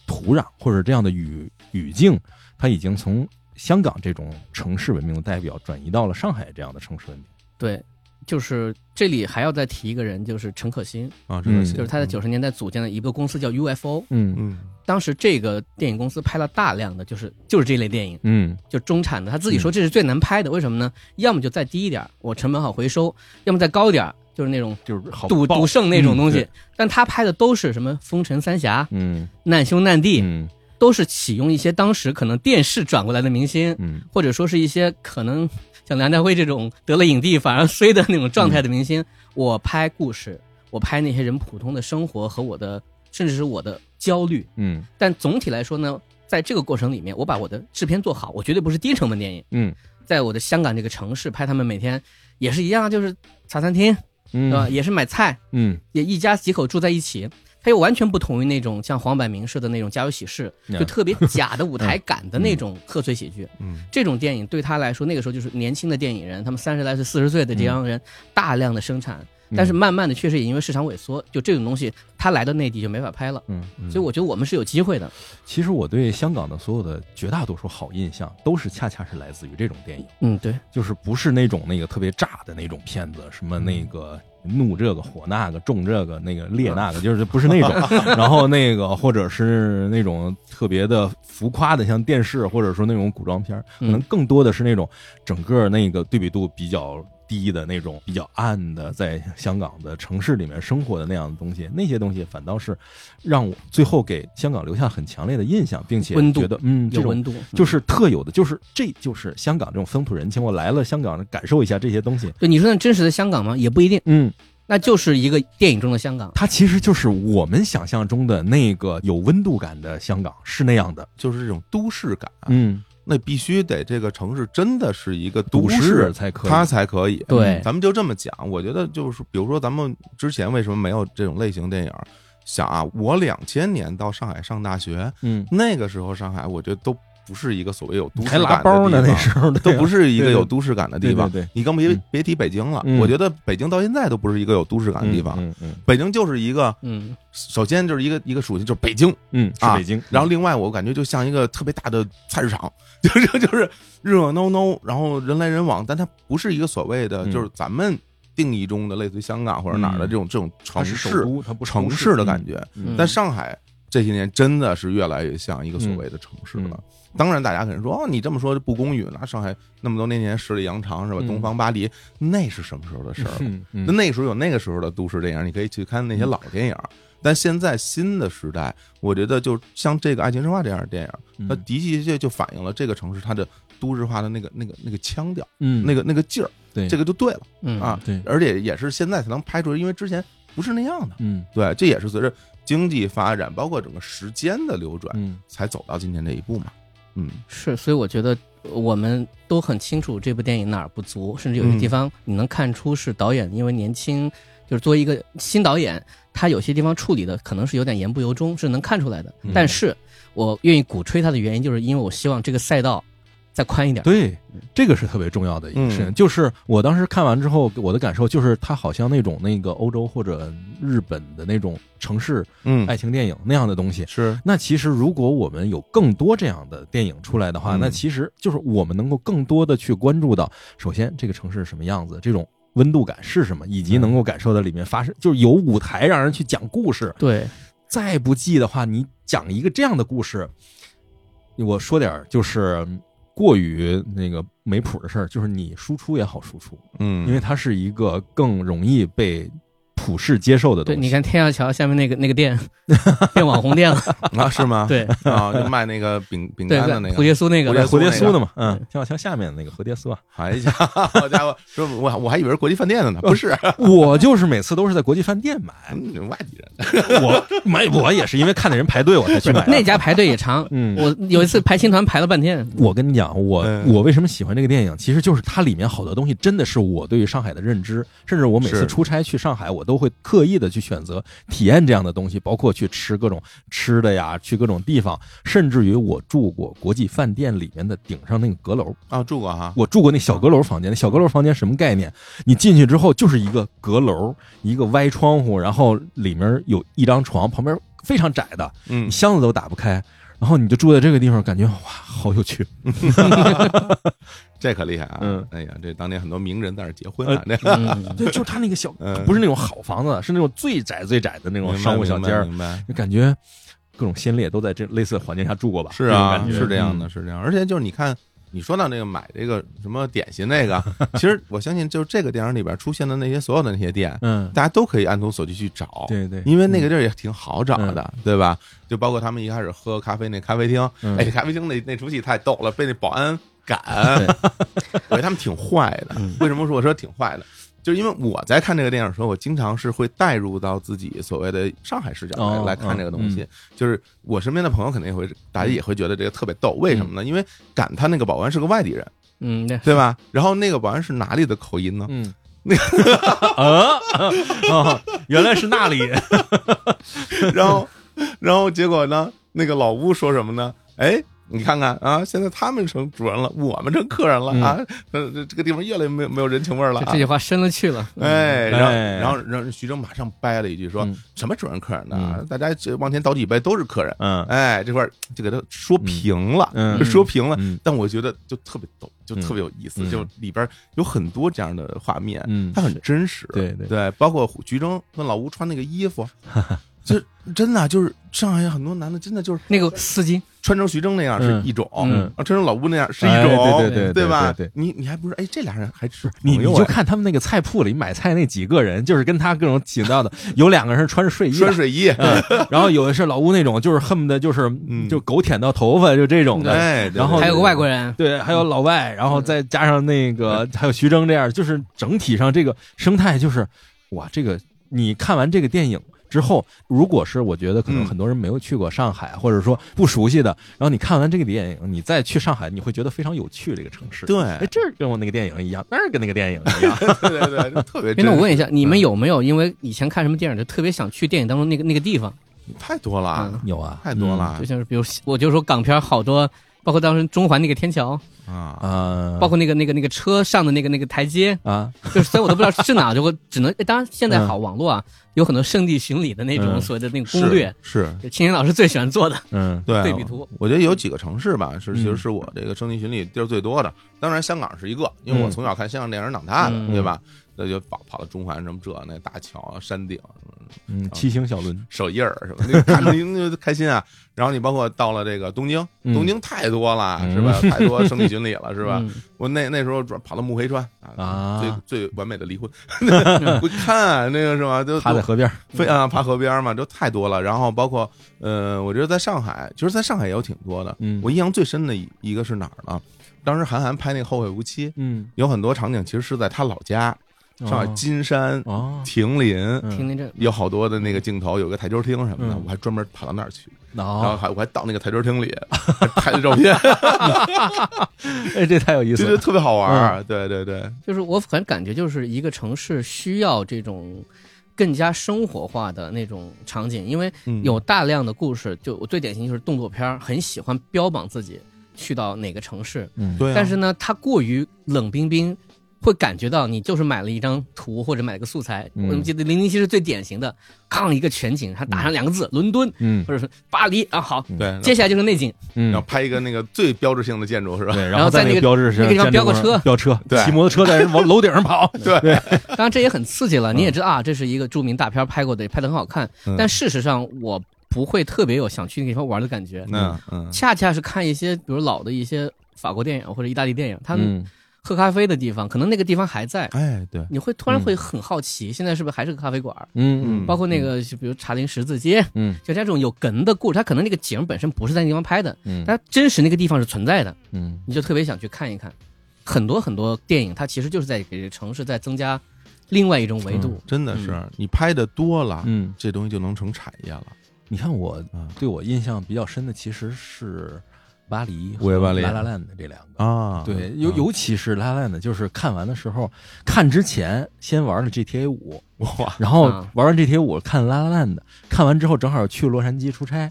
E: 土壤或者这样的语语境，它已经从香港这种城市文明的代表转移到了上海这样的城市文明。
D: 对。就是这里还要再提一个人，就是陈可辛，
B: 啊，这个
E: 嗯
B: 心
D: 就是他在九，十年代组建了一个公司叫 UFO，
E: 嗯
B: 嗯
D: 当时这个电影公司拍了大量的就是就是这类电影，
E: 嗯
D: 就中产的，他自己说这是最难拍的，为什么呢？要么就再低一点儿，我成本好回收；要么再高一点儿，就是那种
E: 就是好
D: 赌
E: 爆
D: 赌圣那种东
E: 嗯
D: 西
E: 对。
D: 但他拍的都是什么《风尘三侠》
E: 嗯
D: 《难兄难弟》，
E: 嗯
D: 都是启用一些当时可能电视转过来的明星，
E: 嗯
D: 或者说是一些可能像梁家辉这种得了影帝反而衰的那种状态的明星。我拍故事，我拍那些人普通的生活和我的，甚至是我的焦虑。
E: 嗯
D: 但总体来说呢，在这个过程里面，我把我的制片做好，我绝对不是低成本电影。
E: 嗯
D: 在我的香港这个城市拍，他们每天也是一样，啊就是茶餐厅，对吧？
E: 嗯
D: 也是买菜，
E: 嗯，
D: 也一家几口住在一起。它又完全不同于那种像黄百鸣式的那种家有喜事，
E: 嗯
D: 就特别假的舞台感的那种贺岁喜剧。
B: 嗯
D: 这种电影对他来说，那个时候就是年轻的电影人，他们三十来岁、四十岁的
E: 嗯
D: 这样人，大量的生产。但是慢慢的，确实也因为市场萎缩，就这种东西，他来到内地就没法拍了。
E: 嗯。
B: 嗯，
D: 所以我觉得我们是有机会的。
E: 其实我对香港的所有的绝大多数好印象，都是恰恰是来自于这种电影。
D: 嗯，对。
E: 就是不是那种那个特别炸的那种片子，什么那
D: 嗯
E: 个怒这个火那个重这个那个烈那
D: <laughs>
E: 个，就是不是那种。 <laughs> 然后那个或者是那种特别的浮夸的，像电视或者说那种古装片儿，可
D: 嗯
E: 能更多的是那种整个那个对比度比较。低的那种比较暗的，在香港的城市里面生活的那样的东西，那些东西反倒是让我最后给香港留下很强烈的印象，并且
D: 温度
E: 觉得嗯，这
D: 有
E: 种
D: 温度，
E: 就是特有的，就是这就是香港这种风土人情。我来了香港，感受一下这些东西。
D: 嗯对你说那真实的香港吗？也不一定，
E: 嗯，
D: 那就是一个电影中的香港。
E: 它其实就是我们想象中的那个有温度感的香港是那样的。
B: 就是这种都市感，
E: 嗯，
B: 那必须得这个城市真的是一个
E: 都
B: 都
E: 市
B: 市，
E: 才可以。
B: 它才可以。
E: 哎
D: 对
B: 咱们就这么讲，我觉得就是，比如说咱们之前为什么没有这种类型电影？想啊，我两千年到上海上大学，
E: 嗯，
B: 那个时候上海，我觉得都不是一个所谓有都市
E: 还
B: 感的
E: 拉包呢，
B: 地
E: 那
B: 方
E: 时 <laughs> 候
B: 都不
E: 是。
B: 是一个
E: 对
B: 有
E: 对
B: 都市感的地方。
E: 对对对
B: 你更别、
E: 嗯
B: 别提北京了、
E: 嗯
B: 我觉得北京到现在都不是一个有都市感的地方。
E: 嗯嗯
B: 北京就是一个，
D: 嗯，
B: 首先就是一个一个属性，就是北京。
E: 嗯，是
B: 啊
E: 北京。
B: 然后另外，我感觉就像一个特别大的菜市场，就是就是热热闹闹，然后人来人往，但它不是一个所谓的、
E: 嗯
B: 就是咱们定义中的类似于香港或者哪儿的
E: 嗯
B: 这种、这种城
E: 它是
B: 市
E: 首都，它不是
B: 城市的感觉。
E: 嗯
B: 但上海这些年真的是越来越像一个所谓的城市了。
E: 嗯嗯
B: 当然，大家可能说哦，你这么说不公允了。上海那么多年前十里洋场是吧？
E: 嗯
B: 东方巴黎那是什么时候的事儿了？
E: 嗯
B: 那
E: 嗯
B: 那时候有那个时候的都市电影，你可以去看那些老电影。但现在新的时代，我觉得就像这个《爱情神话》这样的电影，
E: 嗯
B: 它的的确确就反映了这个城市它的都市化的那个那个那个腔调，
E: 嗯，
B: 那个那个劲儿，
E: 对
B: 这个就对了
D: 嗯
B: 啊。
E: 对，
B: 而且也是现在才能拍出来，因为之前不是那样的。
E: 嗯
B: 对，这也是随着经济发展，包括整个时间的流转，
E: 嗯。
B: 才走到今天这一步嘛。
E: 嗯
D: 是，所以我觉得我们都很清楚这部电影哪儿不足，甚至有些地方你能看出是导演因为年轻，就是作为一个新导演，他有些地方处理的可能是有点言不由衷，是能看出来的
E: 嗯。
D: 但是我愿意鼓吹他的原因，就是因为我希望这个赛道再宽一点。
E: 对，这个是特别重要的一个事情。就是我当时看完之后，我的感受就是，它好像那种那个欧洲或者日本的那种城市
B: 嗯
E: 爱情电影那样的东西。
B: 是
E: 那其实，如果我们有更多这样的电影出来的话，
B: 嗯
E: 那其实就是我们能够更多的去关注到，首先这个城市是什么样子，这种温度感是什么，以及能够感受到里面发生，就是有舞台让人去讲故事。
D: 对，
E: 再不济的话，你讲一个这样的故事，我说点儿就是过于那个没谱的事儿，就是你输出也好输出，
B: 嗯，
E: 因为它是一个更容易被普世接受的东
D: 对，
E: 西。
D: 你看天桥桥下面那个那个店 <laughs> 变网红店了，
B: 啊是
E: <laughs>
B: 吗？
D: 对
B: 啊，就卖那个饼饼
D: 对
B: 干的那，
D: 蝴
B: 个，
D: 蝶酥那
B: 蝴蝶
D: 个，
E: 蝴蝶酥的嘛，嗯
D: 那个，
E: 天桥桥下面的那个蝴蝶酥
D: <laughs>
E: 啊，
B: 哎呀，好家
E: <laughs>
B: 伙，说我我还以为是国际饭店的呢，
E: 嗯
B: 不是， <laughs>
E: 我就是每次都是在国际饭店买，
B: 嗯外地人。
E: 我买我也是因为看的人排队我才去买的。
D: <laughs> 那家排队
E: <laughs>
D: 也长。
E: 嗯，
D: 我有一次排青团排了半天，
E: 我跟你讲，我
B: 嗯
E: 我为什么喜欢这个电影，其实就是它里面好多东西真的是我对于上海的认知，甚至我每次
B: 是
E: 出差去上海，我都会刻意的去选择体验这样的东西，包括去吃各种吃的呀，去各种地方，甚至于我住过国际饭店里面的顶上那个阁楼，
B: 啊，住过哈，
E: 我住过那小阁楼房间，那小阁楼房间什么概念？你进去之后就是一个阁楼，一个歪窗户，然后里面有一张床，旁边非常窄的，
B: 嗯
E: 你，箱子都打不开，然后你就住在这个地方，感觉哇，好有趣。
B: <laughs>
E: 啊
B: 这可厉害啊！
E: 嗯，呃
B: 哎呀，这当年很多名人在那儿结婚啊，这
D: 嗯，
E: 对，就是他那个小
B: 嗯，
E: 不是那种好房子，是那种最窄最窄的
B: 那
E: 那种商务小间儿，
B: 明白？
E: 就感觉各种先烈都在这类似的环境下住过吧？
B: 是啊，
E: 种感觉嗯
B: 是这样的，是这样。而且就是你看，你说到那个买这个什么点心那个，
E: <laughs>
B: 其实我相信，就是这个电影里边出现的那些所有的那些店，
E: 嗯，
B: 大家都可以按图索骥去找，
E: 对嗯对，
B: 因为那个地儿也挺好找的，对吧？就包括他们一开始喝咖啡那咖啡厅，
E: 嗯
B: 哎，咖啡厅那那厨气太逗了，被那保安
E: <laughs>
B: 赶， <laughs> 我觉得他们挺坏的。
E: 嗯
B: 为什么说我说挺坏的？就是因为我在看这个电影的时候，我经常是会带入到自己所谓的上海视角来、
E: 哦嗯
B: 来看这个东西。就是我身边的朋友肯定也会，大家也会觉得这个特别逗。为什么
E: 嗯
B: 呢？因为赶他那个保安是个外地人，
D: 嗯，对
B: 对
E: <laughs>
B: 吧？然后那个保安是哪里的口音呢？
E: 嗯。那个啊啊，原来
A: <laughs>
E: 是那里，
B: 然后，然后结果呢？那个老乌说什么呢？哎，你看看啊，现在他们成主人了，我们成客人
E: 嗯
B: 了啊，呃，这这个地方越来越没有没有人情味儿了
D: 这
B: 啊
D: 这。句话深了去了。嗯
B: 哎，然后，
E: 哎
B: 然后，然后徐峥马上掰了一句说
E: 嗯：“
B: 什么主人客人呢
E: 嗯？
B: 大家这往前倒几杯都是客人。”
E: 嗯
B: 哎，这块儿就给他说平了，
E: 嗯
B: 就说平了。
E: 嗯
B: 但我觉得就特别逗，就特别有意思，
E: 嗯
B: 就里边有很多这样的画面，
E: 嗯
B: 它很真实，
E: 对对
B: 对，包括徐峥跟老吴穿那个衣服， <laughs> 这真的就是上海很多男的真的就是
D: 那个司机，
B: 穿成徐峥那样是一种，
D: 嗯
B: 啊，穿成老吴那样是
E: 哎
B: 一种，
E: 对对对对
B: 吧？
E: 对对
B: 你你还不是哎，这俩人还是
E: 你
B: 朋
E: 你
B: 友
E: 就
B: 哎
E: 看他们那个菜铺里买菜那几个人，就是跟他各种起到的，有两个人穿着睡衣的，
B: 拴水衣，
E: 嗯，然后有的是老吴那种，就是恨不得就是
B: 嗯
E: 就狗舔到头发就这种的，
B: 哎，
E: 然后
D: 还有个
B: 国。
D: 外国人，
E: 哦对，哎还有老外，然后再加上那
B: 嗯
E: 个，还有徐峥这样，就是整体上这个生态就是，哇，这个你看完这个电影之后，如果是我觉得可能
B: 嗯
E: 很多人没有去过上海，或者说不熟悉的，然后你看完这个电影，你再去上海，你会觉得非常有趣这个城市。，哎，
B: 对，
E: 这儿跟我那个电影一样，那儿跟那个电影一样。
B: 对对对，特别
D: 哎
B: 真
D: 那
B: 实。
D: 我问一下，你们有没有因为以前看什么电影就特别想去电影当中那个那个地方？
B: 太多了啊，
E: 有啊，
B: <laughs> 太多了
D: 就像是比如我就说港片好多，包括当时中环那个天桥，
B: 啊！
E: 啊，
D: 包括那个那个那个车上的那个那个台阶，
E: 啊，
D: 就是所以我都不知道是哪，就会只能。哎当然现在好网络啊，有很多圣地巡礼的那
E: 嗯
D: 种所谓的那个攻略，
B: 是是
D: 就青年老师最喜欢做的
E: 嗯
B: 对啊
D: 对比图。
B: 我觉得有几个城市吧，是
E: 嗯
B: 其实是我这个圣地巡礼地儿最多的。当然，香港是一个，因为
E: 嗯
B: 我从小看香港电影长大的，
D: 嗯
B: 对吧？那就跑跑到中环什么这那大桥啊、山顶、哦
E: 嗯，七星小轮，
B: 手印儿什么的，那 <laughs> 看着您就开心啊。然后你包括到了这个东京，
E: 嗯
B: 东京太多了，
E: 嗯
B: 是吧？太多圣地巡礼了，是吧？
D: 嗯？
B: 我那那时候转跑到慕黑川
E: 啊
B: 最最完美的
E: <laughs>
B: 离婚，我看啊那个是吧？就
E: 趴在河边儿，
B: 非啊爬河边儿嘛，就太多了。然后包括呃，我觉得在上海，其实在上海也有挺多的。
E: 嗯
B: 我印象最深的一一个是哪儿呢？当时韩寒拍那个《后会无期》，
E: 嗯
B: 有很多场景其实是在他老家，上海金山、
E: 哦，
B: 亭林。
E: 嗯
D: 听听这，
B: 有好多的那个镜头，有个台球厅什么的，
E: 嗯
B: 我还专门跑到那儿去，然后
E: 哦，
B: 还我还到那个台球厅里还拍的照片，
E: 哎，这太有意思
B: 就觉得
E: 了。
B: 特别好玩儿。对对对，
D: 就是我反正感觉就是一个城市需要这种更加生活化的那种场景，因为
B: 嗯
D: 有大量的故事，就我最典型就是动作片儿，很喜欢标榜自己去到哪个城市，
E: 嗯，
B: 对啊，
D: 但是呢，它过于冷冰冰，会感觉到你就是买了一张图或者买了个素材。
E: 嗯
D: 我们记得《零零七》是最典型的，扛了一个全景，它打上两个字“伦敦”
E: 嗯
D: 或者是“巴黎”啊，好，
B: 对，
D: 接下来就是内景，
E: 嗯
B: 然后，拍一个那个最标志性的建筑是吧？
E: <laughs> 对，
D: 然后
E: 后在
D: 在那
E: 个
D: 个
E: 标志上
D: 那个地方
E: 建筑
B: 啊
D: 标个
E: 上
D: 车
E: 标车，
B: 对
E: 骑摩托车在人往楼顶上跑。
D: 当然这也很刺激了。你也知道啊，这是一个著名大片拍过的，也拍得很好看
B: 嗯。
D: 但事实上，我不会特别有想去那个地方玩的感觉，
B: 嗯嗯，
D: 恰恰是看一些比如老的一些法国电影或者意大利电影，他们
E: <laughs> 嗯，
D: 喝咖啡的地方，可能那个地方还在。
B: 哎，对，
D: 你会突然会很好奇，现在是不是还是个咖啡馆？
E: 嗯嗯嗯
D: 包括那个，就比如茶陵十字街，
E: 嗯
D: 就这种有梗的故事，它可能那个景本身不是在那地方拍的，
E: 嗯
D: 它真实那个地方是存在的，
E: 嗯
D: 你就特别想去看一看。很多很多电影，它其实就是在给城市在增加另外一种维度。
B: 嗯真的是你拍的多了，
E: 嗯，
B: 这东西就能成产业了。
E: 你看我
B: 嗯
E: 对我印象比较深的其实是巴黎、
B: 午夜巴黎
E: 拉拉烂的这两个。
B: 啊，
E: 对，尤尤其是拉拉烂的，就是看完的时候，看之前先玩了 GTA 五，
B: <laughs> 哇，
E: 然后
D: 啊
E: 玩完 GTA 五看拉拉烂的，看完之后正好去洛杉矶出差，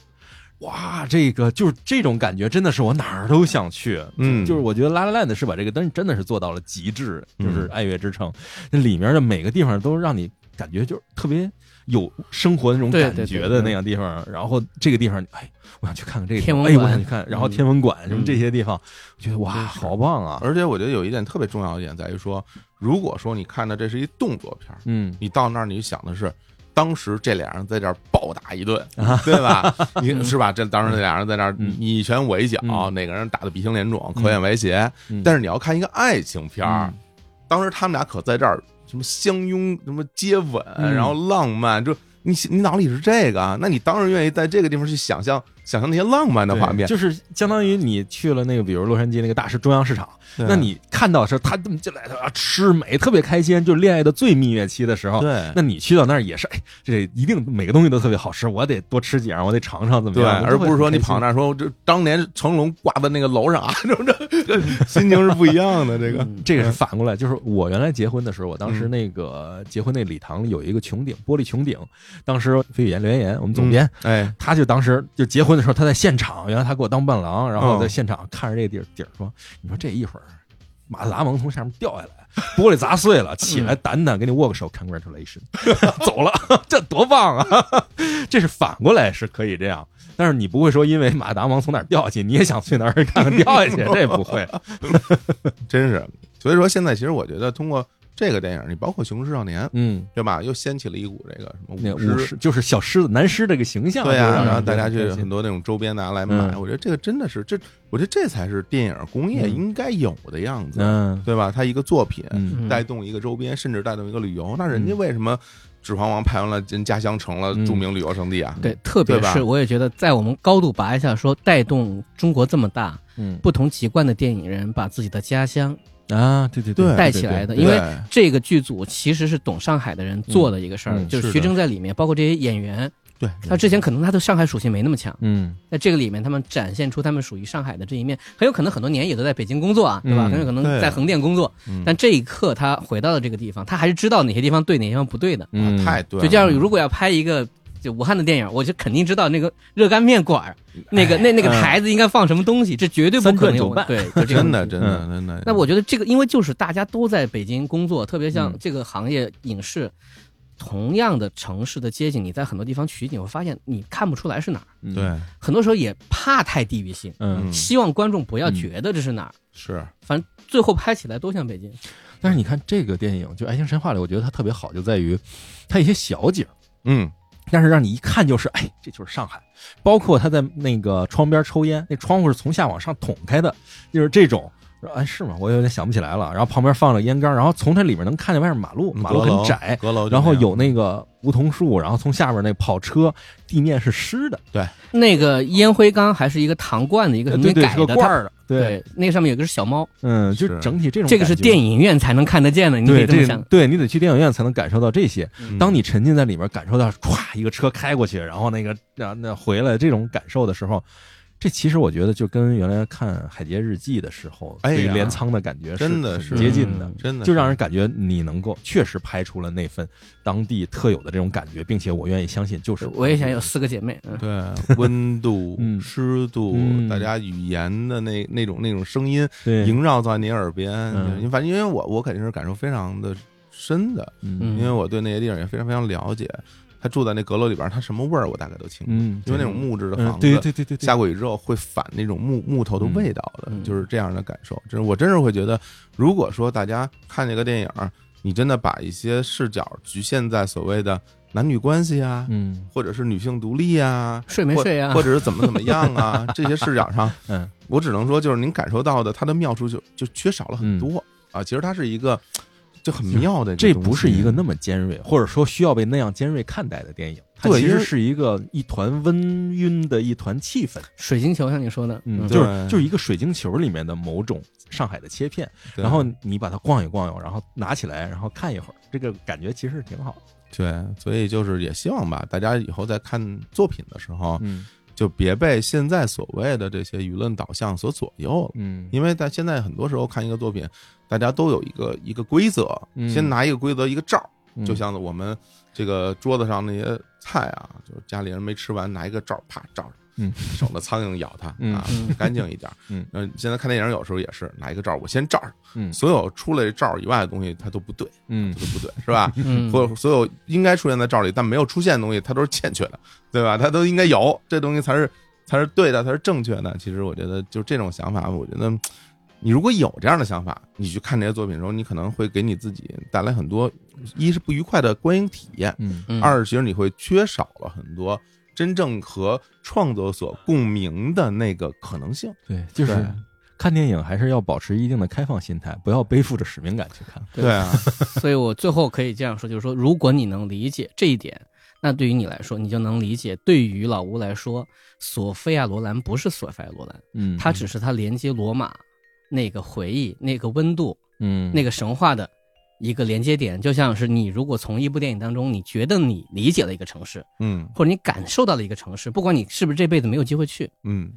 E: 哇，这个就是这种感觉，真的是我哪儿都想去。
B: 嗯
E: 就是我觉得拉拉烂的是把这个灯真的是做到了极致，
B: 嗯
E: 就是爱乐之城，那里面的每个地方都让你感觉就是特别有生活那种
D: 对
E: 感
D: 对对
E: 觉的那样地方。然后这个地方，哎，我想去看看这个地方，
D: 天文馆
E: 哎，我想去看，然后天文馆什么
D: 嗯
E: 这些地方，我觉得哇，
D: 真是
E: 好棒啊！
B: 而且我觉得有一点特别重要的点在于说，如果说你看的这是一动作片儿，
E: 嗯
B: 你到那儿你想的是。当时这俩人在这儿暴打一顿，对吧？
E: <laughs>
B: 你是吧？这当时这俩人在那儿
E: 啊嗯
B: 你一拳我一脚，
E: 嗯
B: 哪个人打的鼻青脸肿、
E: 嗯
B: 口眼歪斜。
E: 嗯
B: 但是你要看一个爱情片儿
E: 嗯，
B: 当时他们俩可在这儿什么相拥、什么接吻，
E: 嗯
B: 然后浪漫，就你你脑里是这个啊？那你当然愿意在这个地方去想象想象那些浪漫的画面。
E: 就是相当于你去了那个，比如洛杉矶那个大市中央市场，
B: 对
E: 那你看到的时候，他这么进来，他啊吃美，特别开心，就恋爱的最蜜月期的时候。
B: 对
E: 那你去到那儿也是，哎，这一定每个东西都特别好吃，我得多吃几样，我得尝尝怎么
B: 对，
E: 样，
B: 而不是说你跑那
E: 那
B: 儿说这当年成龙挂在那个楼上啊， <laughs> 这这这心情是不一样的。这个
D: 嗯
E: 这个是反过来，就是我原来结婚的时候，我当时
B: 嗯
E: 那个结婚那礼堂里有一个穹顶，玻璃穹顶，当时飞宇言刘岩岩，我们总编，
B: 哎，
E: 他就当时就结婚的时候，他在现场，原来他给我当伴郎，然后
B: 嗯
E: 在现场看着这个底儿底儿说：“你说这一会儿，马自达蒙从下面掉下来，玻璃砸碎了，起来掸掸，给你握个手，congratulation，
B: <laughs>
E: 走了，这多棒啊！这是反过来是可以这样，但是你不会说因为马自达蒙从哪儿掉下去，你也想去哪儿看看掉下去，这不
B: <laughs>
E: 会。
B: 真是。所以说现在其实我觉得通过这个电影，你包括《雄狮少年》，
E: 嗯，
B: 对吧？又掀起了一股这个什
E: 那
B: 么狮啊
E: 舞狮就是小狮子男狮这个形象，
B: 对
E: 呀、
B: 啊，
D: 嗯
B: 然后大家去
E: 很
B: 很
E: 多
B: 多那种周边拿啊来买，
E: 嗯
B: 我觉得这个真的是这，我觉得这才是电影工业
E: 嗯
B: 应该有的样子，
E: 嗯
B: 对吧？它一个作品
E: 嗯
D: 嗯
B: 带动一个周边，甚至带动一个旅游，那人家为什么《指环王》拍完了，人家乡成了
E: 嗯
B: 著名旅游胜地啊？
D: 对，特别
B: 对吧
D: 是我也觉得，在我们高度拔一下说，带动中国这么大
E: 嗯
D: 不同籍贯的电影人把自己的家乡
E: 啊，对对
B: 对
D: 带起来的，
B: 对
D: 因为这个剧组其实是懂上海的人做的一个事儿，
E: 嗯嗯
D: 就是徐
B: 的
D: 峥在里面，包括这些演员，
B: 对，
D: 他之前可能他的上海属性没那么强，
E: 嗯
D: 在这个里面他们展现出他们属于上海的这一面，很有可能很多年也都在北京工作啊，对吧？
E: 嗯
D: 很有可能
B: 对
D: 在横店工作，
B: 嗯
D: 但这一刻他回到了这个地方，他还是知道哪些地方对，哪些地方不对的。
E: 嗯，
B: 啊太对了，
D: 就这样，如果要拍一个就武汉的电影，我就肯定知道那个热干面馆儿，那个那那个
E: 嗯
D: 牌子应该放什么东西，这绝对不
E: 三
D: 可
E: 转
D: 能
E: 九
D: 有
E: 办
D: 对，就这个
B: 真的
E: 嗯
D: 问题
B: 真的真的，
D: 那我觉得这个，因为就是大家都在北京工作，特别像
E: 嗯
D: 这个行业影视，同样的城市的街景，你在很多地方取景，会发现你看不出来是哪儿。
E: 嗯
B: 对
D: 很多时候也怕太地域性，
E: 嗯
B: 嗯
D: 希望观众不要
E: 嗯
D: 觉得这是哪儿，
B: 是
D: 反正最后拍起来都像北京。
E: 但是你看这个电影，就《爱情神话》里，我觉得它特别好，就在于 <sniffs> 它一些小景，
B: 嗯
E: 但是让你一看就是，哎，这就是上海。包括他在那个窗边抽烟，那窗户是从下往上捅开的，就是这种。我说哎，是吗？我有点想不起来了。然后旁边放了烟缸，然后从这里面能看见外面马路，马路很窄，
B: 阁楼就那样，
E: 然后有那个梧桐树，然后从下边那跑车，地面是湿的，
D: 那个烟灰缸还是一个糖罐的一个什么
E: 哎对对，
D: 改
E: 是个
D: 的，
E: 罐
D: 它
E: 儿的，对，
D: 对，那个上面有个是小猫，
E: 嗯，就是整体这种
D: 这个是
E: 感觉
D: 电影院才能看得见的，你可
E: 对
D: 以这么
E: 这
D: 想，
E: 对你得去电影院才能感受到这些。
B: 嗯
E: 当你沉浸在里面，感受到唰一个车开过去，然后那个然后那回来这种感受的时候，这其实我觉得就跟原来看《海街日记》的时候
B: 哎呀
E: 对镰仓的感觉
B: 真的
E: 是
B: 是
E: 很接近的
D: 嗯，
B: 真的
E: 就是让人感觉你能够确实拍出了那份当地特有的这种感觉，并且我愿意相信就是
D: 我也想有四个姐妹，嗯，
B: 对温度、
E: <laughs> 嗯
B: 湿度，
E: 嗯
B: 大家语言的那那种那种声音
E: 对，
B: 萦绕在你耳边，
E: 嗯
B: 你反正因为我我肯定是感受非常的深的，
E: 嗯
B: 因为我对那些地方也非常非常了解。他住在那阁楼里边，他什么味儿我大概都清楚，
E: 嗯，
B: 因为那种木质的
E: 嗯
B: 房子，
E: 对对对对对，
B: 下过雨之后会反那种木木头的味道的，
D: 嗯嗯
B: 就是这样的感受。就是我真是会觉得，如果说大家看这个电影，你真的把一些视角局限在所谓的男女关系啊，
E: 嗯
B: 或者是女性独立啊，
D: 睡没
B: 或
D: 睡啊
B: 或？者是怎么怎么样啊，这些视角上，
E: <laughs> 嗯，
B: 我只能说就是您感受到的它的妙处就就缺少了很多、啊。其实它是一
E: <sniffs>
B: 个就很妙的，
E: 嗯这不是一个那么尖锐，或者说需要被那样尖锐看待的电影。它
B: 对
E: 其
B: 因
E: 实
B: 为
E: 是一个一团温晕的一团气氛，
D: 水晶球像你说的，
E: 嗯，
D: 嗯，
B: 对
E: 就是就是一个水晶球里面的某种上海的切片，
B: 对
E: 然后你把它逛一逛悠，然后拿起来，然后看一会儿，这个感觉其实挺好。
B: 对，所以就是也希望吧，大家以后在看作品的时候，
E: 嗯
B: 就别被现在所谓的这些舆论导向所左右了。
E: 嗯
B: 因为在现在很多时候看一个作品，大家都有一个一个规则，
E: 嗯
B: 先拿一个规则一个罩儿，
E: 为
B: 就像我们这个桌子上那些菜啊，就是家里人没吃完，拿一个罩儿啪罩，
E: 嗯， <laughs>
B: 省得苍蝇咬它
E: 嗯
B: 啊
D: 嗯，
B: 干净一点。
E: 嗯
B: 呃，现在看电影有时候也是拿一个罩儿，我先罩儿，
E: 嗯
B: 所有出来罩儿以外的东西它都不对，
E: 嗯
B: 它都不对，是吧？
D: 嗯，
B: 所有所有应该出现在罩里但没有出现的东西，它都是欠缺的， <laughs> 对吧？它都应该有，这东西才是才是对的，才是正确的。其实我觉得，就这种想法，我觉得嗯你如果有这样的想法，你去看这些作品的时候，你可能会给你自己带来很多，一是不愉快的观影体验，
E: 嗯
D: 嗯
B: 二其实你会缺少了很多真正和创作所共鸣的那个可能性。
E: 对，就是
B: 对
E: 看电影还是要保持一定的开放心态，不要背负着使命感去看。
D: 对
B: 啊，
D: 所以我最后可以这样说，就是说，如果你能理解这一点，那对于你来说，你就能理解。对于老吴来说，索菲亚·罗兰不是索菲亚·罗兰，
E: 嗯，
D: 它只是它连接罗马那个回忆、那个温度、
E: 嗯
D: 那个神话的一个连接点。就像是你如果从一部电影当中，你觉得你理解了一个城市，
B: 嗯
D: 或者你感受到了一个城市，不管你是不是这辈子没有机会去，
B: 嗯。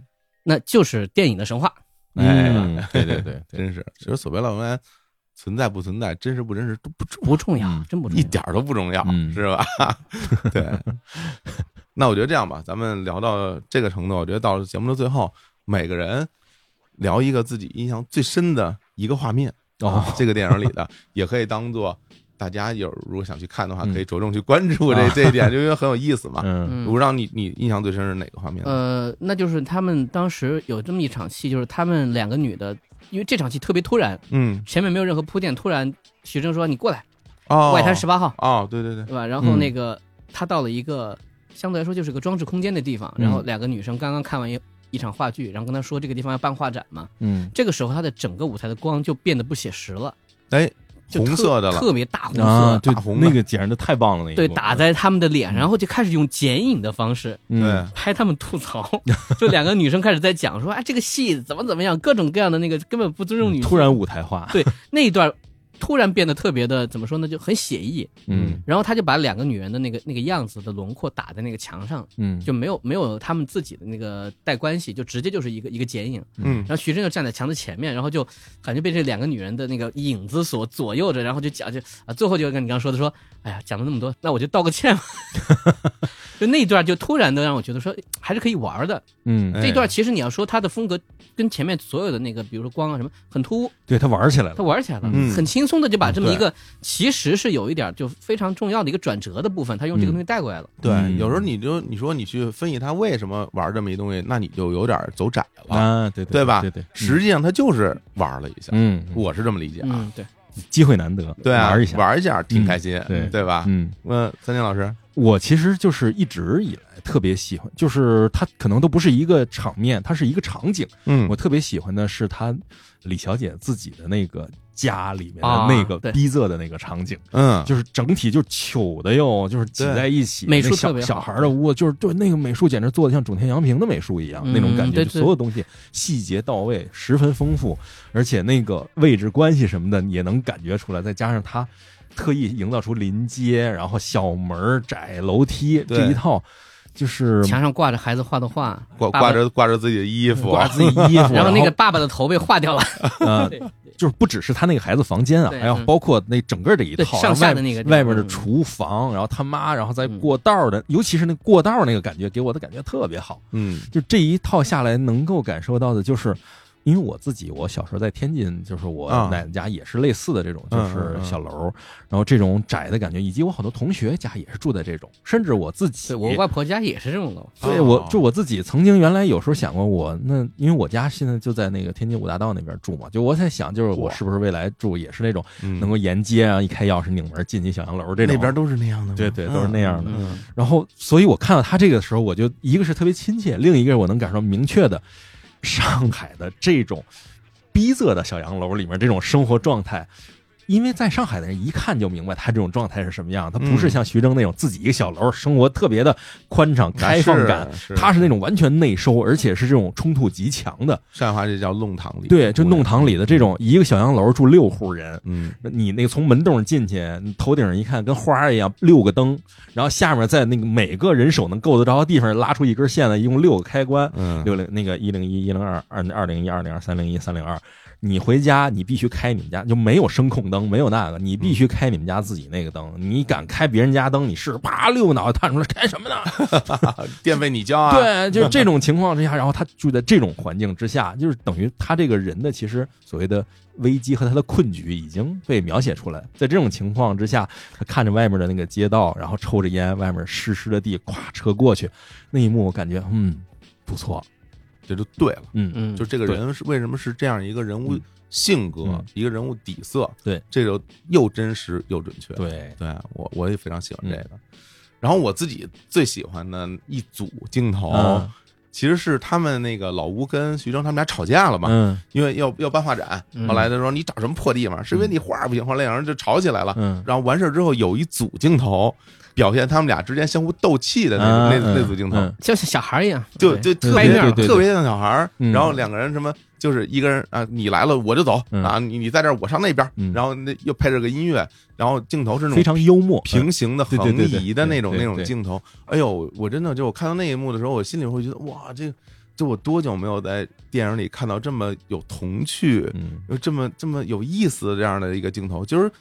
D: 那就是电影的神话。
B: 哎
E: 嗯，对对对对，
B: 真是，其实所谓浪漫存在不存在，真实不真实都不重要，
D: 不重要，
E: 嗯
D: 真不重
B: 一
D: 要。
B: 点儿都不重要，
E: 嗯
B: 是吧？对。那我觉得这样吧，咱们聊到这个程度，我觉得到节目的最后，每个人聊一个自己印象最深的一个画面
E: 哦
B: 啊，这个电影里的， <laughs> 也可以当做大家有如果想去看的话，
E: 嗯
B: 可以着重去关注这
E: 啊
B: 这一点，就因为很有意思嘛。
E: 嗯
D: 嗯
B: 我不知道你你印象最深是哪个画面？
D: 呃，那就是他们当时有这么一场戏，就是他们两个女的，因为这场戏特别突然，
B: 嗯，
D: 前面没有任何铺垫，突然徐峥说你过来，
B: 哦，
D: 外滩十八号，
B: 哦，对对对，
D: 对吧？然后
E: 嗯
D: 那个、他到了一个相对来说就是个装置空间的地方，然
B: 嗯
D: 后两个女生刚刚看完一。一场话剧，然后跟他说这个地方要办画展嘛，
E: 嗯
D: 这个时候他的整个舞台的光就变得不写实了，
B: 哎，
D: 就
B: 红
D: 特
B: 色的了，
D: 特别大红色，
E: 啊，对
B: 大红，的
E: 那个简直太棒了，那一
D: 对，
E: 幕
D: 打在他们的
B: 嗯
D: 脸，然后就开始用剪影的方式
E: 嗯
B: 对。
D: 拍他们吐槽， <laughs> 就两个女生开始在讲说，哎，这个戏怎么怎么样，各种各样的那个根本不尊重女
E: 嗯
D: 性。
E: 突然舞台化，
D: 那一段突然变得特别的怎么说呢，就很写意。
E: 嗯
D: 然后他就把两个女人的那个那个样子的轮廓打在那个墙上，
E: 嗯，
D: 就没有没有他们自己的那个带关系，就直接就是一个一个剪影。
B: 嗯
D: 然后徐峥就站在墙的前面，然后就感觉被这两个女人的那个影子所左右着，然后就讲就啊，最后就跟你刚刚说的说，哎呀，讲了那么多，那我就道个歉吧。 <laughs> 就那一段就突然的让我觉得说哎还是可以玩的。
B: 哎
E: 嗯，
D: 这段其实你要说他的风格跟前面所有的那个，比如说光啊什么，很突兀，
E: 对他玩起来了
D: 他，玩起来了，
B: 嗯
D: 很轻松的就把这么一个其实是有一点就非常重要的一个转折的部分，他用这个东西带过来了。
B: 对，
E: 嗯
B: 有时候你就你说你去分析他为什么玩这么一东西，那你就有点走窄了，
E: 啊，对
B: 对吧
E: 对对，
B: 实际上他就是玩了一下，
E: 嗯，嗯
B: 我是这么理解啊。
D: 嗯，对，
E: 机会难得，
B: 对啊，
E: 玩一下。嗯
B: 玩一下挺开心，
E: 对
B: 对吧？
E: 嗯，
B: 嗯，三金老师，
E: 我其实就是一直以来特别喜欢，就是它可能都不是一个场面，它是一个场景。
B: 嗯
E: 我特别喜欢的是她李小姐自己的那个家里面的
D: 啊
E: 那个
D: 对
E: 逼仄的那个场景，
B: 嗯，
E: 就是整体就糗的哟，就是挤
B: 对
E: 在一起，
D: 美
E: 那
D: 术特
E: 小
D: 别好
E: 小孩儿的屋，就是对那个美术简直做的像种田洋平的美术一样、
D: 嗯
E: 那种感觉，
D: 对
E: 就
D: 对
E: 所有东西细节到位，十分丰富，而且那个位置关系什么的也能感觉出来，再加上他特意营造出临街，然后小门儿窄楼梯
B: 对
E: 这一套，就是
D: 墙上挂着孩子画
B: <laughs>
D: 的画，
B: 挂
D: 爸
B: 挂
D: 爸
B: 着挂着自己的衣服，
E: 挂自己衣服，
D: <laughs> 然后那个爸爸的头被画
B: <laughs>
D: 掉了，
E: 呃
D: <laughs> 对
E: 就是不只是他那个孩子房间啊，
D: 对
E: 还有
D: 嗯
E: 包括那整个这一
D: 对
E: 套，
D: 上
E: 然后
D: 下
E: 外
D: 的那个地
E: 外
D: 方
E: 面的
D: 嗯
E: 厨房，然后他妈，然后在
D: 嗯
E: 过道儿的，尤其是那过道儿那个感觉，给我的感觉特别好。
B: 嗯
E: 就这一套下来，能够感受到的就是。因为我自己，我小时候在天津，就是我
B: 啊
E: 奶奶家也是类似的这种，就
B: 嗯嗯
E: 是
B: 嗯
E: 小楼儿，然后这种窄的感觉，以及我好多同学家也是住在这种，甚至我自己，
D: 对我外婆家也是这种楼，
E: 对
B: 哦
E: 我就我自己曾经原来有时候想过我，那因为我家现在就在那个天津五大道那边住嘛，就我在想，就是我
B: 嚯
E: 是不是未来住也是那种
B: 嗯，
E: <laughs> 能够沿街啊，一开钥匙拧门进去小洋楼这种。
B: 那边都是那样的吗，
E: 对对
B: 嗯
E: 都是那样的
D: 嗯，
E: 然后，所以我看到他这个的时候，我就一个是特别亲切，另一个是我能感受到明确的上海的这种逼仄的小洋楼里面这种生活状态。因为在上海的人一看就明白他这种状态是什么样，他不是
B: 嗯
E: 像徐峥那种自己一个小楼，生活特别的宽敞、开放感，
B: 那是，啊
E: 他是那种完全内收，而且是这种冲突极强的。
B: 上海话这叫弄堂里，
E: 对，就弄堂里的这种一个小洋楼住六户人，
B: 嗯，
E: 你那个从门洞进去，你头顶上一看跟花儿一样，六个灯，然后下面在那个每个人手能够得着的地方拉出一根线来，一共六个开关，
B: 嗯嗯，
E: 六零那个一零一、一零二、二二零一、二零二、三零一、三零二。你回家，你必须开你们家，就没有声控灯，没有那个，你必须开你们家自己那个灯。你敢开别人家灯，你试试，啪，六个脑袋探出来，开什么呢？
B: 电费你交啊，
E: 对，就是这种情况之下， <laughs> 然后他住在这种环境之下，就是等于他这个人的其实所谓的危机和他的困局已经被描写出来。在这种情况之下，他看着外面的那个街道，然后抽着烟，外面湿湿的地，咵车过去，那一幕我感觉嗯不错，
B: 这就对了。
E: 嗯
D: 嗯，
B: 就这个人是为什么是这样一个人物
E: 嗯
B: 性格，
E: 嗯
B: 一个人物底色，
E: 对，
B: 这个又真实又准确。，
E: 对，嗯
B: 对我我也非常喜欢这个。然后我自己最喜欢的一组镜头，
E: 嗯
B: 其实是他们那个老吴跟徐峥他们俩吵架了嘛，
E: 嗯
B: 因为要要办画展，
D: 嗯
B: 后来他说你找什么破地方，是因为你画不行，后来两人就吵起来了。
E: 嗯
B: 然后完事儿之后，有一组镜头表现他们俩之间相互斗气的那种、
E: 嗯
B: 那那组镜头，
E: 嗯
D: 就像小孩一样，
B: 就
D: 对
B: 就特
D: 掰
B: 别
D: 面儿
B: 像
E: 对对对
B: 特别像小孩儿，
E: 嗯
B: 然后两个人什么就是一个人啊，你来了我就走
E: 嗯
B: 啊，你你在这儿我上那边
E: 嗯，
B: 然后那又配着个音乐，然后镜头是那
E: 非
B: 种
E: 常幽默，
B: 平行的、
E: 对
B: 横
E: 对对对
B: 移的那种
E: 对
B: 那
E: 对
B: 种
E: 对
B: 镜头。哎呦，我真的就我看到那一幕的时候，我心里会觉得哇，这这我多久没有在电影里看到这么有童趣、
E: 嗯
B: 有这么这么有意思的这样的一个镜头，就是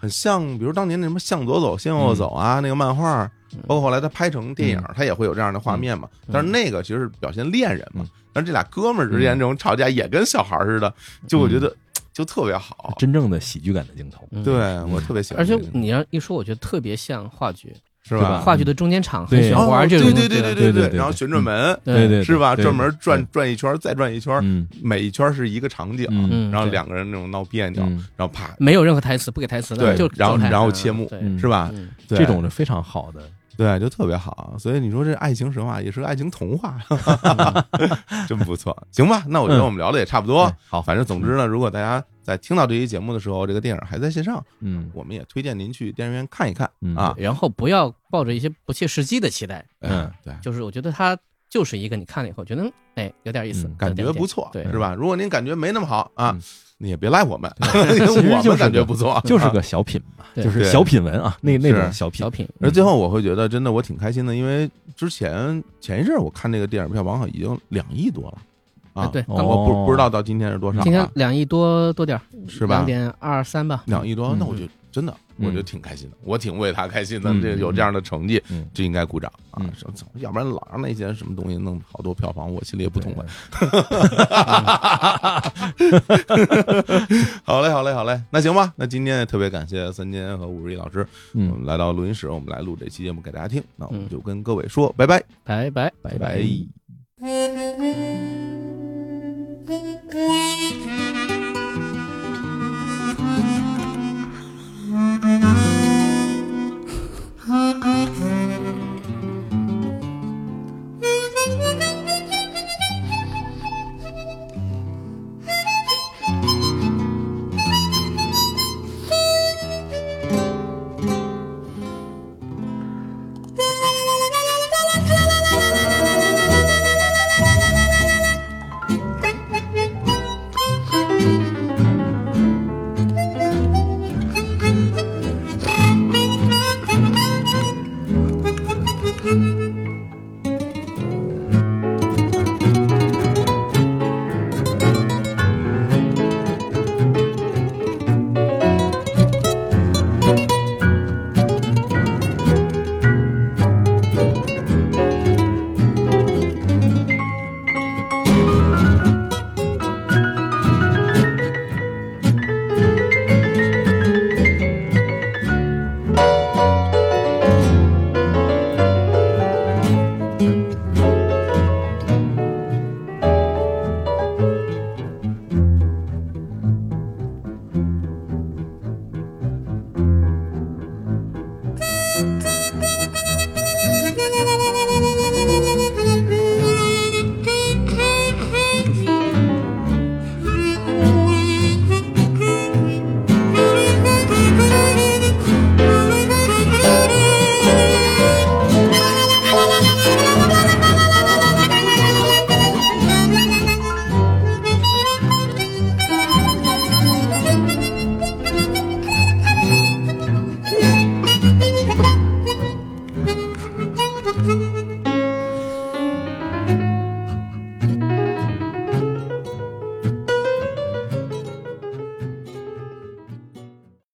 B: 很像，比如当年那什么向左走，向右走啊，那个漫画儿，
E: 嗯
B: 包括后来他拍成电影儿，他也会有这样的画面嘛。但是那个其实是表现恋人嘛
E: 嗯，
B: 但是这俩哥们儿之间这种吵架也跟小孩儿似的，就我觉
E: 嗯
B: 得就特别好。
E: 真正的喜剧感的镜头，
D: 嗯
B: 对我特别喜欢
D: 而且
B: 这个镜头，
D: 你要一说，我觉得特别像话剧，
B: 是
E: 对吧
B: 吧？
D: 话剧的中间场很
E: 对
D: 喜
E: 哦
D: 欢玩这
B: 嗯对
D: 种，
B: 对对
D: 对
E: 对
B: 对
E: 对对嗯
B: 然后旋转门
E: 对对
B: 是吧？
E: 对
B: 专门转
E: 对
B: 转一圈儿，再转一圈儿，
E: 嗯
B: 每一圈儿是一个场景，
E: 嗯
D: 嗯，
B: 然后
D: 对
B: 两个人那种闹别扭，
E: 嗯，
B: 然后啪，
D: 没有任何台词，不给台词
B: 对
D: 的，就
B: 然后
D: 状态
B: 然后切幕
D: 对
E: 嗯
B: 是吧？
D: 嗯
B: 对
E: 这种是非常好的，
B: 对，就特别好。所以你说这爱情神话也是个爱情童话，真不错。行吧，那我觉得
E: 嗯
B: 我们聊的也差不多
E: 嗯。好
B: 反正总之呢，如果大家在听到这期节目的时候，这个电影还在线上，
E: 嗯
B: 我们也推荐您去电影院看一看
E: 嗯
B: 啊。哎
D: 然后不要抱着一些不切实际的期待，
E: 嗯，
B: 对，
D: 就是我觉得它就是一个你看了以后觉得嗯哎有点意思
E: 嗯，
B: 感觉不
D: 错，
B: 错，
D: 对
B: 是吧？如果您感觉没那么好啊
E: 嗯，
B: 你也别赖我们，
E: 其实
B: 我
E: 就
B: 们
E: 是
B: 感觉
E: 个
B: 不错，
E: 嗯就是个小品嘛，
D: 对
E: 就是
B: 啊对
E: 小品文啊，那那
B: 是
E: 种小品
D: 小，品
B: 而最后我会觉得，真的我挺开心的，因为之前前一阵儿我看那个电影票房好像已经两亿多了啊，
D: 对
E: 哦
B: 我不不知道到今天是多少、啊，
D: 今天两亿多多点儿
B: 是吧
D: 两？点二三吧，
B: 两亿多，
E: 嗯
B: 那我就真的，
E: 嗯
B: 我就挺开心的，我挺为他开心的，<laughs>
E: 嗯
B: 这有这样的成绩
E: 嗯
B: 就应该鼓掌啊
E: 嗯！
B: 说操要不然老让那些什么东西弄好多票房，我心里也不痛快。 <laughs> 好嘞，好嘞，好嘞，那行吧，那今天也特别感谢三金和五十一老师，我
E: 嗯
B: 们来到录音室，我们来录这期节目给大家听，那我们
D: 嗯
B: 就跟各位说拜拜，
D: 拜拜拜
B: 拜拜
H: Thank
I: podcast.